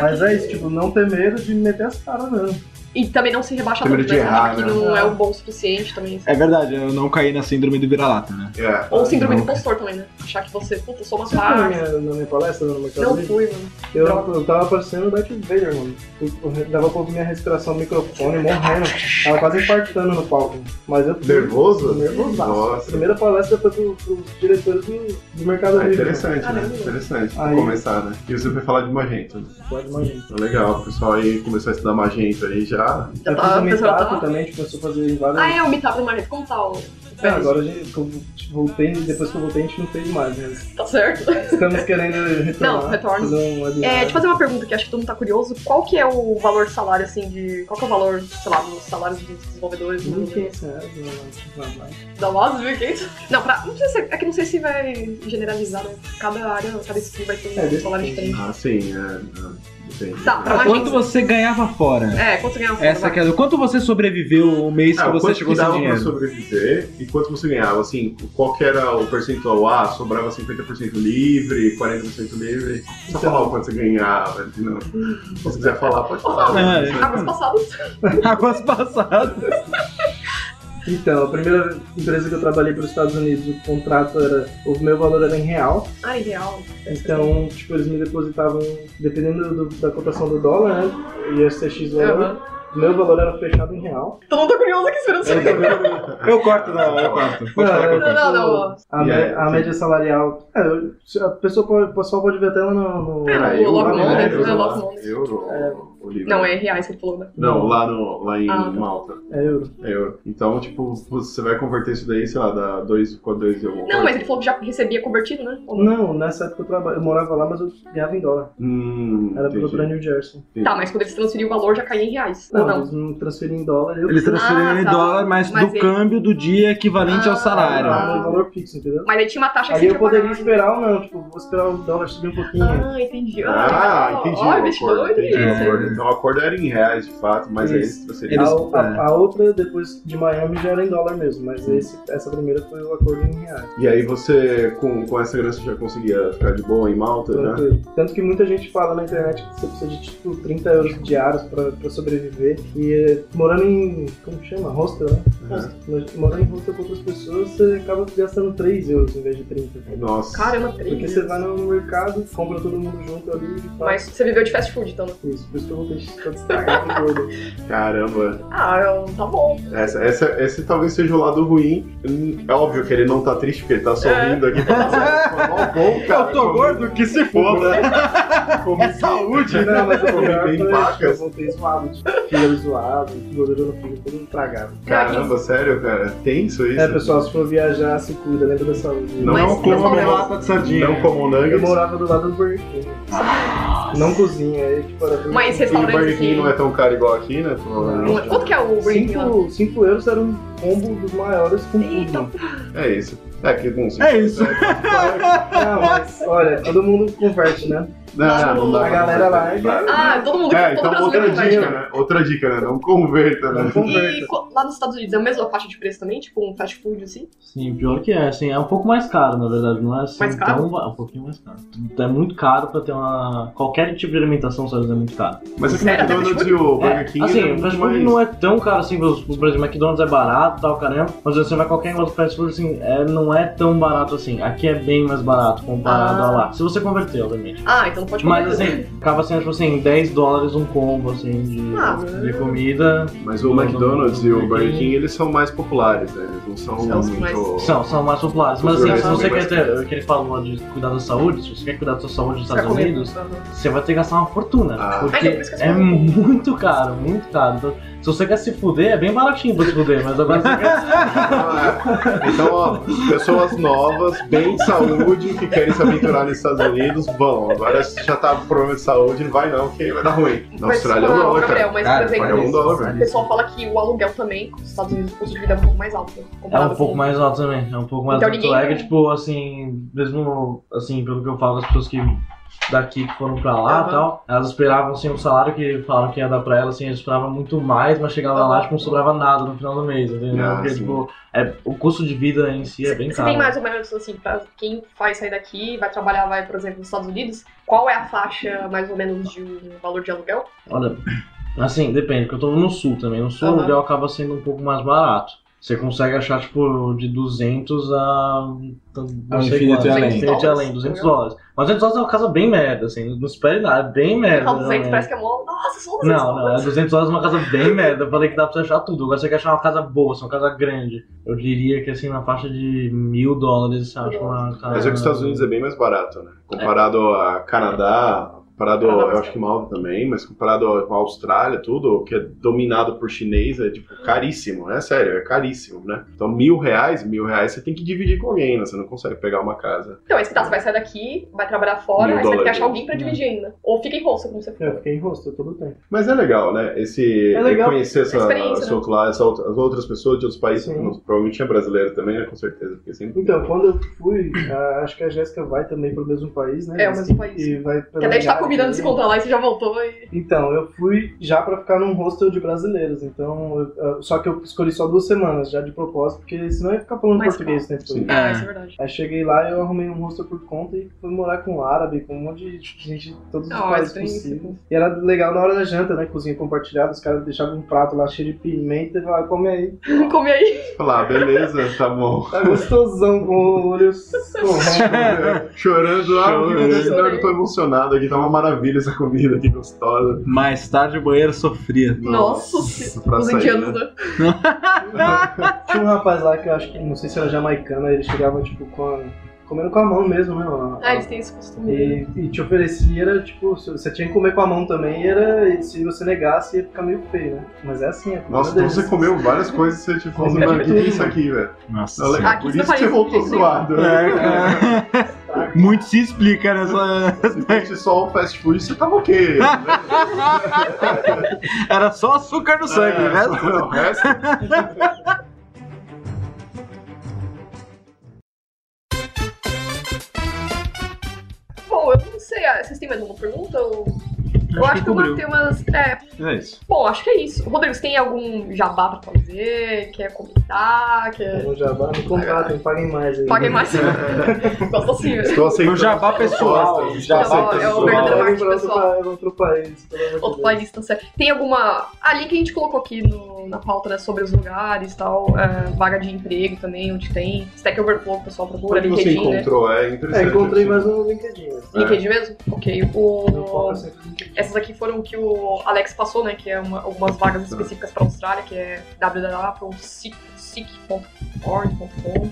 [SPEAKER 6] Mas é isso, tipo, não ter medo de meter as caras mesmo.
[SPEAKER 5] E também não se rebaixa
[SPEAKER 7] Tem
[SPEAKER 5] tanto,
[SPEAKER 7] medo
[SPEAKER 5] né?
[SPEAKER 7] de errar,
[SPEAKER 5] Achar que
[SPEAKER 7] né?
[SPEAKER 5] não é o bom o suficiente também.
[SPEAKER 7] É verdade, eu não caí na síndrome do vira-lata, né?
[SPEAKER 8] É.
[SPEAKER 5] Ou síndrome do impostor também, né? Achar que você, puta, eu sou uma
[SPEAKER 6] Você foi na
[SPEAKER 7] né?
[SPEAKER 5] farsa.
[SPEAKER 6] minha, na minha palestra no Mercado
[SPEAKER 5] Não
[SPEAKER 6] Livre?
[SPEAKER 5] fui, mano.
[SPEAKER 6] Eu, eu tava parecendo o Darth Vader, mano. Eu, eu dava pra ouvir minha respiração no microfone, morrendo.
[SPEAKER 7] tá
[SPEAKER 6] Tava quase infartando no palco. Mas eu fui.
[SPEAKER 8] Nervoso?
[SPEAKER 6] Nervosaço.
[SPEAKER 8] Nossa.
[SPEAKER 6] A primeira palestra foi pro, pros diretores do, do Mercado
[SPEAKER 8] Ah,
[SPEAKER 6] Livre.
[SPEAKER 8] interessante, né?
[SPEAKER 6] Caramba.
[SPEAKER 8] Interessante. Pra
[SPEAKER 6] Aí.
[SPEAKER 8] começar, né? E você foi falar de Magento. né?
[SPEAKER 6] Pode imaginar.
[SPEAKER 8] Legal, o pessoal aí começou a estudar Magento aí já.
[SPEAKER 5] Já
[SPEAKER 6] Eu fiz
[SPEAKER 5] tá,
[SPEAKER 6] um
[SPEAKER 5] pessoal,
[SPEAKER 6] meetup
[SPEAKER 5] tá.
[SPEAKER 6] também, a gente começou a fazer várias...
[SPEAKER 5] Ah, é, o meetup do Marreto, como tá o...
[SPEAKER 6] É, agora a gente, que eu voltei, depois que eu voltei a gente não fez mais, mas
[SPEAKER 5] Tá certo?
[SPEAKER 6] estamos querendo retornar.
[SPEAKER 5] Não, retorno.
[SPEAKER 6] Fazer um webinar.
[SPEAKER 5] É, te fazer uma pergunta que acho que todo mundo tá curioso. Qual que é o valor salário, assim, de... Qual que é o valor, sei lá, dos salários dos desenvolvedores? do-
[SPEAKER 6] 1500 reais, não, não, não.
[SPEAKER 5] Da Las Vegas? Não, pra... Não precisa ser... É que não sei se vai generalizar, né? Cada área, cada skill vai ter
[SPEAKER 7] É,
[SPEAKER 5] um salário diferente.
[SPEAKER 8] Ah, sim, é. é, Depende.
[SPEAKER 5] Tá, pra mais
[SPEAKER 7] Quanto você ganhava fora?
[SPEAKER 5] É, quanto você ganhava fora,
[SPEAKER 7] Essa
[SPEAKER 5] vai?
[SPEAKER 7] que é do... Quanto você sobreviveu o mês que
[SPEAKER 8] Ah,
[SPEAKER 7] você
[SPEAKER 8] quanto
[SPEAKER 7] chegou
[SPEAKER 8] que
[SPEAKER 7] sem
[SPEAKER 8] dava pra
[SPEAKER 7] dinheiro?
[SPEAKER 8] sobreviver e quanto você ganhava? Assim, qual que era o percentual? Ah, sobrava 50% livre, 40% livre. Só falar o quanto você ganhava. entendeu? Se você quiser falar, pode falar.
[SPEAKER 7] É.
[SPEAKER 5] Águas passadas.
[SPEAKER 7] Águas passadas.
[SPEAKER 6] Então, a primeira empresa que eu trabalhei para os Estados Unidos, o contrato era. O meu valor era em real.
[SPEAKER 5] Ai, real.
[SPEAKER 6] Então, tipo, eles me depositavam, dependendo do- da cotação do dólar, né? Ia ser X valor. O meu valor era fechado em real.
[SPEAKER 5] Todo mundo tá curioso aqui esperando você.
[SPEAKER 7] Eu corto, não, eu corto. Pode falar que eu
[SPEAKER 5] Não,
[SPEAKER 7] corto.
[SPEAKER 5] não, não.
[SPEAKER 6] É, A,
[SPEAKER 7] E
[SPEAKER 6] mé-
[SPEAKER 7] aí,
[SPEAKER 6] a
[SPEAKER 7] sim.
[SPEAKER 6] média salarial. É, eu- se a pessoa pode, o pessoal pode ver até lá no. no
[SPEAKER 5] Ah,
[SPEAKER 8] Era
[SPEAKER 5] o
[SPEAKER 8] euro,
[SPEAKER 5] Logo
[SPEAKER 8] né?
[SPEAKER 5] Monday,
[SPEAKER 8] Euro,
[SPEAKER 5] é, Logo
[SPEAKER 8] lá.
[SPEAKER 5] Monday.
[SPEAKER 8] Euro ou livre?
[SPEAKER 5] Não, é reais que ele falou, né?
[SPEAKER 8] Não, lá, no, lá em
[SPEAKER 5] Ah, tá.
[SPEAKER 8] Malta.
[SPEAKER 6] É euro.
[SPEAKER 8] É euro. Então, tipo, você vai converter isso daí, sei lá, dá 2 com 2 e alguma
[SPEAKER 5] Não, mas
[SPEAKER 8] coisa.
[SPEAKER 5] ele falou que já recebia convertido, né? Ou não?
[SPEAKER 6] Não, nessa época eu, traba- eu morava lá, mas eu ganhava em dólar.
[SPEAKER 8] Hum,
[SPEAKER 6] Era
[SPEAKER 8] entendi.
[SPEAKER 6] para New Jersey.
[SPEAKER 5] Tá, mas quando eles transferiam o valor já caía em reais.
[SPEAKER 6] Não,
[SPEAKER 5] Ou não?
[SPEAKER 6] eles não transferiam em dólar. Eu
[SPEAKER 7] Eles transferiram
[SPEAKER 5] Ah,
[SPEAKER 7] em
[SPEAKER 5] tá.
[SPEAKER 7] dólar, mas,
[SPEAKER 5] Mas
[SPEAKER 7] do
[SPEAKER 5] ele- tá.
[SPEAKER 7] câmbio do dia equivalente ao salário.
[SPEAKER 6] Ah, no valor fixo, entendeu?
[SPEAKER 5] Mas aí tinha uma taxa que
[SPEAKER 6] Aí
[SPEAKER 5] você
[SPEAKER 6] eu poderia
[SPEAKER 5] pagar.
[SPEAKER 6] esperar ou não, tipo, vou esperar o dólar subir um pouquinho.
[SPEAKER 5] Ah, entendi. tá.
[SPEAKER 8] Ah, entendi.
[SPEAKER 5] Ó,
[SPEAKER 8] o acordo,
[SPEAKER 5] investidor,
[SPEAKER 8] entendi o
[SPEAKER 5] entendi.
[SPEAKER 8] acordo. Então o acordo era em reais, de fato, mas é aí
[SPEAKER 6] Isso.
[SPEAKER 8] você
[SPEAKER 6] A, a- a outra, depois de Miami, já era em dólar mesmo, mas esse- essa primeira foi o acordo em reais.
[SPEAKER 8] E aí você, com, com essa grana, você já conseguia ficar de boa em Malta,
[SPEAKER 7] é.
[SPEAKER 8] né?
[SPEAKER 6] Tranquilo. Tanto que muita gente fala na internet que você precisa de tipo 30 euros diários pra, pra sobreviver. E eh, morando em. como chama? Hostel, né?
[SPEAKER 7] É.
[SPEAKER 6] Hostel. Morando em hostel com outras pessoas, você acaba gastando 3 euros em vez de 30.
[SPEAKER 8] Nossa.
[SPEAKER 5] Caramba, três
[SPEAKER 6] Porque você vai no mercado, compra todo mundo junto ali e
[SPEAKER 5] Mas
[SPEAKER 6] faz
[SPEAKER 5] você viveu de fast food, então. né?
[SPEAKER 6] isso. Por isso que eu vou deixar destacar gordo.
[SPEAKER 8] Caramba.
[SPEAKER 5] Ah, eu- tá bom.
[SPEAKER 8] Essa, essa, esse talvez seja o lado ruim. Hum, É óbvio que ele não tá triste, porque ele tá sorrindo aqui. Pra fazer. Foi né? mó bom, cara.
[SPEAKER 7] É. Eu tô gordo que se foda.
[SPEAKER 8] Comi,
[SPEAKER 7] É saúde.
[SPEAKER 6] Não, mas eu
[SPEAKER 8] comi
[SPEAKER 6] voltei
[SPEAKER 8] bem
[SPEAKER 6] Eu
[SPEAKER 8] vacas.
[SPEAKER 6] voltei zoado, tipo, fígado zoado, gordura no fígado, todo estragado.
[SPEAKER 8] Caramba, sério, cara. Tenso isso.
[SPEAKER 6] É, pessoal, se for viajar, se cuida, lembra da saúde.
[SPEAKER 8] Não
[SPEAKER 5] Mas- é?
[SPEAKER 8] comam
[SPEAKER 5] mas-
[SPEAKER 8] lata de sardinha. Não um comam
[SPEAKER 6] Eu
[SPEAKER 8] nuggets.
[SPEAKER 6] morava do lado do Burger King. Não cozinha, é tipo... Era tudo-
[SPEAKER 5] Mas
[SPEAKER 8] E o
[SPEAKER 5] restaurante
[SPEAKER 8] Burger King
[SPEAKER 5] assim.
[SPEAKER 8] não é tão caro igual aqui, né? Provavelmente.
[SPEAKER 5] Quanto que é o Burger King lá?
[SPEAKER 6] Cinco, cinco euros era um combo dos maiores com
[SPEAKER 5] Eita,
[SPEAKER 6] tudo.
[SPEAKER 8] É isso. É, que com
[SPEAKER 7] É isso.
[SPEAKER 6] Ah, mas, olha, todo mundo converte, né?
[SPEAKER 8] Não, não dá
[SPEAKER 6] A
[SPEAKER 8] pra
[SPEAKER 6] galera né?
[SPEAKER 8] converter.
[SPEAKER 6] larga.
[SPEAKER 5] Ah, todo mundo que
[SPEAKER 8] É,
[SPEAKER 5] todo
[SPEAKER 7] tá
[SPEAKER 8] então
[SPEAKER 5] brasileiro
[SPEAKER 8] outra
[SPEAKER 5] vai,
[SPEAKER 8] dica,
[SPEAKER 5] né?
[SPEAKER 8] né? Outra dica, né? Não converta, né?
[SPEAKER 5] E co- lá nos Estados Unidos é a mesma faixa de preço também? Tipo um fast food assim?
[SPEAKER 9] Sim, pior que é, assim, é um pouco mais caro, na verdade, não é assim,
[SPEAKER 5] Mais caro?
[SPEAKER 9] tão- é um pouquinho mais caro. É muito caro pra ter uma... qualquer tipo de alimentação, sabe, é muito caro.
[SPEAKER 8] Mas esse McDonald's e o Burger King
[SPEAKER 9] é, assim,
[SPEAKER 8] é
[SPEAKER 9] o
[SPEAKER 8] muito
[SPEAKER 9] fast food
[SPEAKER 8] mais-
[SPEAKER 9] não é tão caro assim, os, os Brasil McDonald's é barato, tal, caramba, mas você vai qualquer outro fast food, assim, é, não é tão barato assim, aqui é bem mais barato comparado
[SPEAKER 5] Ah.
[SPEAKER 9] a lá, se você converter, obviamente.
[SPEAKER 5] Ah, então pode
[SPEAKER 9] Mas
[SPEAKER 5] comer.
[SPEAKER 9] assim, acaba sendo tipo assim, 10 dólares um combo assim de,
[SPEAKER 5] Ah,
[SPEAKER 9] de comida.
[SPEAKER 8] Mas o McDonald's e o Burger King, eles são mais populares, né? Eles não são
[SPEAKER 9] São os
[SPEAKER 8] muito...
[SPEAKER 9] mais- São, são mais populares. Mas assim,
[SPEAKER 8] Os
[SPEAKER 9] se você
[SPEAKER 8] mais
[SPEAKER 9] quer ter
[SPEAKER 8] caros.
[SPEAKER 9] o que ele falou de cuidar da saúde, se você quer cuidar da sua saúde nos
[SPEAKER 5] Você vai
[SPEAKER 9] Estados
[SPEAKER 5] comer
[SPEAKER 9] Unidos,
[SPEAKER 5] tudo, tá?
[SPEAKER 9] você vai ter que gastar uma fortuna. Porque
[SPEAKER 5] Ah, então por isso que eu
[SPEAKER 9] é
[SPEAKER 5] falo.
[SPEAKER 9] muito caro, muito caro. Então, se você quer se fuder, é bem baratinho pra se fuder, mas agora você quer.
[SPEAKER 5] É
[SPEAKER 9] é
[SPEAKER 8] Então, ó, pessoas novas, bem de saúde, que querem se aventurar nos Estados Unidos, vão. Agora se já tá com problema de saúde, não vai não, que vai dar ruim. Na
[SPEAKER 5] Mas,
[SPEAKER 8] Austrália é um
[SPEAKER 5] tipo, não,
[SPEAKER 8] dólar,
[SPEAKER 5] Gabriel,
[SPEAKER 8] cara.
[SPEAKER 5] mas
[SPEAKER 8] Cara,
[SPEAKER 5] por exemplo,
[SPEAKER 8] vai um dólar,
[SPEAKER 5] o
[SPEAKER 8] velho.
[SPEAKER 5] pessoal fala que o aluguel também, nos Estados Unidos, o custo de vida é um pouco mais alto. né?
[SPEAKER 9] É
[SPEAKER 5] Comparado
[SPEAKER 9] um pouco mais alto também, é um pouco mais
[SPEAKER 5] Então
[SPEAKER 9] alto.
[SPEAKER 5] ninguém-
[SPEAKER 9] É que, tipo, assim, mesmo assim, pelo que eu falo, as pessoas que daqui que foram pra lá e
[SPEAKER 6] Aham.
[SPEAKER 9] tal, elas esperavam assim, um salário que falaram que ia dar pra elas, assim, eles esperavam muito mais, mas chegava lá, tipo, não sobrava nada no final do mês, entendeu?
[SPEAKER 8] Ah,
[SPEAKER 9] Porque,
[SPEAKER 8] sim.
[SPEAKER 9] tipo, é, o custo de vida em si é bem
[SPEAKER 5] Você
[SPEAKER 9] caro.
[SPEAKER 5] tem mais ou menos assim, pra quem faz sair daqui, vai trabalhar, vai, por exemplo, nos Estados Unidos, qual é a faixa mais ou menos de um valor de aluguel?
[SPEAKER 9] Olha, assim, depende, porque eu tô no sul também. No sul o
[SPEAKER 5] Aham.
[SPEAKER 9] aluguel acaba sendo um pouco mais barato. Você consegue achar, tipo, de 200 a. então, Não
[SPEAKER 17] Ao
[SPEAKER 9] sei
[SPEAKER 17] infinito
[SPEAKER 9] quanto,
[SPEAKER 17] e além.
[SPEAKER 9] ao infinito e além, 200 dólares. Mas 200 dólares é uma casa bem merda, assim, não espere nada, é bem
[SPEAKER 5] Você
[SPEAKER 9] merda.
[SPEAKER 5] fala 200,
[SPEAKER 9] né?
[SPEAKER 5] parece que é mó. Nossa, só 200
[SPEAKER 9] Não, não, é 200 dólares é uma casa bem merda. Eu falei que dá pra você achar tudo. Agora você quer achar uma casa boa, assim, uma casa grande. Eu diria que, assim, na faixa de mil dólares, você acha uma casa.
[SPEAKER 8] Mas é que os Estados Unidos é bem mais barato, né? Comparado a Canadá, comparado,
[SPEAKER 6] é
[SPEAKER 9] Canadá,
[SPEAKER 8] eu acho que Malta também, mas comparado com a Austrália, tudo, que é dominado por chinês, é tipo caríssimo, né? Sério, é caríssimo, né? Então mil reais, mil reais você tem que dividir com alguém, né? Você não consegue pegar uma casa.
[SPEAKER 5] Então, é isso que tá, você vai sair daqui, vai trabalhar fora,
[SPEAKER 8] Mil
[SPEAKER 5] aí você vai ter que
[SPEAKER 8] dólares.
[SPEAKER 5] achar alguém pra dividir ainda. Ou fica em rosto, como você falou.
[SPEAKER 6] É, Eu fiquei em rosto todo o tempo.
[SPEAKER 8] Mas é legal, né? Esse
[SPEAKER 6] É legal.
[SPEAKER 8] conhecer essa,
[SPEAKER 6] A experiência,
[SPEAKER 8] essa
[SPEAKER 6] né?
[SPEAKER 8] outra- essa outra- as outras pessoas de outros países, provavelmente tinha brasileiro também, né? Com certeza, porque sempre
[SPEAKER 6] Então, quando eu fui, ah, acho que a Jéssica vai também pro mesmo país, né?
[SPEAKER 5] É, o mesmo país.
[SPEAKER 6] E vai pela
[SPEAKER 5] Porque daí a gente tá
[SPEAKER 6] Itália
[SPEAKER 5] combinando de se
[SPEAKER 6] também.
[SPEAKER 5] encontrar lá e você já voltou e.
[SPEAKER 6] Então, eu fui já pra ficar num hostel de brasileiros, então. eu- ah, só que eu escolhi só duas semanas, já de propósito, porque senão eu ia ficar falando
[SPEAKER 5] Mais
[SPEAKER 6] português o tempo
[SPEAKER 5] fácil.
[SPEAKER 6] todo.
[SPEAKER 5] Sim. É, isso é verdade.
[SPEAKER 6] Aí cheguei lá eu arrumei um hostel por conta e fui morar com árabe, com um monte de gente de todos os
[SPEAKER 5] Ó,
[SPEAKER 6] países
[SPEAKER 5] experiência.
[SPEAKER 6] possíveis. E era legal na hora da janta, né? Cozinha compartilhada, os caras deixavam um prato lá cheio de pimenta e falavam, "Ah, come aí.
[SPEAKER 5] Come aí.
[SPEAKER 8] falar, beleza, tá bom.
[SPEAKER 6] Tá gostosão com o olho escorrendo.
[SPEAKER 8] Chorando, ah, o que aconteceu?
[SPEAKER 6] Chorei.
[SPEAKER 8] eu tô emocionado aqui, tá uma maravilha essa comida, que gostosa.
[SPEAKER 17] Mais tarde o banheiro sofria.
[SPEAKER 5] Nossa,
[SPEAKER 8] pra
[SPEAKER 5] os
[SPEAKER 8] sair,
[SPEAKER 5] indianos,
[SPEAKER 8] né?
[SPEAKER 5] né?
[SPEAKER 6] Tinha um rapaz lá que eu acho que, não sei se era jamaicano, aí ele chegava, tipo, com a- comendo com a mão mesmo, né? a-
[SPEAKER 5] Ah, eles têm esse costume.
[SPEAKER 6] E, e te oferecia, era, tipo, se- você tinha que comer com a mão também, e era, e se você negasse ia ficar meio feio, né? Mas é assim, é comida
[SPEAKER 8] Nossa, então
[SPEAKER 6] deles.
[SPEAKER 8] você comeu várias coisas e você te fez
[SPEAKER 6] Comi
[SPEAKER 8] uma
[SPEAKER 6] tudo,
[SPEAKER 8] é isso
[SPEAKER 6] mano.
[SPEAKER 8] aqui, velho.
[SPEAKER 17] Nossa,
[SPEAKER 8] Tá legal.
[SPEAKER 17] Senhora.
[SPEAKER 8] Por isso que você voltou zoado. né?
[SPEAKER 9] É,
[SPEAKER 17] É. Muito se explica nessa.
[SPEAKER 8] Se fosse só o fast food, você tava ok. né?
[SPEAKER 17] Era só açúcar no sangue, né?
[SPEAKER 8] É,
[SPEAKER 17] o resto-
[SPEAKER 8] só- o resto-
[SPEAKER 5] Bom, eu não sei, ah, vocês têm mais alguma pergunta? Ou... Eu acho que eu
[SPEAKER 17] cobriu.
[SPEAKER 5] matei umas. É,
[SPEAKER 17] É isso.
[SPEAKER 5] bom, acho que é isso. Rodrigo, você tem algum jabá pra fazer? Quer comentar? Quer...
[SPEAKER 6] Então já vai, me contratem, paguem mais aí.
[SPEAKER 5] Paguem mais. Gosto assim, né?
[SPEAKER 8] Estou aceitando.
[SPEAKER 17] Meu jabá
[SPEAKER 8] suas
[SPEAKER 17] pessoal,
[SPEAKER 8] propostas,
[SPEAKER 17] jabá
[SPEAKER 8] estou aceitando
[SPEAKER 5] é o
[SPEAKER 8] suas
[SPEAKER 5] verdadeiro
[SPEAKER 8] propostas.
[SPEAKER 5] marketing pessoal.
[SPEAKER 6] Era outro país, pelo amor de
[SPEAKER 5] Outro
[SPEAKER 6] Deus.
[SPEAKER 5] país tá certo. Tem alguma. Ali que a gente colocou aqui no- na pauta, né? Sobre os lugares e tal. é, vaga de emprego também, onde tem. Stack Overflow, o pessoal procura.
[SPEAKER 8] Onde você
[SPEAKER 5] LinkedIn, né?
[SPEAKER 8] encontrou, é
[SPEAKER 6] É,
[SPEAKER 8] interessante.
[SPEAKER 6] encontrei
[SPEAKER 8] assim.
[SPEAKER 6] mais um no LinkedIn. né?
[SPEAKER 5] LinkedIn mesmo? Ok. O...
[SPEAKER 6] Foca sempre no LinkedIn.
[SPEAKER 5] Essas aqui foram que o Alex passou, né? Que é uma, algumas vagas específicas para Austrália, que é www.sic.org.com.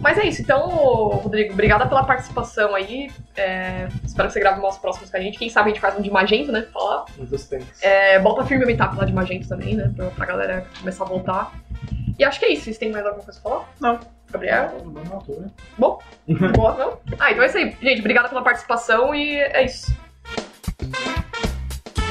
[SPEAKER 5] Mas é isso. Então, Rodrigo, obrigada pela participação aí. É, espero que você grave mais próximos com a gente. Quem sabe a gente faz um de Magento, né? Falar.
[SPEAKER 6] Muitos tempos.
[SPEAKER 5] É, bota firme o meetup lá de Magento também, né? Pra, pra galera começar a voltar. E acho que é isso. Vocês têm mais alguma coisa pra falar?
[SPEAKER 17] Não.
[SPEAKER 5] Gabriel? Bom? Boa, não? Ah, então é isso aí. Gente, obrigada pela participação e é isso.